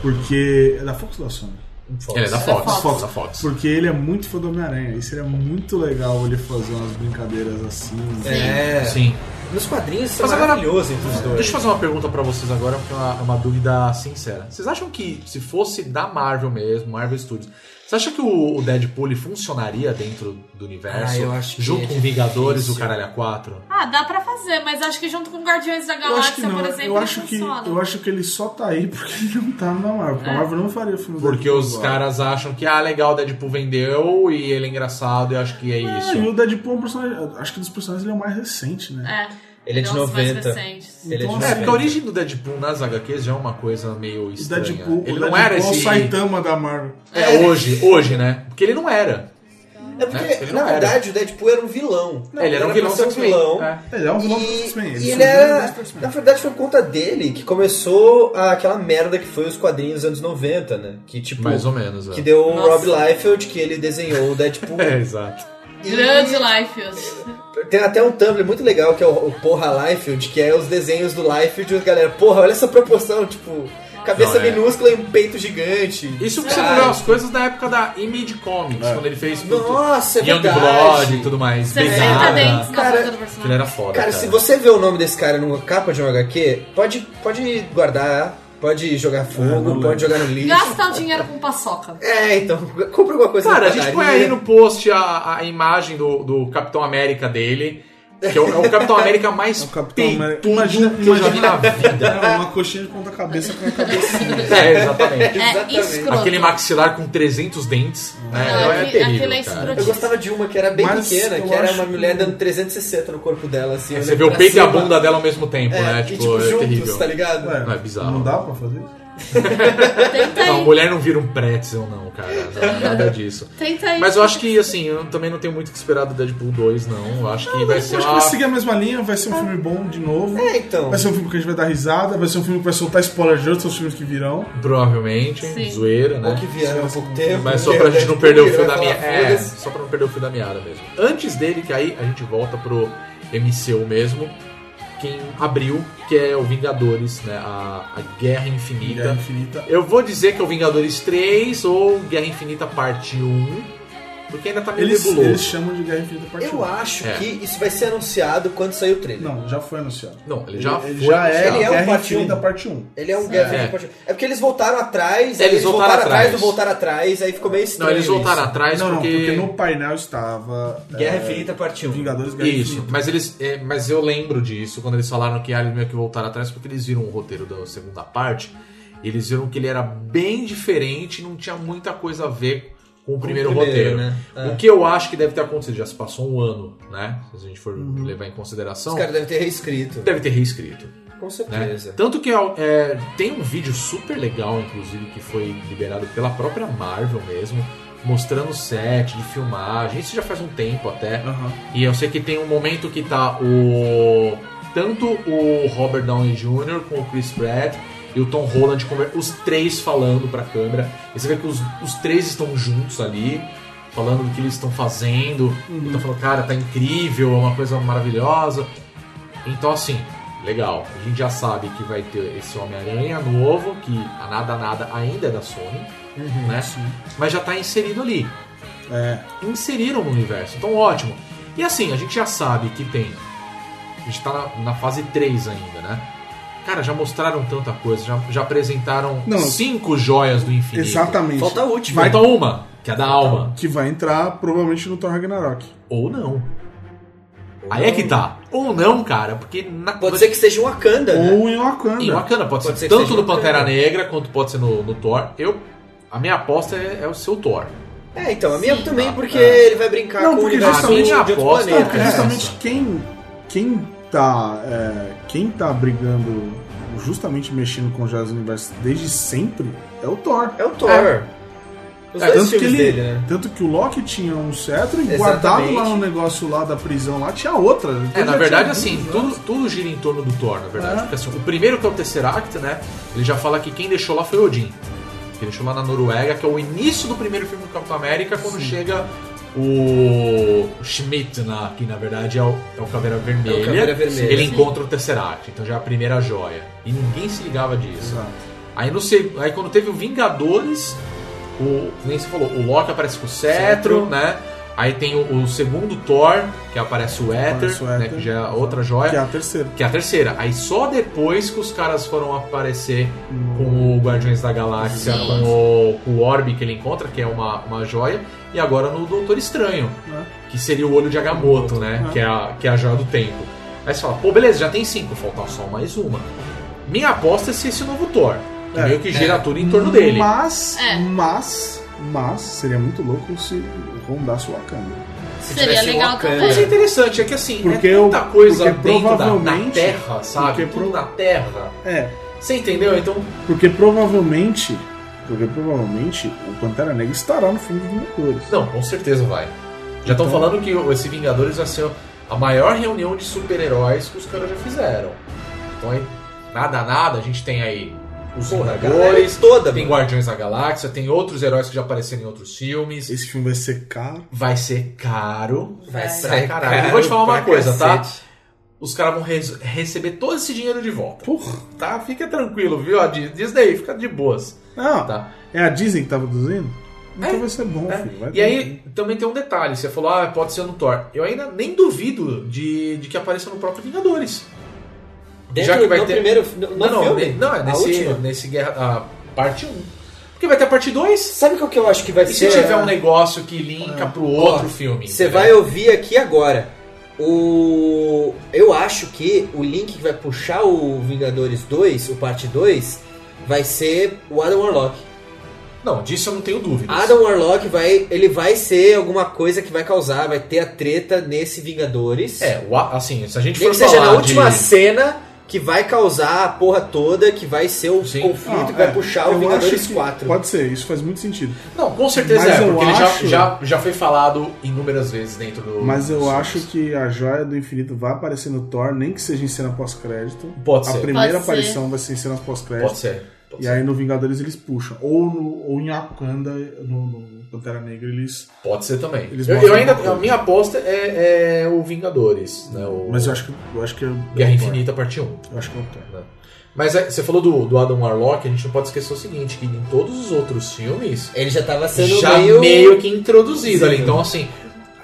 porque. É da Fox ou da Sony?
Ele é da Fox.
Da Fox.
Da Fox.
Porque ele é muito fã do Homem-Aranha. E seria muito legal ele fazer umas brincadeiras assim.
É.
Sim.
Nos quadrinhos isso é
Mas agora-
maravilhoso entre os dois.
Deixa eu fazer uma pergunta pra vocês agora, porque é uma, é uma dúvida sincera. Vocês acham que, se fosse da Marvel mesmo, Marvel Studios, vocês acham que o, o Deadpool ele funcionaria dentro do universo?
Ah, eu acho que
junto
é
com Vingadores,
difícil.
o Caralho a 4?
Ah, dá pra fazer, mas acho que junto com Guardiões da
Eu acho que
Galáxia,
não.
por exemplo,
eu, acho que,
funciona.
eu acho que ele só tá aí porque ele não tá na Marvel. Porque a Marvel não faria o filme do
Porque
Deadpool
os
agora.
caras acham que, ah, legal, o Deadpool vendeu e ele é engraçado, eu acho que é
Ah,
É, e
isso.
o Deadpool é um personagem. Acho que dos personagens ele é o mais recente, né?
É.
Ele é de
um
Nossa, mais
90.
recentes.
Ele é de
Então,
É,
90.
porque a origem do Deadpool nas HQs já é uma coisa meio
O
estranha.
Deadpool,
ele não
o Deadpool
era
é o
esse...
Saitama da Marvel.
É, hoje, hoje, né? Porque ele não era.
É porque,
Ele não
na
era.
verdade, o Deadpool era um vilão.
ele era um
pra
vilão
ser um
X-Men,
vilão.
é.
Ele é um vilão do
E,
X-Men.
e ele é
surgiu
era.
do X-Men.
Na verdade, foi por conta dele que começou a- aquela merda que foi os quadrinhos dos anos 90, né? Que tipo.
Mais ou menos, é.
Que deu o
Nossa.
Rob Liefeld, que ele desenhou o Deadpool.
(laughs) É, exato.
E
Grande Life.
Tem até um Tumblr muito legal que é o, o Porra Liefeld, que é os desenhos do Liefeld e a galera, porra, olha essa proporção, tipo, cabeça
Não, é.
minúscula e um peito gigante.
Isso pra você
Cara,
lembrar as coisas da época da Image Comics, quando ele fez
É. Nossa, é
Young
verdade.
Blood e um tudo mais.
60
Pegada.
dentes na
Cara,
boca do
Ele
personagem.
era foda.
Cara, se você vê o nome desse cara numa capa de um HQ, pode, pode guardar, pode jogar
Ah,
fogo,
não
pode
lembro.
jogar no lixo.
Gasta o dinheiro com paçoca.
É, então, compra alguma coisa
Cara,
na
a gente põe
padaria.
aí no post a, a imagem do, do Capitão América dele. Que é o, é o Capitão América mais
O Capitão América.
peitudo que eu já vi na vida.
É, uma coxinha de ponta cabeça com a cabeça.
É,
(laughs)
exatamente.
É escroto.
Aquele maxilar com 300 dentes.
Ah,
Né?
Não,
é,
aquele-
terrível,
aquele é
cara.
escroto.
Eu gostava de uma que era bem
Mas
pequena,
eu
que era
acho
uma
que-
mulher dando 360 no corpo dela, assim.
Você
olhando
vê o
pra
peito e a
cima.
bunda dela ao mesmo tempo,
É,
né?
e,
Tipo,
tipo,
é
juntos,
terrível.
tá ligado?
Ué,
(laughs) Não, é bizarro.
Não dá pra fazer isso?
Tenta
Não,
aí.
mulher não vira um pretzel, não, cara. Não, nada disso.
Tenta aí.
Mas eu acho que, assim, eu também não tenho muito o que esperar do Deadpool 2, não. Eu acho que vai
Eu
ser
acho que
uma...
vai seguir a mesma linha, vai ser um filme bom de novo.
É, então.
Vai ser um filme que a gente vai dar risada, vai ser um filme que vai soltar spoiler de outros filmes que virão.
Provavelmente,
Sim.
zoeira,
Ou
né?
que vieram há pouco tempo.
Mas só
que
pra
é
gente não
Deadpool,
perder o
ele
fio
vai
da
falar,
meada. É,
"Foda-se".
só pra não perder o fio da meada mesmo. Antes dele, que aí a gente volta pro MCU mesmo, que em abril, que é o Vingadores, né? A, a Guerra Infinita.
Guerra Infinita.
Eu vou dizer que é o Vingadores 3 ou Guerra Infinita Parte 1, porque ainda tá meio
Eles,
nebuloso.
eles chamam de Guerra Infinita Parte
Eu
1.
acho
É.
que isso vai ser anunciado quando sair o trailer.
Não, já foi anunciado.
Não, ele já
ele
foi
já é
anunciado.
Ele é o
Guerra
parte
Infinita
um.
Parte 1.
Ele é um Guerra
É.
Infinita Parte 1. É porque eles voltaram atrás,
Eles
eles
voltaram
voltaram, atrás do
atrás.
voltar atrás, aí ficou meio estranho.
Não, eles voltaram
isso.
atrás
é não,
porque...
não, porque no painel estava.
Guerra
é,
Infinita Parte 1.
Vingadores Guerra
Isso,
Infinita.
mas eles. é, mas eu lembro disso, quando eles falaram que ah, eles meio que voltaram atrás, porque eles viram o roteiro da segunda parte. E eles viram que ele era bem diferente, não tinha muita coisa a ver com o primeiro, roteiro.
né? É.
O que eu acho que deve ter acontecido, já se passou um ano, né? Se a gente for levar em
Os
consideração,
caras devem ter reescrito.
deve ter reescrito.
Com
né?
certeza.
Tanto que ó, é, tem um vídeo super legal, inclusive, que foi liberado pela própria Marvel mesmo, mostrando o set de filmagem. Isso já faz um tempo até.
Aham.
E eu sei que tem um momento que tá o. Tanto o Robert Downey Jr. com o Chris Pratt e o Tom Holland, conver- os três falando pra câmera. E você vê que os, os três estão juntos ali, falando do que eles estão fazendo. Então falando, cara, tá incrível, é uma coisa maravilhosa. Então assim, legal. A gente já sabe que vai ter esse Homem-Aranha novo, que a nada nada ainda é da Sony, né? Mas já tá inserido ali
É.
inseriram no universo. Então, ótimo. E assim, a gente já sabe que tem. A gente tá na, na fase 3 ainda, né? Cara, já mostraram tanta coisa, já, já apresentaram
Não.
cinco joias do infinito.
Exatamente.
Falta a última.
Falta uma, que é a da alma.
Que vai entrar provavelmente no Thor Ragnarok.
Ou não. Aí é que tá. Ou não, cara, porque na
Pode ser que seja um Akanda,
É.
né?
Ou em Wakanda.
E bacana, pode,
Pode
ser,
ser que
tanto
seja
no
bacana.
Pantera Negra quanto pode ser no, no Thor. Eu. A minha aposta é, é o seu Thor.
É, então, a minha
Sim.
também, porque
É.
ele vai brincar
Não,
com
porque
o universo
justamente
de
a
outro
aposta
Não,
planeta.
porque
É.
justamente quem, quem tá. é, quem tá brigando, justamente mexendo com os Jogos do Universo desde sempre é o Thor.
É o Thor. Os
É,
dois
Tanto que,
filmes
ele,
dele, né?
tanto que o Loki tinha um cetro e
Exatamente.
guardado lá no negócio lá da prisão lá tinha outra.
É,
Então
na
já
verdade,
tinha
assim,
duas, né?
tudo, tudo gira em torno do Thor, na verdade.
É.
Porque assim, o primeiro que é o Tesseract, né? Ele já fala que quem deixou lá foi Odin. Que deixou lá na Noruega, que é o início do primeiro filme do Capitão América, quando chega o o Schmidt, na, que na verdade é o, é o Caveira Vermelha.
Caveira Vermelha.
Ele
Sim.
encontra o Tesseract, então já é a primeira joia. E ninguém se ligava disso.
Exato.
Aí, no, seg- aí quando teve o Vingadores, o, nem se falou, o Loki aparece com o cetro,
Cetro.
né? Aí tem o, o segundo Thor, que aparece o Éter,
Aparece o
né,
Éter.
que já é outra joia,
Que é a terceira.
que é a terceira. Aí só depois que os caras foram aparecer
Né?
com o Guardiões da Galáxia,
Sim.
com o, com o Orbe que ele encontra, que é uma, uma joia, e agora no Doutor Estranho,
Né?
que seria o olho de Agamotto, né?
Ah.
Que, é a, que é a joia do tempo. Aí você fala, pô, beleza, já tem cinco, falta só mais uma. Minha aposta é ser esse novo Thor. Que
É,
meio que gira tudo em torno dele.
Mas,
É.
mas, mas, seria muito louco se rondasse o Wakanda.
Se
Seria
tivesse
legal
Wakanda.
Mas
também.
é interessante, é que assim,
Porque
é tanta
eu-
coisa
porque
dentro da, da
provavelmente-
terra, sabe?
porque
Tudo
pro-
na terra.
É,
Você entendeu? Então,
porque provavelmente, porque provavelmente o Pantera Negra estará no filme de Vingadores.
não, com certeza vai. Já estão
Então-
falando que o- esse Vingadores vai ser a maior reunião de super-heróis que os caras já fizeram. Então aí, nada, nada, a gente tem aí os
Porra, a galera
Vingadores,
toda,
tem
mano.
Guardiões da Galáxia, tem outros heróis que já apareceram em outros filmes.
Esse filme vai ser caro.
Vai ser caro.
Vai ser
pra É. Ah, caralho. Eu vou te falar uma coisa, tá? Os caras vão res- receber todo esse dinheiro de volta.
Porra.
Tá? Fica tranquilo, viu? Ó, Di- Diz daí, fica de boas.
Não,
Tá?
é a Disney que tá produzindo? Então
É,
vai ser bom,
é.
filho. Vai
E
ter-
aí, também tem um detalhe. Você falou, ah, pode ser no Thor. Eu ainda nem duvido de, de que apareça no próprio Vingadores.
Dentro, Já que vai no ter... primeiro no, no
Não, não,
filme?
ne- não, é
A
nesse,
última?
nesse Guerra... A parte 1. Porque vai ter a parte 2.
Sabe qual que eu acho que vai
E se um
ser? é. Ah.
tiver um negócio que linka pro outro filme?
Você
entendeu?
vai ouvir aqui agora. O. Eu acho que o link que vai puxar o Vingadores 2, o parte 2, vai ser o Adam Warlock.
Não, disso eu não tenho dúvidas.
Adam Warlock vai. Ele vai ser alguma coisa que vai causar, vai ter a treta nesse Vingadores.
É, o a- assim, se a gente
Nem
for
que seja
falar
na última
de...
cena que vai causar a porra toda, que vai ser o
Sim.
conflito
Ah,
que vai
é,
puxar o
eu
Vingadores
acho que
4.
Pode ser, isso faz muito sentido.
Não, com certeza
Mas
é,
eu
porque ele já,
acho-
já, já foi falado inúmeras vezes dentro do...
Mas eu
dos
acho
filmes.
que a joia do infinito vai aparecer no Thor, nem que seja em cena pós-crédito.
Pode
A
ser,
primeira
Pode ser.
aparição vai ser em cenas pós-crédito.
pode ser. Pode
E
ser.
aí no Vingadores eles puxam. Ou, no- ou em Wakanda, no, no Pantera Negra, eles.
Pode ser também.
Eles
Eu, eu
mostram
ainda, a
alguma coisa.
minha aposta é, é o Vingadores, né? O
Mas eu acho que. Eu acho que é
Guerra
é o Thor.
Infinita Parte 1.
Eu acho que é o Thor.
Mas é, você falou do, do Adam Warlock, a gente não pode esquecer o seguinte, que em todos os outros filmes,
Ele já tava sendo
já
meio.
meio, que introduzido ali.
Sim.
Então, assim,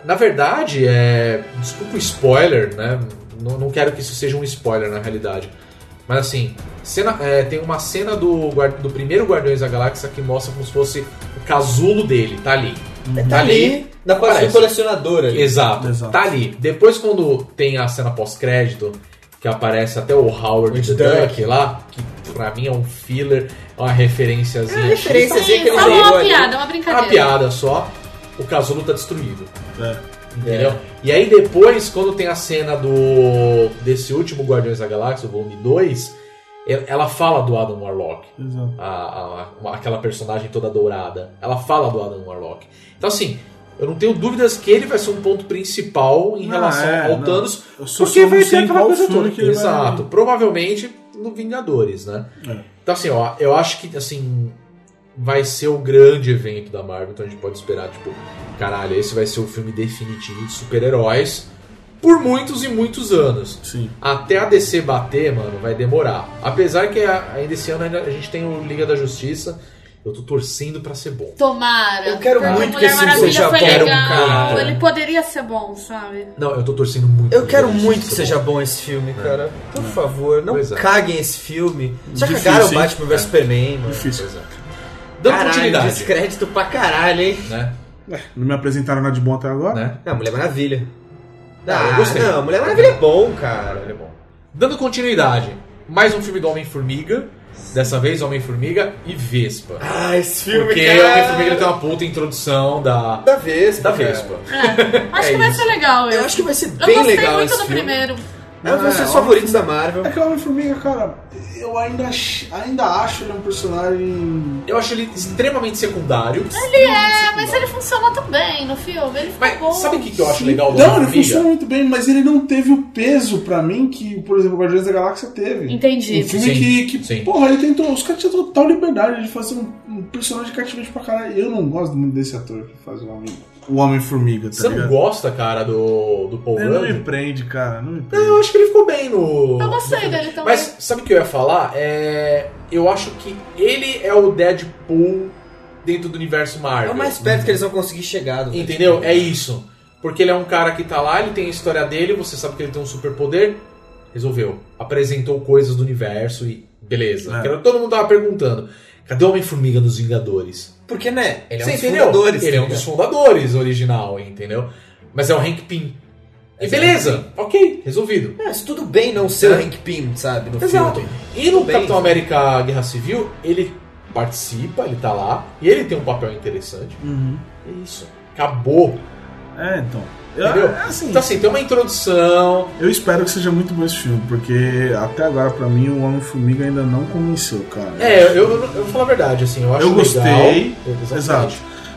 na verdade, é. Desculpa o spoiler, né? Não, não quero que isso seja um spoiler na realidade. Mas assim, cena- é, tem uma cena do, guar- do primeiro Guardiões da Galáxia que mostra como se fosse o casulo dele, tá ali.
Tá ali, na parte do
Parece.
colecionador ali.
Exato,
Exato.
tá ali. Depois, quando tem a cena pós-crédito, que aparece até o Howard
O
the
Duck.
Duck, lá, que pra mim é um filler, é uma referenciazinha.
É uma referência. Vocês viram que
Sim,
ele
só
ligou
uma
ali?
piada, uma
É uma
brincadeira.
piada só, o casulo tá destruído.
É.
Entendeu? E aí depois, quando tem a cena do desse último Guardiões da Galáxia, o volume 2, e- ela fala do Adam Warlock.
Exato.
A, a- uma- aquela personagem toda dourada. Ela fala do Adam Warlock. Então assim, eu não tenho dúvidas que ele vai ser um ponto principal em
Não,
relação
é,
ao
não.
Thanos.
Eu só
Porque
só não
vai ter
sei
aquela
qual
coisa
filme
toda.
que ele vai-
Exato. Provavelmente no Vingadores, né?
É.
Então assim, ó, eu acho que assim vai ser o grande evento da Marvel, então a gente pode esperar, tipo, caralho, esse vai ser o filme definitivo de super-heróis por muitos e muitos anos.
Sim.
Até a DC bater, mano, vai demorar. Apesar que a- ainda esse ano ainda a gente tem o Liga da Justiça, eu tô torcendo pra ser bom.
Tomara.
Eu quero
porque
muito
Mulher
que esse
Maravilha
seja um
foi
bom,
legal.
cara.
Ele poderia ser bom, sabe?
Não, eu tô torcendo muito.
Eu
pra
quero
Liga da
muito que
Justiça
seja
bom.
bom esse filme, cara. Por favor, não
Pois é.
caguem esse filme. Já
Difícil,
cagaram o
hein?
Batman vs Superman, mano.
Difícil.
Pois é. Dando
caralho,
continuidade,
descrédito pra caralho, hein?
né?
Não me apresentaram nada de bom até agora?
né?
Não, Mulher Maravilha.
Ah, eu
Ah,
gostei.
não, Mulher Maravilha é bom, cara.
Caralho, é bom. Dando continuidade, mais um filme do Homem-Formiga. Dessa vez, Homem-Formiga e Vespa.
Ah, esse filme,
Porque é
cara.
o
é-
Homem-Formiga ele tem uma puta introdução da,
Da né? Vespa.
da
cara.
Vespa.
Acho
É
que vai
isso.
ser legal.
Eu acho que vai ser
Eu
bem
gostei
legal
muito
esse
do
filme.
primeiro.
É um dos
Ah,
meus
é,
favoritos da Marvel.
É que o Homem-Formiga, cara, eu ainda, ach- ainda acho ele um personagem.
Eu acho ele extremamente secundário.
É, mas ele funcionou também no filme. Ele ficou
Mas
bom.
sabe o que, que eu acho legal do
Não, ele
Homem-Formiga?
funciona muito bem, mas ele não teve o peso pra mim que, por exemplo, o Guardiões da Galáxia teve. Um
Entendi.
filme
Sim,
que, que
sim.
porra, ele tentou. Os caras tinham total liberdade de fazer um, um personagem cativante pra caralho. Eu não gosto muito desse ator que faz o Homem. O Homem-Formiga, tá
Você não né? gosta, cara, do, do Paul
Ele não é me
Rudd?
prende, cara. Não me prende.
Não, eu acho que ele ficou bem no.
Eu gostei dele também.
Mas sabe o que eu ia falar? É, Eu acho que ele é o Deadpool dentro do universo
É
Marvel.
o mais perto que eles vão conseguir chegar. do
Entendeu?
Vespa.
É isso. Porque ele é um cara que tá lá, ele tem a história dele, você sabe que ele tem um superpoder. Resolveu. Apresentou coisas do universo e beleza.
É.
Que era- Todo mundo tava perguntando. Cadê o Homem-Formiga nos Vingadores?
Porque, né? Ele é um
Você
dos
entendeu?
fundadores.
Ele é um dos fundadores original, entendeu? Mas é o Hank Pym. E beleza, ok, resolvido.
É, mas tudo bem não ser o
É.
Hank Pym, sabe? No
Exato.
filme.
E no
Bem,
Capitão
sabe?
América Guerra Civil, ele participa, ele tá lá, e ele tem um papel interessante.
Uhum.
É isso. Acabou.
É, então. Eu,
Entendeu?
é assim,
Então assim, tem uma introdução,
eu espero que seja muito bom esse filme, porque até agora, pra mim, o Homem-Formiga ainda não convenceu, cara.
É, eu, eu, eu vou falar a verdade, assim, eu acho
Eu gostei.
legal.
Exato.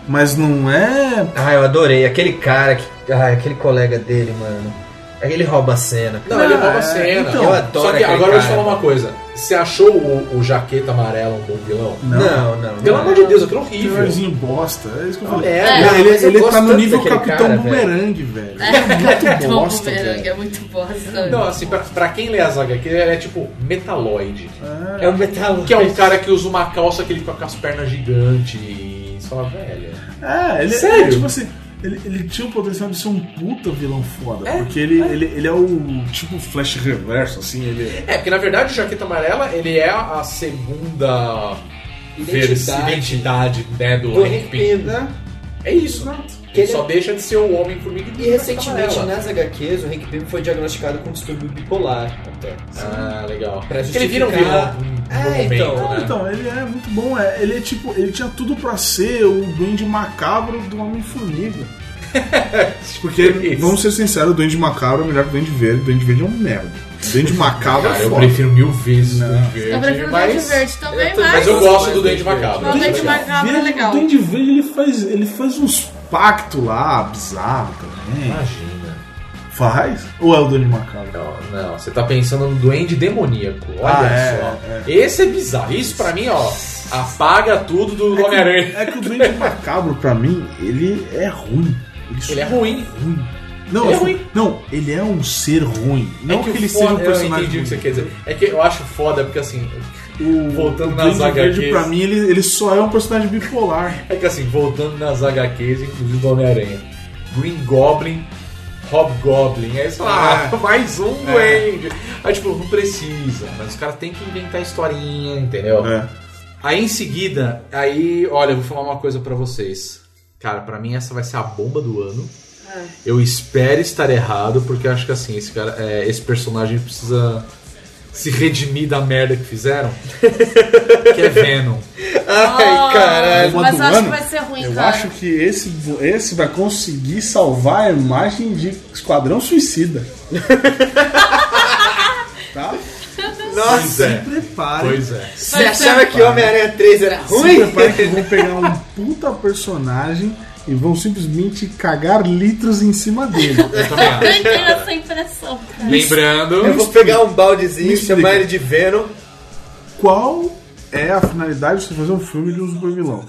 Mas não é.
Ah, eu adorei. Aquele cara que. Ah, aquele colega dele, mano. Ele rouba a cena.
Não, ele
Ah,
rouba
é,
a cena.
então.
eu adoro
Só que
aquele
agora eu vou te
cara.
falar uma coisa. Você achou o, o jaqueta amarela um bom vilão?
Não.
Não, não. não.
Pelo amor de Deus, aquilo é horrível.
Piorzinho bosta. É isso que eu
Uma
falei.
merda.
Não, ele
mas eu
ele
gosto
tá no
tanto
nível
daquele
Capitão
cara,
Bumerangue, velho.
(laughs)
É, (laughs)
É muito
Capitão
bosta,
Bumerangue
velho.
é muito bosta.
Não, assim, pra, pra quem lê as HQ, ele é tipo metaloide.
É um metal.
Que é um cara que usa uma calça que ele fica com as pernas gigantes. E você fala, velho.
É, ele
Sério?
ele, tipo assim. Ele, ele tinha o potencial de ser um puta vilão foda. porque ele é. Ele, ele é o tipo flash reverso, assim, ele.
É, porque na verdade o jaqueta amarela, ele é a segunda vers-
Identidade.
identidade né, do
Do
Hank Pym.
Hank Pym, né?
É né? isso. Ele,
Ele
só
é-
deixa de ser o homem formiga
E recentemente, nas HQs, o Hank Pym foi diagnosticado com distúrbio bipolar, até.
Ah, legal.
Pra
Porque ele vira um vilão.
justificar-
no
É,
momento,
então.
né?
Então, ele é muito bom, é. ele é tipo, ele tinha tudo pra ser o duende macabro
(laughs)
do Homem-Formiga. Porque,
Isso.
vamos ser sinceros, o duende macabro é melhor que o duende verde, o duende verde é um merda. O duende macabro
Cara,
é
Ah, eu
foda.
prefiro mil vezes o
Não.
Duende Verde.
Eu prefiro o
então, mas...
Duende Verde também,
eu tô-
mas...
Mas eu gosto do Duende Macabro. tá
O Duende Macabro é
Verde-
legal.
O duende verde ele faz, ele faz uns pactos lá, bizarro também.
Imagina.
Faz? Ou é o duende macabro?
Não, não, você tá pensando no Duende Demoníaco. Olha
Ah, é,
só. Esse é bizarro. Isso pra mim, ó, apaga tudo do
É que-
Homem-Aranha.
É que
(laughs)
o Duende Macabro, pra mim, ele é ruim.
Ele é
só
ruim.
ruim. Não,
Ele é
eu-
ruim.
Não, ele é um ser ruim. Não
é
que,
o
ele
foda-
seja um
Eu
personagem.
entendi o que você
ruim.
quer dizer. É que eu acho foda, porque assim,
O,
Voltando
o
nas
Duende Verde,
HQs.
pra mim, ele, ele só é um personagem bipolar.
É que assim, voltando nas HQs, inclusive do Homem-Aranha, Green Goblin, Hobgoblin, aí você fala, ah, (laughs) mais um duende. Aí tipo, não precisa, mas os caras têm que inventar historinha, entendeu?
É.
Aí em seguida, aí, olha, eu vou falar uma coisa pra vocês. Cara, pra mim essa vai ser a bomba do ano. Eu espero estar errado, porque eu acho que assim, esse, cara, é, esse personagem precisa se redimir da merda que fizeram. que é Venom.
Ai, caralho.
Uma
Mas
do
eu acho
ano?
que vai ser ruim,
Eu
cara.
acho que esse, esse vai conseguir salvar a imagem de Esquadrão Suicida. tá?
Pois
Se
é.
prepare.
Pois é.
Você achava que Homem-Aranha 3 era
Se
ruim?
prepare que vão pegar um puta personagem e vão simplesmente cagar litros em cima dele.
Eu também acho.
Eu tenho essa impressão, cara.
Lembrando.
Eu vou pegar um baldezinho,
Me
chamar
explica.
ele de Venom.
Qual é a finalidade de você fazer um filme de um super vilão?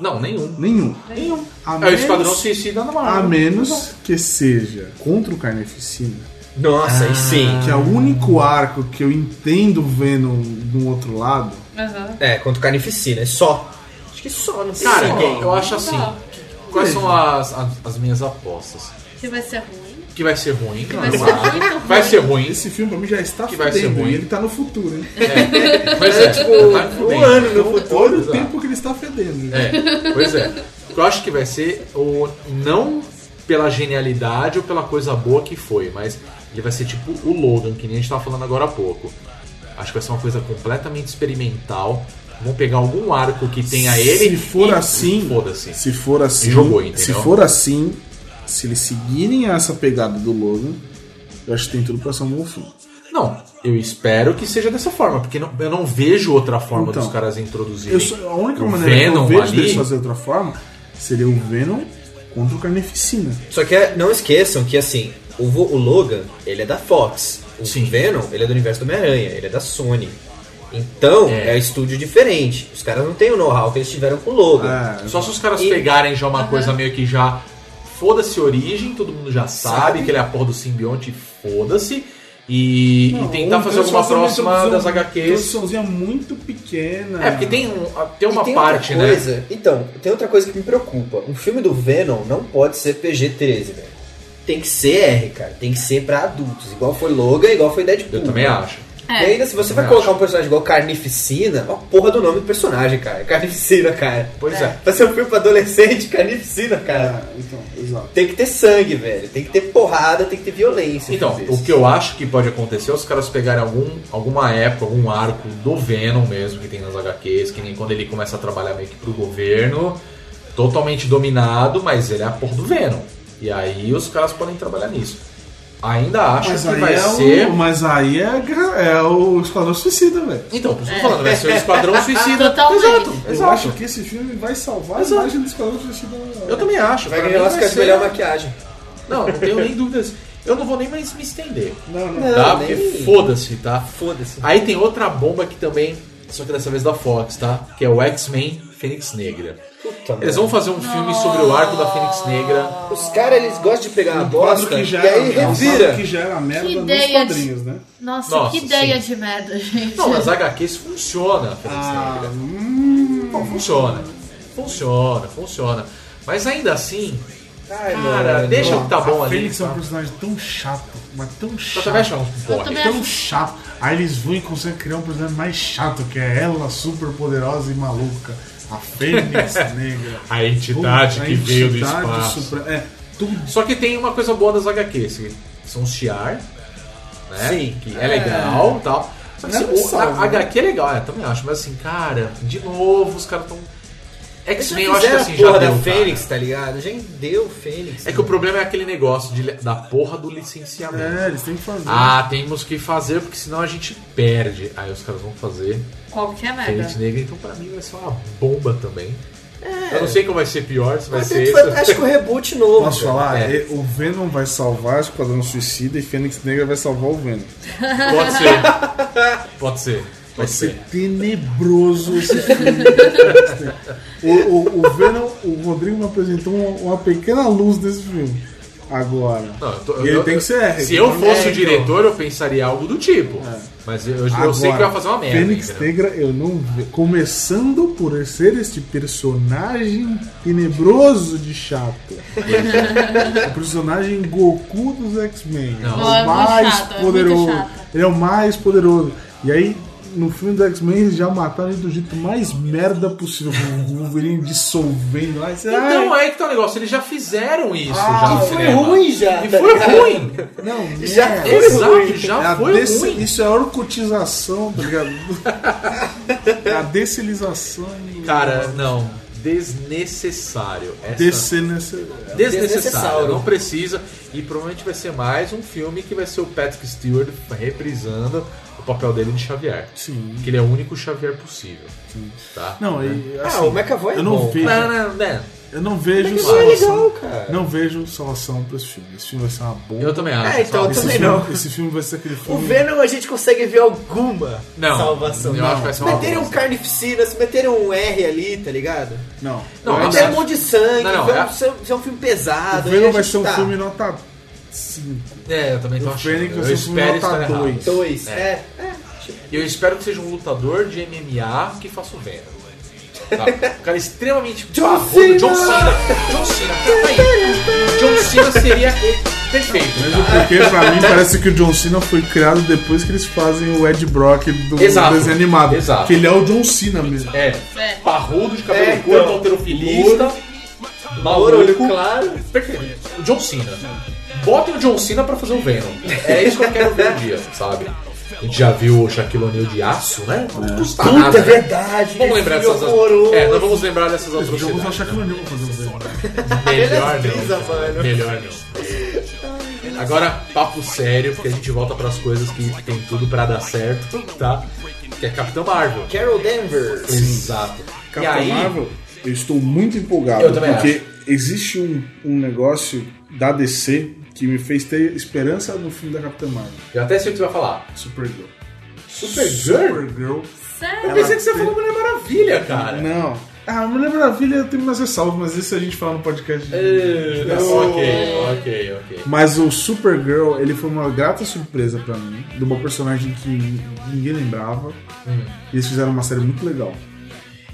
Não, nenhum.
Nenhum. Nenhum. A
É o Esquadrão
menos,
Suicida no
a menos que seja contra o Carneficina,
Nossa, e sim.
que é o único arco que eu entendo vendo do outro lado.
Aham.
É, contra o Carnificina, é só. Acho que é só, não tem
Cara,
ninguém.
eu acho assim. Quais são as, as, as minhas apostas?
Que vai ser ruim.
Que vai ser ruim, que
vai ser muito ruim.
Vai ser ruim.
(laughs) Esse filme pra mim já está
Que vai ser
fedendo
ruim.
e ele tá no futuro, hein?
É, pois
É,
é,
tipo,
tá me fudendo.
um ano no
Então,
Olha o
exato.
tempo que ele está fedendo.
É, pois é. Eu acho que vai ser o não pela genialidade ou pela coisa boa que foi, mas ele vai ser tipo o Logan, que nem a gente tava falando agora há pouco. Acho que vai ser uma coisa completamente experimental. Vão pegar algum arco que tenha ele.
Se for
e-
assim,
Foda-se.
Se for assim,
E jogou, entendeu?
se for assim, se eles seguirem essa pegada do Logan, eu acho que tem tudo pra ser um bom filme.
Não, eu espero que seja dessa forma, porque não- eu não vejo outra forma
Então,
dos caras introduzirem.
Eu só- a única
o
maneira
Venom
que eu vejo
ali-
deles fazer de outra forma seria o Venom contra o Carneficina.
Só que é- não esqueçam que, assim, o, Vo- o Logan, ele é da Fox. O
Sim.
Venom, ele é do universo do Homem-Aranha, ele é da Sony. Então,
É.
é, um estúdio diferente. Os caras não têm o know-how que eles tiveram com o Logan.
É,
Só se os caras
E-
pegarem já uma coisa meio que já. Foda-se a origem, todo mundo já sabe, que ele é a porra do simbionte, foda-se. E, e
Não, um
tentar
ou
fazer alguma
transformação-
próxima das
transformação-
HQs.
Transformaçãozinha é muito pequena.
É, porque tem, um, tem uma
E tem
parte,
outra
né?
coisa, Então, tem outra coisa que me preocupa. Um filme do Venom não pode ser PG-13, velho. Tem que ser R, cara. Tem que ser pra adultos. Igual foi Logan, igual foi Deadpool.
Eu também
Uhum.
acho.
É.
E ainda se você vai
Eu
colocar um personagem igual Carnificina, ó, porra do nome do personagem, cara. Carnificina, cara.
Pois é. Ah,
Vai ser um filme pra adolescente, Carnificina, cara.
É, então, exato.
Tem que ter sangue, velho. Tem que ter porrada, tem que ter violência.
Então,
pra fazer
o
isso.
que eu acho que pode acontecer é os caras pegarem algum, alguma época, algum arco do Venom mesmo, que tem nas HQs, que nem quando ele começa a trabalhar meio que pro governo, totalmente dominado, mas ele é a porra do Venom. E aí os caras podem trabalhar nisso. Ainda acho
Mas
que
aí,
vai
é
ser.
o, mas aí é, gra- é o Esquadrão Suicida, velho.
Então, por isso que eu tô falando, vai ser o Esquadrão Suicida.
Totalmente.
Exato,
Eu
exato.
acho que esse filme vai salvar
Exato.
a imagem do Esquadrão Suicida.
Eu também acho.
Vai
pra
ganhar
mim
umas caras de
ser- um-
melhor maquiagem.
Não, não tenho nem dúvidas. Eu não vou nem mais me estender.
Não, não.
Não,
tá?
nem-
Porque foda-se, tá?
Foda-se.
Aí tem outra bomba que também, só que dessa vez da Fox, tá? Que é o X-Men Fênix Negra.
Puta,
Eles
merda.
vão fazer um filme sobre o arco da Fênix Negra.
Os caras, eles gostam de pegar uma
quadro
bosta
que
e
já
aí
é
era, um quadro
revira.
que já era merda
Que
nos
ideia de-
quadrinhos, né?
Nossa,
Nossa,
que
sim.
ideia de merda, gente.
Não, nas HQs funciona a Fênix
Ah,
Negra.
hum,
Não, funciona. Funciona, funciona. Mas ainda assim,
Ai,
cara,
mano.
deixa que tá bom
a
ali.
Fênix é um
tá?
personagem tão chato, mas tão
Eu também acho
chato.
um
Eu
porre.
também
Tão
Tá acho.
chato. Aí eles vão e conseguem criar um personagem mais chato, que é ela super poderosa e maluca.
(laughs)
A Fênix Negra.
A entidade
A
que veio do
entidade
espaço.
supra- É, tudo
Só que tem uma coisa boa das HQs, que são os Shiar, né?
Sim.
Que é legal e tal. Só que
Não
se-
é
o-
salvo,
a
né?
HQ é legal, é, também acho, mas assim, cara, de novo, os caras tão. X-Men, eu
Já
acho que
fizeram
assim,
a
já
porra
deu,
da
cara.
Fênix, tá ligado? Já deu Fênix.
É que o problema é aquele negócio de, da porra do licenciamento.
É, eles têm que fazer.
Ah, temos que fazer, porque senão a gente perde. Aí os caras vão fazer
Qualquer é
É,
merda.
né?
Fênix Negra, então pra mim vai ser uma bomba também. Eu não sei como vai ser pior, se vai
É. Mas
ser é
tem
esse. assim.
que fazer- acho que o reboot novo.
Posso
cara.
falar?
É.
E- O Venom vai salvar o Esquadrão Suicida e Fênix Negra vai salvar o Venom.
Pode ser.
(laughs)
Pode ser.
Vai
Pode
ser
ser.
tenebroso esse filme. o, o, o Venom, o Rodrigo me apresentou uma, uma pequena luz desse filme. Agora.
Não, eu tô-
E ele
eu-
tem que ser R.
Se eu
Então,
fosse
é,
o diretor, eu pensaria algo do tipo. Mas eu, eu
Agora,
sei que vai fazer uma merda.
Fênix
entendeu?
Negra, eu não ve- Começando por ser este personagem tenebroso de
(laughs)
chato. o personagem Goku dos X-Men. É
Não, é
o
muito
mais
chato, é muito
poderoso.
chato.
Ele é o mais poderoso. E aí, no filme dos X-Men, eles já mataram ele do jeito mais merda possível. com O Wolverine dissolvendo lá. e você,
Então
"Ai,
é que tá o negócio, eles já fizeram isso
Ah,
já no
e
Foi
cinema.
ruim já.
E
tá
foi
(laughs) ligado?
ruim.
(laughs) não,
Já
merda."
Exato,
É
já
a
foi
desse-
ruim.
Isso é a orcotização,
(laughs)
tá ligado? É a decilização.
Cara, não. Desnecessário. Essa...
Descer nessa.
Desnecessário.
Desnecessário.
Não precisa. E provavelmente vai ser mais um filme que vai ser o Patrick Stewart reprisando o papel dele de Xavier.
Sim.
Que ele é o único Xavier possível. Tá?
Não, e, assim,
Ah, o McAvoy é
eu não
bom.
vejo,
Não, não, não.
eu não vejo
Mas é
salvação.
legal, cara.
Não vejo salvação pra esse filme. Esse filme vai ser uma bomba.
Eu também acho.
É, então,
sabe?
eu
esse
também
filme,
não.
Esse filme vai ser aquele
O
filme.
Venom a gente consegue ver alguma
Não,
salvação.
eu acho que vai ser
Se
uma
meterem
boa.
um carnificina, se meterem um R ali, tá ligado?
Não.
Não,
Eu
é
acho
Meter
verdade.
um monte de sangue,
Não, não,
vai
é-
ser um- ser um filme
que
pesado.
o
aí a
Venom vai
gente
ser um
tá.
filme nota 5.
É, eu também tô
O
achando.
Fênix vai
eu
ser um filme
espero estar
nota
errado.
dois.
Dois, é.
E eu espero que seja um lutador de MMA que faça o Venom. Tá? O cara extremamente barrudo. John Cena! John Cena, tá aí. John Cena seria perfeito. tá?
Mesmo porque
(laughs)
pra mim parece que o John Cena foi criado depois que eles fazem o Ed Brock do
Exato.
desenho animado.
Exato.
Que ele é o John Cena mesmo.
É,
É.
barrudo, de cabelo
É, então.
curto, alterofilista, Tá
Ouro, olho
maluco.
claro.
Perfeito. O John Cena. Botem o John Cena pra fazer o Venom. É isso que eu quero ver um dia, sabe? A gente já viu o Shaquille O'Neal de aço, né? Não custa nada.
Puta, é
né?
verdade.
Vamos
esse
lembrar
filme
dessas...
horroroso.
É, nós vamos lembrar dessas
Eles vão usar o
atrocidades.
Shaquille O'Neal é pra fazer um o Venom.
Melhor
Ele é brisa,
não.
mano.
Melhor não. Agora, papo sério, porque a gente volta pras coisas que tem tudo pra dar certo, tá? Que é Capitão Marvel.
Carol Danvers.
Exato. E
Capitão
aí,
Marvel, eu estou muito empolgado.
Eu também
porque existe um, um negócio da DC que me fez ter esperança no filme da Capitã Marvel,
eu até sei o que você vai falar.
Supergirl.
Supergirl?
Supergirl.
Eu
Sério?
pensei que você ia falar Mulher Maravilha, cara.
Não. Ah, Mulher Maravilha tem umas ressalvas, mas isso a gente fala no podcast. de-
Eh,
de-
Ok, ok, ok.
Mas o Supergirl, ele foi uma grata surpresa pra mim, de uma personagem que ninguém lembrava.
Hum.
E eles fizeram uma série muito legal.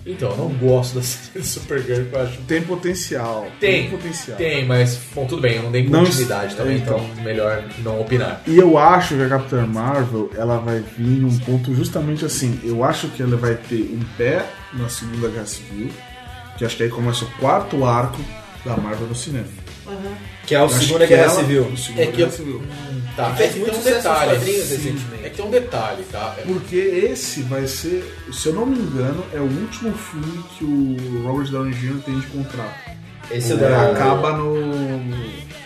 Então, eu não gosto da série de Supergirl, que eu acho.
Tem potencial.
Tem,
potencial.
tem, mas bom, tudo bem, eu não dei
Não-
continuidade também, então. melhor não opinar.
E eu acho que a Capitã Marvel ela vai vir num ponto justamente assim. Eu acho que ela vai ter um pé na Segunda Guerra Civil, que acho que aí começa o quarto arco da Marvel no cinema.
Que é o
Eu acho
Segunda
que
Guerra
ela-
Civil.
Segunda
É que
Guerra
eu-
Civil.
Tá,
Fez
é que
muito
tem um
sucesso nos
detalhe.
quadrinhos
Sim.
recentemente.
É que tem um detalhe, tá? É-
Porque esse vai ser, se eu não me engano, é o último filme que o Robert Downey Jr. tem de contrato.
Esse é o
Ele
da...
acaba no.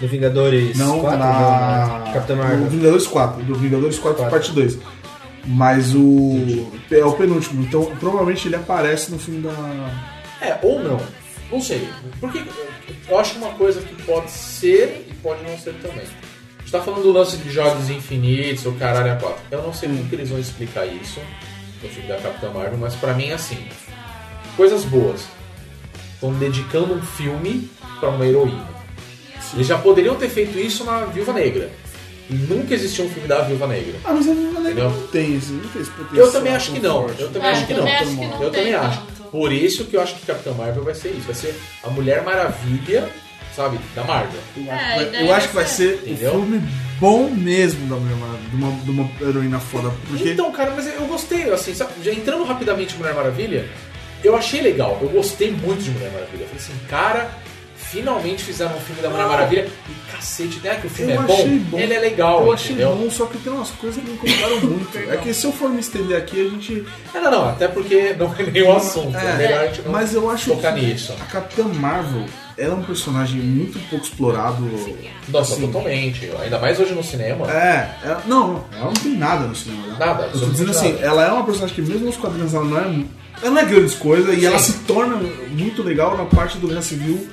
Do Vingadores
Não,
4?
na.
né? Capitã
No
Marvel.
Vingadores 4. Do Vingadores 4,
Quatro.
parte 2. Mas o. É o penúltimo. Então provavelmente ele aparece no filme da.
É, ou não. Não sei. Porque eh, eu acho uma coisa que pode ser e pode não ser também. A gente tá falando do lance de jogos infinitos, o caralho a quatro. Eu não sei como que eles vão explicar isso no filme da Capitã Marvel, mas pra mim é assim. Coisas boas. Estão dedicando um filme pra uma heroína. Eles já poderiam ter feito isso na Viúva Negra. E nunca existiu um filme da Viúva Negra.
Ah, mas a Viva Negra
Entendeu?
não tem esse, não tem esse potencial.
Eu também acho que não. Eu também
É,
acho que não.
também acho que não
eu
tem
também acho.
tanto.
Por isso que eu acho que Capitão Marvel vai ser isso. Vai ser a Mulher Maravilha, sabe, da Marvel.
Eu
É,
acho que vai-
daí
eu acho que vai
vai
ser um
Entendeu?
filme bom mesmo da Mulher Maravilha, de uma, de uma heroína foda. Porque
Então, cara, mas eu gostei, assim, sabe? Já entrando rapidamente em Mulher Maravilha, Eu achei legal, eu gostei muito de Mulher Maravilha. Eu falei assim, cara, finalmente fizeram um filme da Mulher Maravilha. E cacete, né? Que o filme
Eu
é bom,
achei bom.
ele é legal,
Eu achei
entendeu?
bom, só que tem umas coisas que me
(laughs)
incomodaram muito. É que se eu for me estender aqui, a gente.
É, Não, não, não, até porque não é nenhum assunto. É,
É,
melhor a gente não
Mas eu acho
focar
que
nisso.
a Capitã Marvel ela é um personagem muito pouco explorado.
Nossa,
assim.
totalmente. Ainda mais hoje no cinema.
É, ela- não, ela não tem nada no cinema. Né?
Nada,
Eu tô dizendo
absolutamente
assim,
nada.
ela é uma personagem que mesmo nos quadrinhos ela não é, ela não é grandes coisas e
Sim.
ela se torna muito legal na parte do Guerra Civil,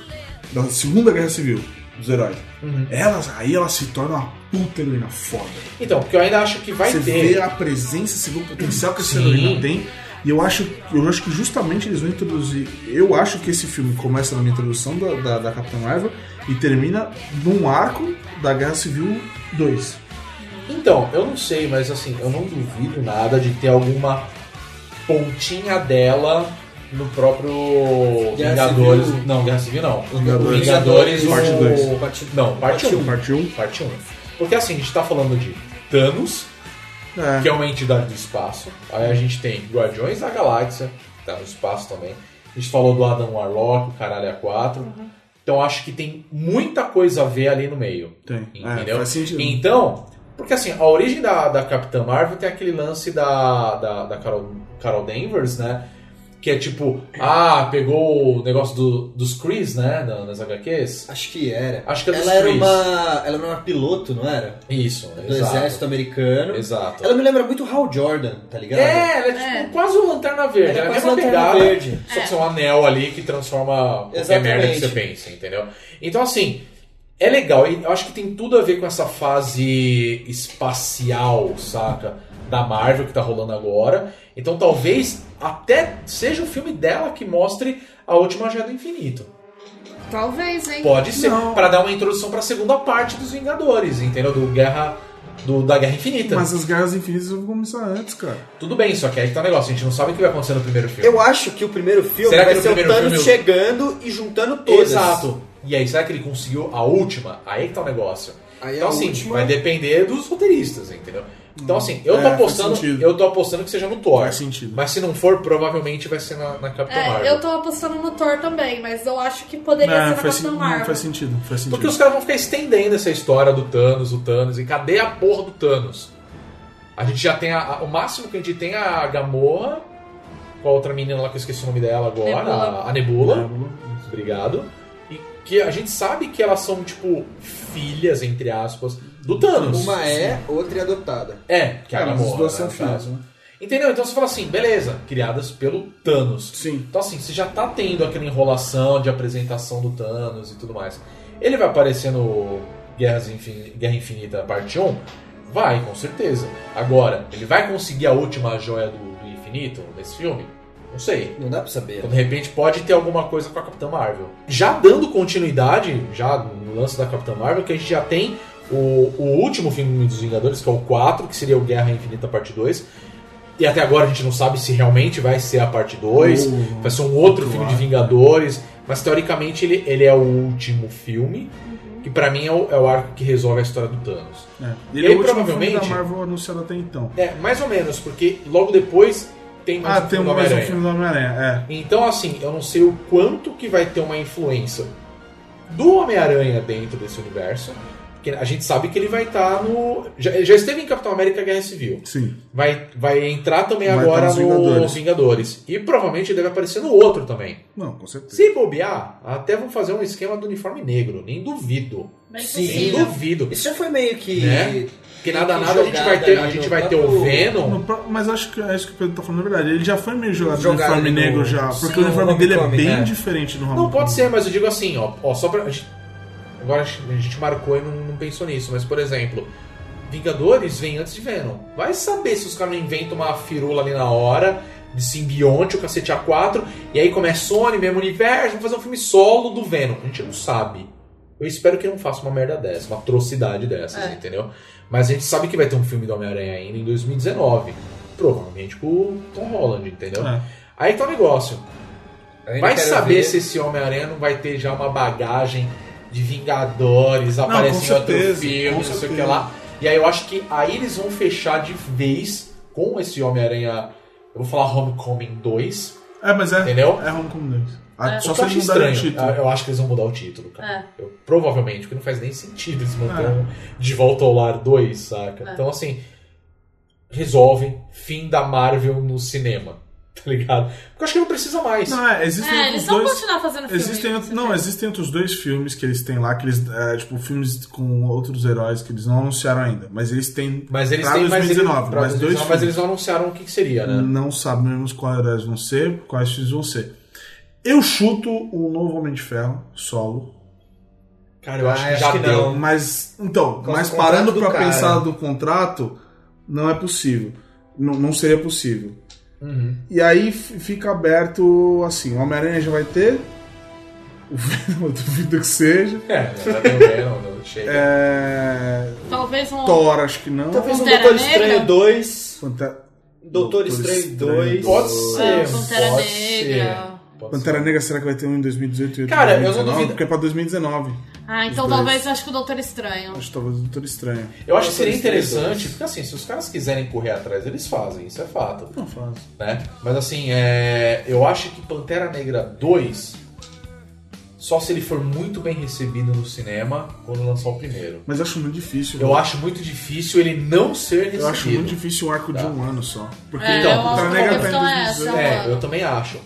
da Segunda Guerra Civil dos heróis.
Uhum.
Ela, aí ela se torna uma puta heroína foda.
Então, porque eu ainda acho que vai
você
ter.
vê a presença, você vê o potencial que essa
Sim.
heroína tem. E eu acho, eu acho que justamente eles vão introduzir. Eu acho que esse filme começa na introdução da, da, da Capitã Marvel e termina num arco da Guerra Civil 2.
Então, eu não sei, mas assim, eu não duvido nada de ter alguma pontinha dela no próprio
Guerra
Vingadores.
Civil.
Não, Guerra Civil não.
Vingadores.
Vingadores,
Parte
o- um.
dois.
Parte- um.
Não, parte 1.
Parte 1.
Parte 1. Porque assim, a gente tá falando de Thanos,
É.
que é uma entidade do espaço. Aí a gente tem Guardiões da Galáxia, que tá no espaço também. A gente falou do Adam Warlock, o Caralho A4. Então acho que tem muita coisa a ver ali no meio.
Tem.
Entendeu?
É, faz sentido.
Então, porque assim, a origem da, da Capitã Marvel tem aquele lance da, da, da Carol, Carol Danvers, né? Que é tipo, ah, pegou o negócio do, dos Krees, né? da- Das HQs.
Acho que era.
Acho que é dos
ela era
Krees.
uma. Ela era uma piloto, não era?
Isso,
Do
exato.
exército americano.
Exato.
Ela me lembra muito Hal Jordan, tá ligado?
É, ela é tipo
É.
quase uma lanterna verde.
Ela
Ela
é
é a
quase
mesma
Lanterna
pegada.
Verde.
Só que você é um anel ali que transforma qualquer
Exatamente.
merda que você pensa, entendeu? Então, assim, é legal. E Eu acho que tem tudo a ver com essa fase espacial, saca? Da Marvel que tá rolando agora. Então, talvez até seja o filme dela que mostre a última Joia do Infinito.
Talvez, hein?
Pode ser,
Não.
pra dar uma introdução pra segunda parte dos Vingadores, entendeu? Do Guerra. do- da Guerra Infinita.
Mas as Guerras Infinitas vão começar antes, cara.
Tudo bem, só que aí que tá o negócio, a gente não sabe o que vai acontecer no primeiro filme.
Eu acho que o primeiro filme
Será que
vai
no
ser o
primeiro
Thanos
filme-
chegando e juntando todas.
Exato. E aí, será que ele conseguiu a última? Aí que tá o negócio.
Aí
Então,
a
assim,
última-
vai depender dos roteiristas, entendeu? Então, assim, eu
É,
tô
faz
apostando.
sentido.
Eu tô apostando que seja no Thor.
Faz sentido.
Mas se não for, provavelmente vai ser na, na Capitã Marvel.
É, eu tô apostando no Thor também, mas eu acho que poderia ser na
É, faz,
Capitã
sen-
Marvel.
não, faz sentido. Faz sentido.
Porque os caras vão ficar estendendo essa história do Thanos, o Thanos, e cadê a porra do Thanos? A gente já tem a, a- o máximo que a gente tem é a Gamorra, com a outra menina lá que eu esqueci o nome dela agora,
Nebula.
A, a Nebula.
É.
Obrigado. E que a gente sabe que elas são, tipo, filhas, entre aspas, do Thanos.
Uma é, outra é adotada.
É, que é a
Cara, mas
Gamorra.
as duas
né,
são
no
filhas,
caso.
né?
Entendeu? Então você fala assim, beleza, criadas pelo Thanos.
Sim.
Então assim, você já tá tendo aquela enrolação de apresentação do Thanos e tudo mais. Ele vai aparecer no Guerras Infin- Guerra Infinita Parte 1? Vai, com certeza. Agora, ele vai conseguir a última joia do, do infinito nesse filme? Não sei.
Não dá pra saber.
Então, de repente pode ter alguma coisa com a Capitã Marvel. Já dando continuidade, já no lance da Capitã Marvel, que a gente já tem o, o último filme dos Vingadores, que é o 4, que seria o Guerra Infinita Parte 2. E até agora a gente não sabe se realmente vai ser a parte 2,
Ou-
vai ser um outro
outro
filme de
arco.
Vingadores, mas teoricamente ele, ele é o último filme, que pra mim é o, é o arco que resolve a história do Thanos.
É.
E
Ele
aí,
é o último filme da
provavelmente-
Marvel anunciado até então.
É, mais ou menos, porque logo depois tem mais
Ah,
um
tem
filme do
mais um
Homem-Aranha.
filme do Homem-Aranha.
Então, assim, eu não sei o quanto que vai ter uma influência do Homem-Aranha dentro desse universo. Porque a gente sabe que ele vai estar no. Já, já esteve em Capitão América Guerra Civil.
É. Sim.
Vai, vai entrar também
Vai
agora
tá nos
no Vingadores.
Vingadores.
E provavelmente deve aparecer no outro também.
Não, com certeza.
Se bobear, até vão fazer um esquema do uniforme negro. Nem duvido.
Bem
Sim.
Nem
possível.
duvido.
Isso já foi meio que.
Né? Porque nada,
Que
nada a gente vai
jogada
ter, a
ali
gente
no
vai ter o
próprio-
Venom.
No pro- mas acho que é isso que o Pedro tá falando na verdade. Ele já foi meio jogado,
Jogado
de uniforme
no-
negro já. Porque
Sim,
o uniforme
no
dele é
Homecoming,
bem
é.
diferente do
Não,
Homecoming.
pode ser, mas eu digo assim, ó, ó só pra. a gente- agora a gente- a gente marcou e não, não pensou nisso, mas por exemplo, Vingadores vem antes de Venom. Vai saber se os caras não inventam uma firula ali na hora, de simbionte, o cacete A4, e aí começa Sony, mesmo universo, vamos fazer um filme solo do Venom. A gente não sabe. Eu espero que não faça uma merda dessa, uma atrocidade dessas,
É.
entendeu? Mas a gente sabe que vai ter um filme do Homem-Aranha ainda em 2019. Provavelmente com o Tom Holland, entendeu?
É.
Aí tá o negócio.
Eu ainda
Vai
quero
saber
ver.
se esse Homem-Aranha não vai ter já uma bagagem de Vingadores, aparece em
com
outro
certeza,
filme,
com
não sei o que
certeza.
lá. E aí eu acho que aí eles vão fechar de vez com esse Homem-Aranha. Eu vou falar Homecoming 2.
É, mas é.
Entendeu?
É Homecoming 2. Ah,
Só
Só
que
se
eu acho
eles mudarem o
estranho. é
título.
Eu- Eu acho que eles vão mudar o título, cara. Eu- provavelmente, porque não faz nem sentido eles manterem
É.
um De Volta ao Lar 2, saca?
É.
Então, assim, resolvem fim da Marvel no cinema, (laughs) tá ligado? Porque eu acho que não precisa mais.
Não, é, existem
É, eles
outros
vão
dois.
continuar fazendo filme.
Existem,
com
outro- não,
certeza.
existem outros dois filmes que eles têm lá, que eles, é, tipo, filmes com outros heróis que eles não anunciaram ainda, mas eles têm
Mas eles
pra
têm mas eles-
2019,
pra
mas dois
2019, mas
filmes. Hum.
eles não anunciaram o que, que seria, né?
Não sabemos quais heróis vão ser, quais filmes vão ser. Eu chuto um novo Homem de Ferro, solo.
Cara, eu acho
Ah,
que
acho
já
que
deu.
não.
Mas, então,
Causa
mas
do contrato
parando
do
pra
cara.
pensar do contrato, não é possível. Não, não seria possível.
Uhum.
E aí f- fica aberto assim: o Homem-Aranha já vai ter. O (laughs) Venom, eu duvido que seja.
É,
(laughs)
já deu bem, não, não, chega.
É...
Talvez um.
Thor, acho que não.
Talvez um
Pantera
Doutor
Negra?
Estranho 2.
Fanta-
Doutor Estranho 2.
Pode
Ah,
ser.
Pantera
pode
Negra.
Pode
Pantera
ser.
Negra, será que vai ter um em 2018 e outro
Cara, eu
em
não
2019?
duvido.
Porque é pra 2019.
Ah, então
Os dois.
talvez eu acho que o Doutor Estranho.
Acho que talvez o Doutor Estranho.
Eu acho que seria
Doutor Estranho
interessante,
dois.
porque assim, se os caras quiserem correr atrás, eles fazem, isso é fato.
Não faz.
né? Mas assim, é, eu acho que Pantera Negra 2, só se ele for muito bem recebido no cinema quando lançar o primeiro.
Mas acho muito difícil.
Eu acho muito difícil ele não ser recebido.
Eu acho muito difícil um arco de
Tá.
um ano só. Porque tá
É,
Então,
eu acho
Pantera
que
Negra
a questão é essa.
É,
mano.
eu também acho.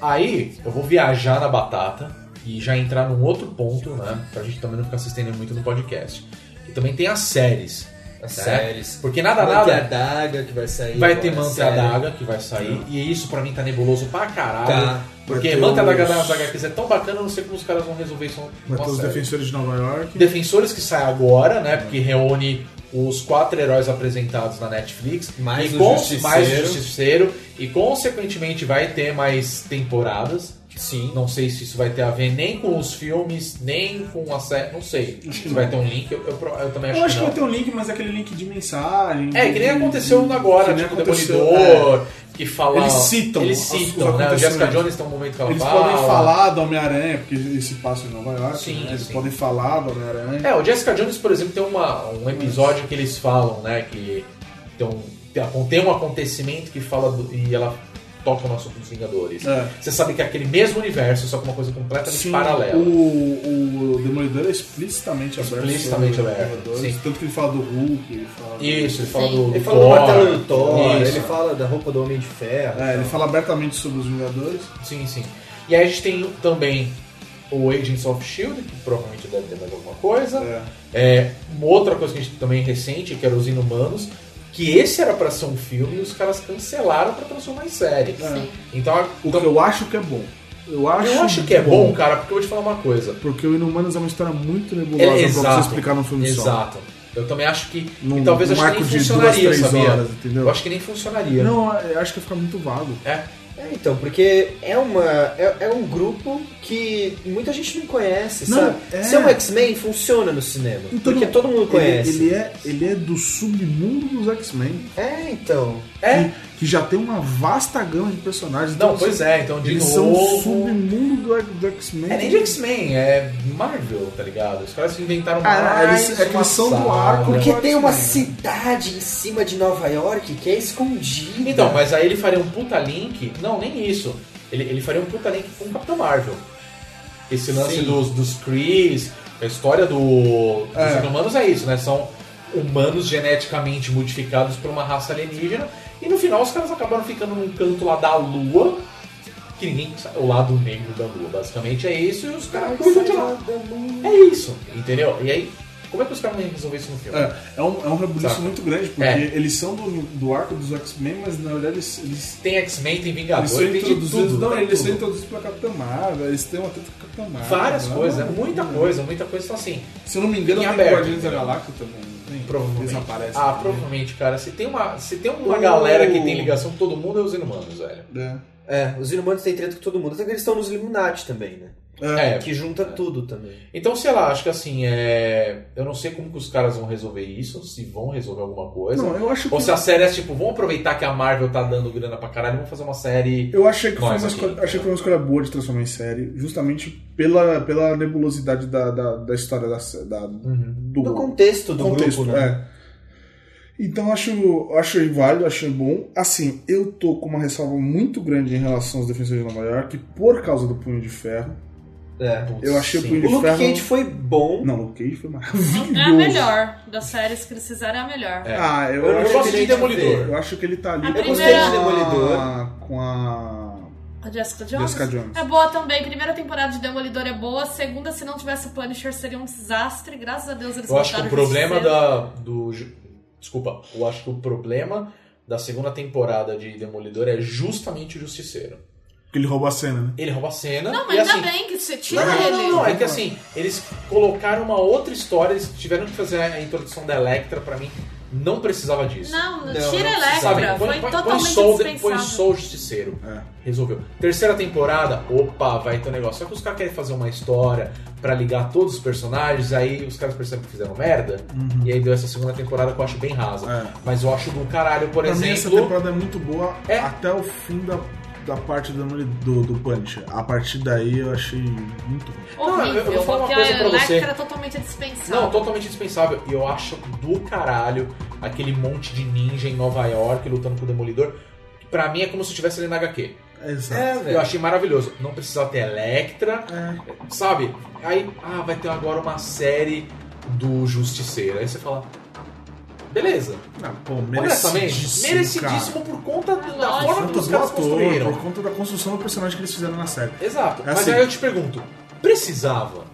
Aí, eu vou viajar na batata e já entrar num outro ponto, né? Pra gente também não ficar se estendendo muito no podcast. E também tem as séries.
Ah.
As
né?
séries.
Porque nada,
Manter a
nada.
Daga que vai sair.
Vai ter
agora,
Manta
é série.
Adaga que vai sair. E isso pra mim tá nebuloso pra caralho.
Tá.
Porque
Vai ter
Manta Adaga
os-
das HQs é tão bacana, eu não sei como os caras vão resolver isso.
Vai ter
numa
os
série.
defensores de Nova York.
Defensores que sai agora, né? Porque reúne os quatro heróis apresentados na Netflix.
Mais
e
o
com-
Justiceiro.
mais o Justiceiro. E consequentemente vai ter mais temporadas. Sim. Não sei se isso vai ter a ver nem com os filmes, nem com a série. Não sei. Se vai ter um link, eu, eu pro- eu também acho,
Eu acho que
que não.
vai ter um link, mas é aquele link de mensagem.
É, que nem aconteceu agora,
Que nem
tipo,
aconteceu, é.
Demolidor, que fala...
Eles citam
Eles
os-
citam,
os
né? O Jessica
acontecimentos.
Jones tem um momento que ela
Eles
fala...
podem falar do Homem-Aranha, porque esse passa em Nova York,
Sim,
né? Eles
sim.
podem falar do Homem-Aranha.
É, o Jessica Jones, por exemplo, tem uma, um episódio que eles falam, né? Que tem um, tem acon- tem um acontecimento que fala do- e ela toca no assunto dos Vingadores.
É.
Você sabe que é aquele mesmo universo, só que uma coisa completamente
Sim,
paralela.
O, o Demolidor é explicitamente aberto.
Explicitamente
sobre
aberto,
Vingadores,
sim.
Tanto que ele fala do Hulk, ele fala.
Isso, ele fala
Sim.
do
Ele fala do martelo do Thor,
Thor.
ele fala da roupa do Homem de Ferro.
É, ele fala abertamente sobre os Vingadores.
Sim, sim. E aí a gente tem também o Agents of S.H.I.E.L.D., que provavelmente deve ter mais alguma coisa.
É.
É, uma outra coisa que a gente também é recente, que era os Inumanos, que esse era pra ser um filme e os caras cancelaram pra transformar em
É.
série.
Sim.
Então,
O
então
que eu acho que é bom. Eu acho,
eu acho que é bom, cara, porque eu vou te falar uma coisa.
Porque o Inumanos é uma história muito nebulosa
É,
pra
exato.
você explicar num filme só.
Exato. Eu também acho que.
Num,
e talvez
num
acho que
arco
nem
de duas,
funcionaria,
três
sabia?
horas, entendeu?
Eu acho que nem funcionaria.
Não, eu acho que fica muito vago.
É, então, porque é uma é, é um grupo que muita gente não conhece,
Não,
sabe?
é.
Ser um X-Men funciona no cinema,
Então,
porque todo mundo
Ele,
conhece.
ele é, ele é do submundo dos X-Men,
É, então.
É?
que, que já tem uma vasta gama de personagens.
Não,
Então,
pois é, então de
Eles são
novo.
o submundo do, do X-Men.
É nem de X-Men, é Marvel, tá ligado? Os caras inventaram
Ah,
mais
eles- é que
uma
eles são do
saga.
arco.
Porque tem uma
X-Men.
cidade em cima de Nova York que é escondida.
Então, mas aí ele faria um puta link. Não, nem isso. Ele, ele faria um puta link com o Capitão Marvel. Esse lance
Sim.
dos, dos Krees, a história do, dos
É.
humanos é isso, né? São humanos geneticamente modificados por uma raça alienígena. E no final os caras acabaram ficando num canto lá da lua. Que ninguém sabe. O lado negro da lua, basicamente é isso. E os
Ah,
caras cuidam de lá. É isso, entendeu? E aí, como é que os caras vão resolver isso no filme?
É, é um, é um rebuliço
Saca.
muito grande, porque
É.
eles são do, do arco dos X-Men, mas na verdade eles, eles,
Tem X-Men, tem
eles
Vingadores,
são
tem de
introduzidos.
tudo.
não,
tem
eles
tudo.
são introduzidos pela Capitã Marvel, eles têm uma treta com a Capitã Marvel.
Várias
né?
coisas, é muita coisa, muita coisa. Então, assim,
Se eu não me engano,
Em
tem
aberto,
Guardiões da
entendeu?
Galáxia também. não tem?
Provavelmente.
Eles aparecem.
ah,
também.
provavelmente, cara, se tem uma, se tem uma
Uh.
galera que tem ligação com todo mundo, é os inumanos, velho.
É.
É, os inumanos têm treta com todo mundo, até que eles estão nos Illuminati também, né?
É.
Que junta tudo também.
Então, sei lá, acho que assim, é. Eu não sei como que os caras vão resolver isso, se vão resolver alguma coisa.
Não, eu acho que.
Ou se a série é tipo, vamos aproveitar que a Marvel tá dando grana pra caralho, vamos fazer uma série.
Eu achei que, foi uma
Nós aqui.
escolha, achei que foi uma escolha boa de transformar em série, justamente pela, pela nebulosidade
Uhum.
da, da, da história da, sé- da- do,
Do contexto do
contexto.
grupo, né?
é. Então acho, acho válido, acho bom. Assim, eu tô com uma ressalva muito grande em relação aos defensores de Nova York por causa do Punho de Ferro.
É.
Eu achei o Punho de
O Luke
Ferro.
Cage foi bom.
Não, o Luke Cage foi
É a
maravilhoso.
melhor das séries que eles fizeram, é a melhor.
É.
(laughs) Ah, eu,
Eu
acho
gosto
que
de
ele-
Demolidor.
Eu acho que ele tá ali
A
com a-
primeira-
com a.
A Jessica Jones.
Jessica Jones.
É boa também. Primeira temporada de Demolidor é boa. Segunda, se não tivesse o Punisher, seria um desastre. Graças a Deus eles
Eu acho que
voltaram
o problema
cedo.
da. Do, ju- desculpa, eu acho que o problema da segunda temporada de Demolidor é justamente o Justiceiro.
Porque ele roubou a cena, né?
Ele rouba a cena.
Não,
e
mas ainda
assim,
bem que você
Não,
tira
não,
ele.
não, não, é que assim, eles colocaram uma outra história, eles tiveram que fazer a introdução da Electra, pra mim, não precisava disso.
Não,
Não,
tira
não
a
Sabe, põe,
Electra. Foi
põe- põe
totalmente
só o de- põe
dispensável.
só o Justiceiro.
É.
Resolveu. Terceira temporada, opa, vai ter um negócio. Só que os caras querem fazer uma história pra ligar todos os personagens, aí os caras percebem que fizeram merda,
Uhum.
e aí deu essa segunda temporada que eu acho bem rasa.
É.
Mas eu acho do caralho, por
pra mim, essa
exemplo.
temporada é muito boa
É.
até o fim da, da parte do, do, do Punisher. A partir daí eu achei muito ruim.
Não, eu-
Horrível,
eu vou falar uma
porque
coisa
a
pra você.
Electra é totalmente dispensável.
Não, totalmente dispensável. E eu acho do caralho aquele monte de ninja em Nova York lutando com o Demolidor. que Pra mim é como se estivesse lendo HQ.
Exato.
É,
Eu
velho.
achei maravilhoso. Não precisava ter Electra,
É.
sabe? Aí, ah, vai ter agora uma série do Justiceiro. Aí você fala, beleza.
Não, pô,
Honestamente,
merecidíssimo,
merecidíssimo por conta da
Lógico.
forma
Cara.
que
Tanto
os
do
caras
ator,
construíram.
por conta da construção do personagem que eles fizeram na série.
Exato.
É
Mas
assim.
aí eu te pergunto, precisava?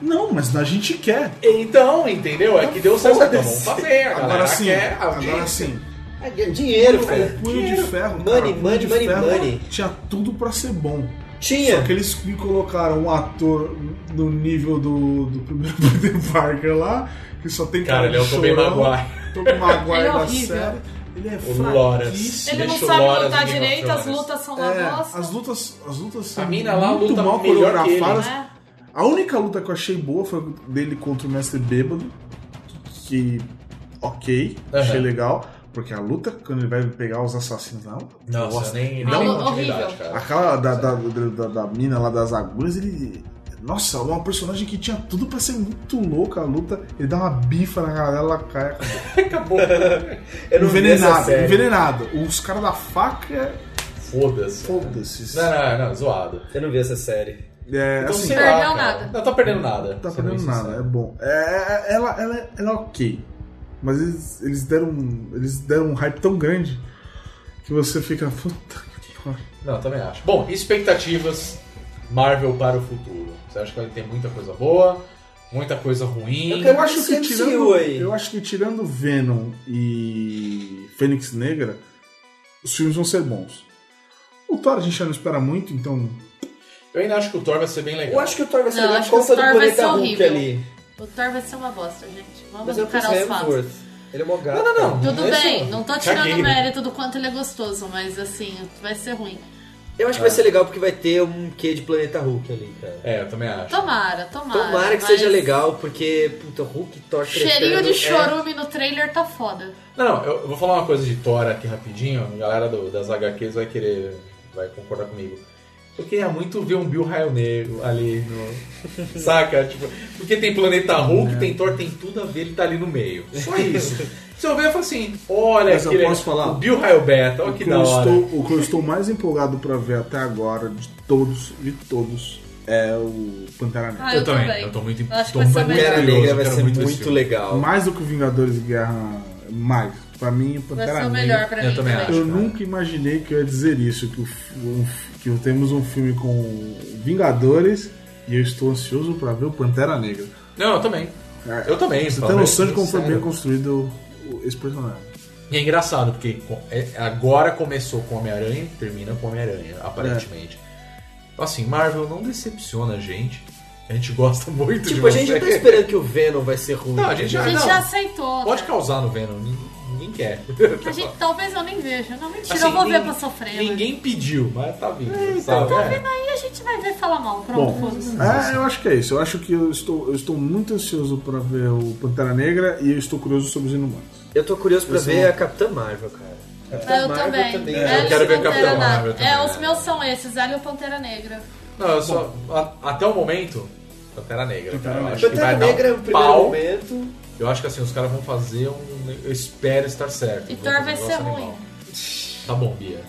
Não, mas a gente quer.
Então, entendeu? É que deu certo. Então, Vamos
Foda-se.
fazer. A galera
Agora sim,
quer, a
agora
audiência.
sim.
É, Dinheiro, velho.
O punho de ferro.
Money,
cara, o Punho
money,
de
money,
Ferro
money.
Tinha tudo pra ser bom.
Tinha.
Só que eles me colocaram um ator no nível do, do primeiro (laughs) Peter Parker lá, que só tem
Cara, ele é o
de
Tobey
chorão,
Maguire.
Tobey Maguire
Ele é
da
horrível.
série. Ele é
O Lawrence.
fraquíssimo.
Ele não
Deixa o
sabe
Loras
lutar
em Game of
direito, as
Thrones.
lutas são uma
É,
bosta.
as lutas, as lutas são
A mina lá
muito
luta
mal
melhor que ele,
coreografadas.
né?
A única luta que eu achei boa foi a dele contra o Mestre Bêbado, que ok,
Aham.
achei legal, porque a luta quando ele vai pegar os assassinos lá,
Nossa, nem,
Não,
nem
horrível.
cara.
Aquela da, da, da, da- da mina lá das agulhas, ele. Nossa, é uma personagem que tinha tudo pra ser muito louca a luta. Ele dá uma bifa na galera, ela cai.
(laughs) Acabou.
acabou.
Eu não vi essa
envenenado,
série.
envenenado. Os caras da faca, é
Foda-se.
foda-se.
Não, não, não, zoado.
Eu Ah, não vi essa série.
É,
Então,
assim,
sei
perdeu
lá, cara.
nada.
Não tá perdendo nada.
não tá
sendo bem
fazendo nada, é
sincero.
bom. É, é, é, ela, ela, é- ela é ok. Mas eles, eles deram. um- Eles deram um hype tão grande que você fica. Puta que pariu.
Não, também acho. Bom, expectativas Marvel para o futuro. Você acha que vai ter muita coisa boa, muita coisa ruim?
Eu quero-
Eu acho que
Esse
tirando,
MCU aí.
eu acho que tirando Venom e Fênix Negra, os filmes vão ser bons. O Thor a gente já não espera muito, então
Eu ainda acho que o Thor vai ser bem legal.
Eu acho que o Thor vai ser
Não,
legal
acho
por
que o
conta do
Thor vai ser
planeta Hulk
horrível.
ali.
O Thor vai ser uma bosta, gente. Vamos
Mas é o Chris
encarar os fatos.
Hemsworth. Ele é mó gato.
Não, não, não.
Tudo
Esse-
bem, não tô tirando
é Caguei,
o
né?
mérito do quanto ele é gostoso, mas assim, vai ser ruim.
Eu acho que vai ser legal porque vai ter um quê de planeta Hulk ali, cara.
É, eu também acho.
Tomara, tomara.
Tomara que
mas
seja legal, porque, puta, Hulk e Thor
Cheirinho
tretando
de
é-
chorume no trailer tá foda.
Não, não, eu eu vou falar uma coisa de Thor aqui rapidinho. A galera do- das HQs vai querer, vai concordar comigo. Eu queria muito ver um Bill Raio Negro ali
(laughs)
no. Saca? Tipo, porque tem Planeta Hulk,
É.
tem Thor, tem tudo a ver, ele tá ali no meio.
(laughs)
Só isso. Se eu ver, eu falo assim: olha,
Mas eu
aquele-
posso falar?
o Bill Raio Beta, olha
o,
que
que
da
eu
hora.
estou, o que eu estou mais empolgado pra ver até agora de todos, de todos, é o Pantera Negra.
Ah, eu, também.
eu tô muito
Eu acho que
tô
vai ser
muito
melhor.
Pantera
curioso,
Negra
eu
vai
quero
ser
muito
muito,
esse filme.
legal.
Mais do que o Vingadores e Guerra mais. Pra mim, o
Vai
Pantera
ser o
Negra. é
melhor pra
Eu
mim
também
Eu
Acho, cara.
nunca imaginei que eu ia dizer isso, que, o fi- um fi- que temos um filme com Vingadores e eu estou ansioso pra ver o Pantera Negra.
Não, eu também.
É,
Eu também.
Você tem
Paulo,
noção
eu-
de como foi bem
sério.
construído o- esse personagem.
E é engraçado, porque co- é- agora começou com Homem-Aranha e termina com Homem-Aranha,
É.
aparentemente. Então, assim, Marvel não decepciona a gente. A gente gosta (laughs) muito de
Tipo, a gente
você.
não tá esperando que o Venom vai ser ruim. tá
Não, a gente já-
A gente
não.
já aceitou.
Pode
né?
causar no Venom, ninguém, ninguém quer.
A gente talvez eu nem veja. Não, mentira,
(laughs) Assim,
eu vou ver
ninguém-
pra sofrer. mas-
Ninguém pediu, mas tá vindo,
então
sabe?
Tá
É.
vendo aí, a gente vai ver e falar mal. Pronto,
Bom,
foda-se.
é, eu acho que é isso. Eu acho que eu estou, eu estou muito ansioso pra ver o Pantera Negra e eu estou curioso sobre os Inumanos.
Eu tô curioso pra
Eu sou-
um-
ver a Capitã Marvel, cara. Capitã
Eu
Marvel
também.
também.
Ela
eu
e
quero ver
Pantera
Capitão
Negra.
Marvel também. né?
É, os meus são esses, ela e o Pantera Negra.
Não, eu só. a- até o momento, Pantera Negra. cara. Eu acho que
Pantera
vai dar um
Negra é o primeiro
pau.
momento.
Eu acho que assim, os caras vão fazer um. Eu espero estar certo.
E
Vão fazer
Thor vai
um
ser
negócio
ruim.
animal. Tá bom, Bia.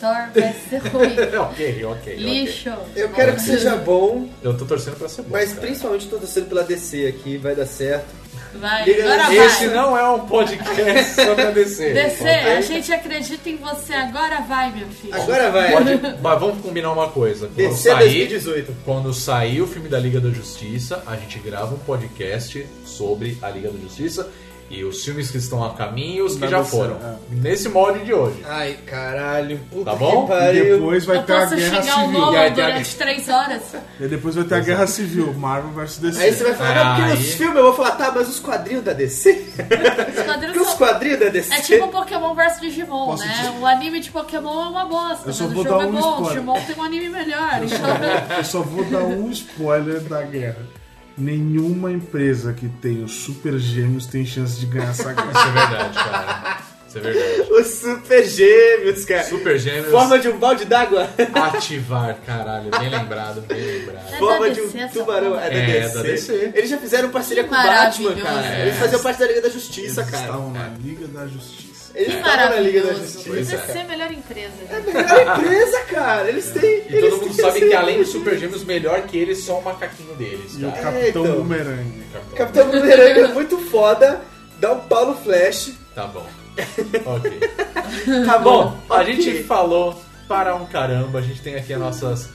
(laughs)
Thor vai ser ruim.
ok, ok, ok.
Lixo.
Eu quero que seja bom,
Eu tô torcendo pra ser bom.
mas
cara.
principalmente tô torcendo pela DC aqui, vai dar certo.
Vai,
Liga
agora vai.
Esse não é um podcast sobre a DC.
DC,
ok?
a gente acredita em você. Agora vai, meu filho.
Agora vai.
Pode, mas vamos combinar uma coisa. Quando
DC
sair,
2018.
quando sair o filme da Liga da Justiça, a gente grava um podcast sobre a Liga da Justiça e os filmes que estão a caminho, os que
Da
já
DC,
foram.
é.
Nesse molde de hoje.
Ai, caralho, puta
Tá bom?
que
E
pariu.
depois vai
eu
ter a
posso
guerra
xingar o
civil.
Nolan
Vai ter a
durante três horas?
E depois vai ter a guerra civil, Marvel vs DC.
Aí você vai falar, não, porque
Ah, Aí.
nos filmes eu vou falar, tá, mas os quadrinhos da DC?
Os quadrinhos
Porque os
são-
quadrinhos da DC?
É tipo Pokémon versus Digimon,
Posso
né?
dizer-
O anime de Pokémon é uma bosta,
Eu
mas
só
o
vou
jogo
dar
é
um
bom, o
spoiler. é.
Digimon tem um anime melhor.
Eu só,
Então... (laughs)
vou, eu só vou dar um spoiler da guerra. Nenhuma empresa que tem os super gêmeos tem chance de ganhar essa
(laughs)
guerra.
Isso é verdade, cara. Isso é verdade.
um
Os super gêmeos, cara.
Super Gêmeos
É, Forma de um balde d'água.
ativar, caralho. Bem lembrado, bem lembrado.
(laughs)
É
Forma
da
de
DC
um
essa
tubarão. É da,
porra. É,
DC.
da DC.
Eles já fizeram parceria
Que
com o Batman,
maravilhoso.
cara.
É.
Eles faziam parte da Liga da
Eles
Justiça, cara.
estavam na Liga da Justiça.
Eles
Que
estavam na Liga da
maravilhoso.
Justiça.
Pois é.
DC é a melhor empresa.
É a melhor empresa, cara. Eles têm.
E
eles
todo mundo
têm assim,
sabe
essa-
que além dos Super Gêmeos, melhor que eles, só o macaquinho deles,
E o
cara.
Capitão
então.
Boomerang.
Capitão Boomerang é muito foda. Dá um pau no Flash.
Tá bom. Ok.
Tá
Bom, a
Ok.
gente falou para um caramba, a gente tem aqui as nossas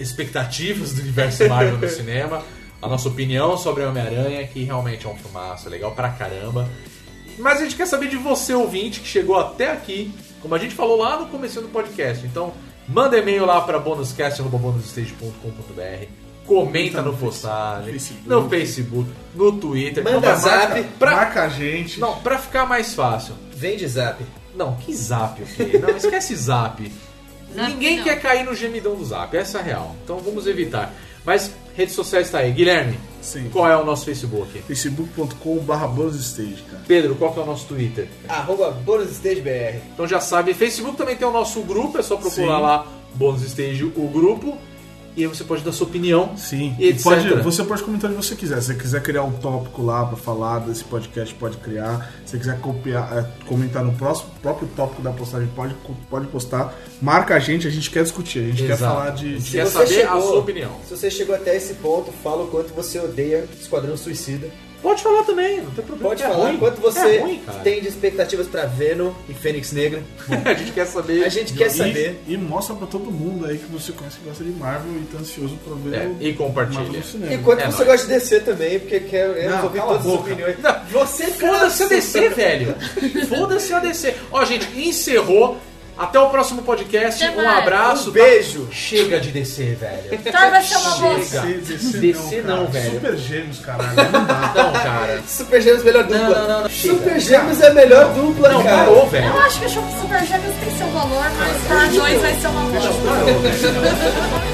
expectativas do universo Marvel no cinema, a nossa opinião sobre Homem-Aranha, que realmente é um filmaço, é legal pra caramba. Mas a gente quer saber de você, ouvinte, que chegou até aqui, como a gente falou lá no começo do podcast. Então, manda e-mail lá para bonuscast.bonusstage.com.br, comenta no postagem,
Facebook.
no Facebook, no Twitter.
Manda
Então,
zap.
Pra-
Marca a gente.
Não, pra ficar mais fácil,
Vende zap.
não, que zap, o quê? Não, esquece zap.
Zap
Ninguém
não.
quer cair no gemidão do zap, essa é a real. Então vamos evitar. Mas redes sociais tá aí. Guilherme,
Sim.
qual é o nosso Facebook?
facebook.com.br bonusstage, cara.
Pedro, qual que é o nosso Twitter?
Arroba BonusStageBR.
Então já sabe, Facebook também tem o nosso grupo, é só procurar
Sim.
lá Bônus Stage o grupo. E aí você pode dar sua opinião.
Sim,
E
e pode,
etc.
você pode comentar onde você quiser. Se você quiser criar um tópico lá pra falar desse podcast, pode criar. Se você quiser copiar, é, comentar no próximo, próprio tópico da postagem, pode, pode postar. Marca a gente, a gente quer discutir, a gente quer
Exato.
falar de. de-
Quer
você
saber a
chegou-
sua opinião?
Se você chegou até esse ponto, fala o quanto você odeia Esquadrão Suicida.
Pode falar também, não tem problema.
Pode
é
falar
ruim.
quanto você
é ruim, cara.
tem de expectativas pra Venom e Fênix Negra.
(laughs) A gente quer saber.
A gente quer
e-
saber.
E, mostra pra todo mundo aí que você conhece que gosta de Marvel e tá ansioso pra ver
É,
o
e compartilha.
Marvel no cinema.
E quanto
É
você
nóis.
gosta de descer também, porque quer eu
Não,
ouvir todas
cala a
as
boca.
opiniões.
Não,
Você
Foda-se a
cara,
DC, velho. Foda-se a DC. Ó, gente, encerrou. Até o próximo podcast.
Até
Um
mais.
abraço.
Um beijo.
Chega de DC, velho.
Thor vai ser uma bosta.
Chega.
DC, DC,
DC
não,
não,
cara.
velho.
Super gêmeos,
(laughs)
caralho. Não dá.
Não, Tá cara.
Super Gêmeos é a melhor dupla.
não, não, não.
Super Gêmeos é a melhor dupla,
Não,
cara.
parou, velho.
Eu acho que o Super Gêmeos tem seu valor, mas Thor 2 vai ser uma bosta.
Parou, velho.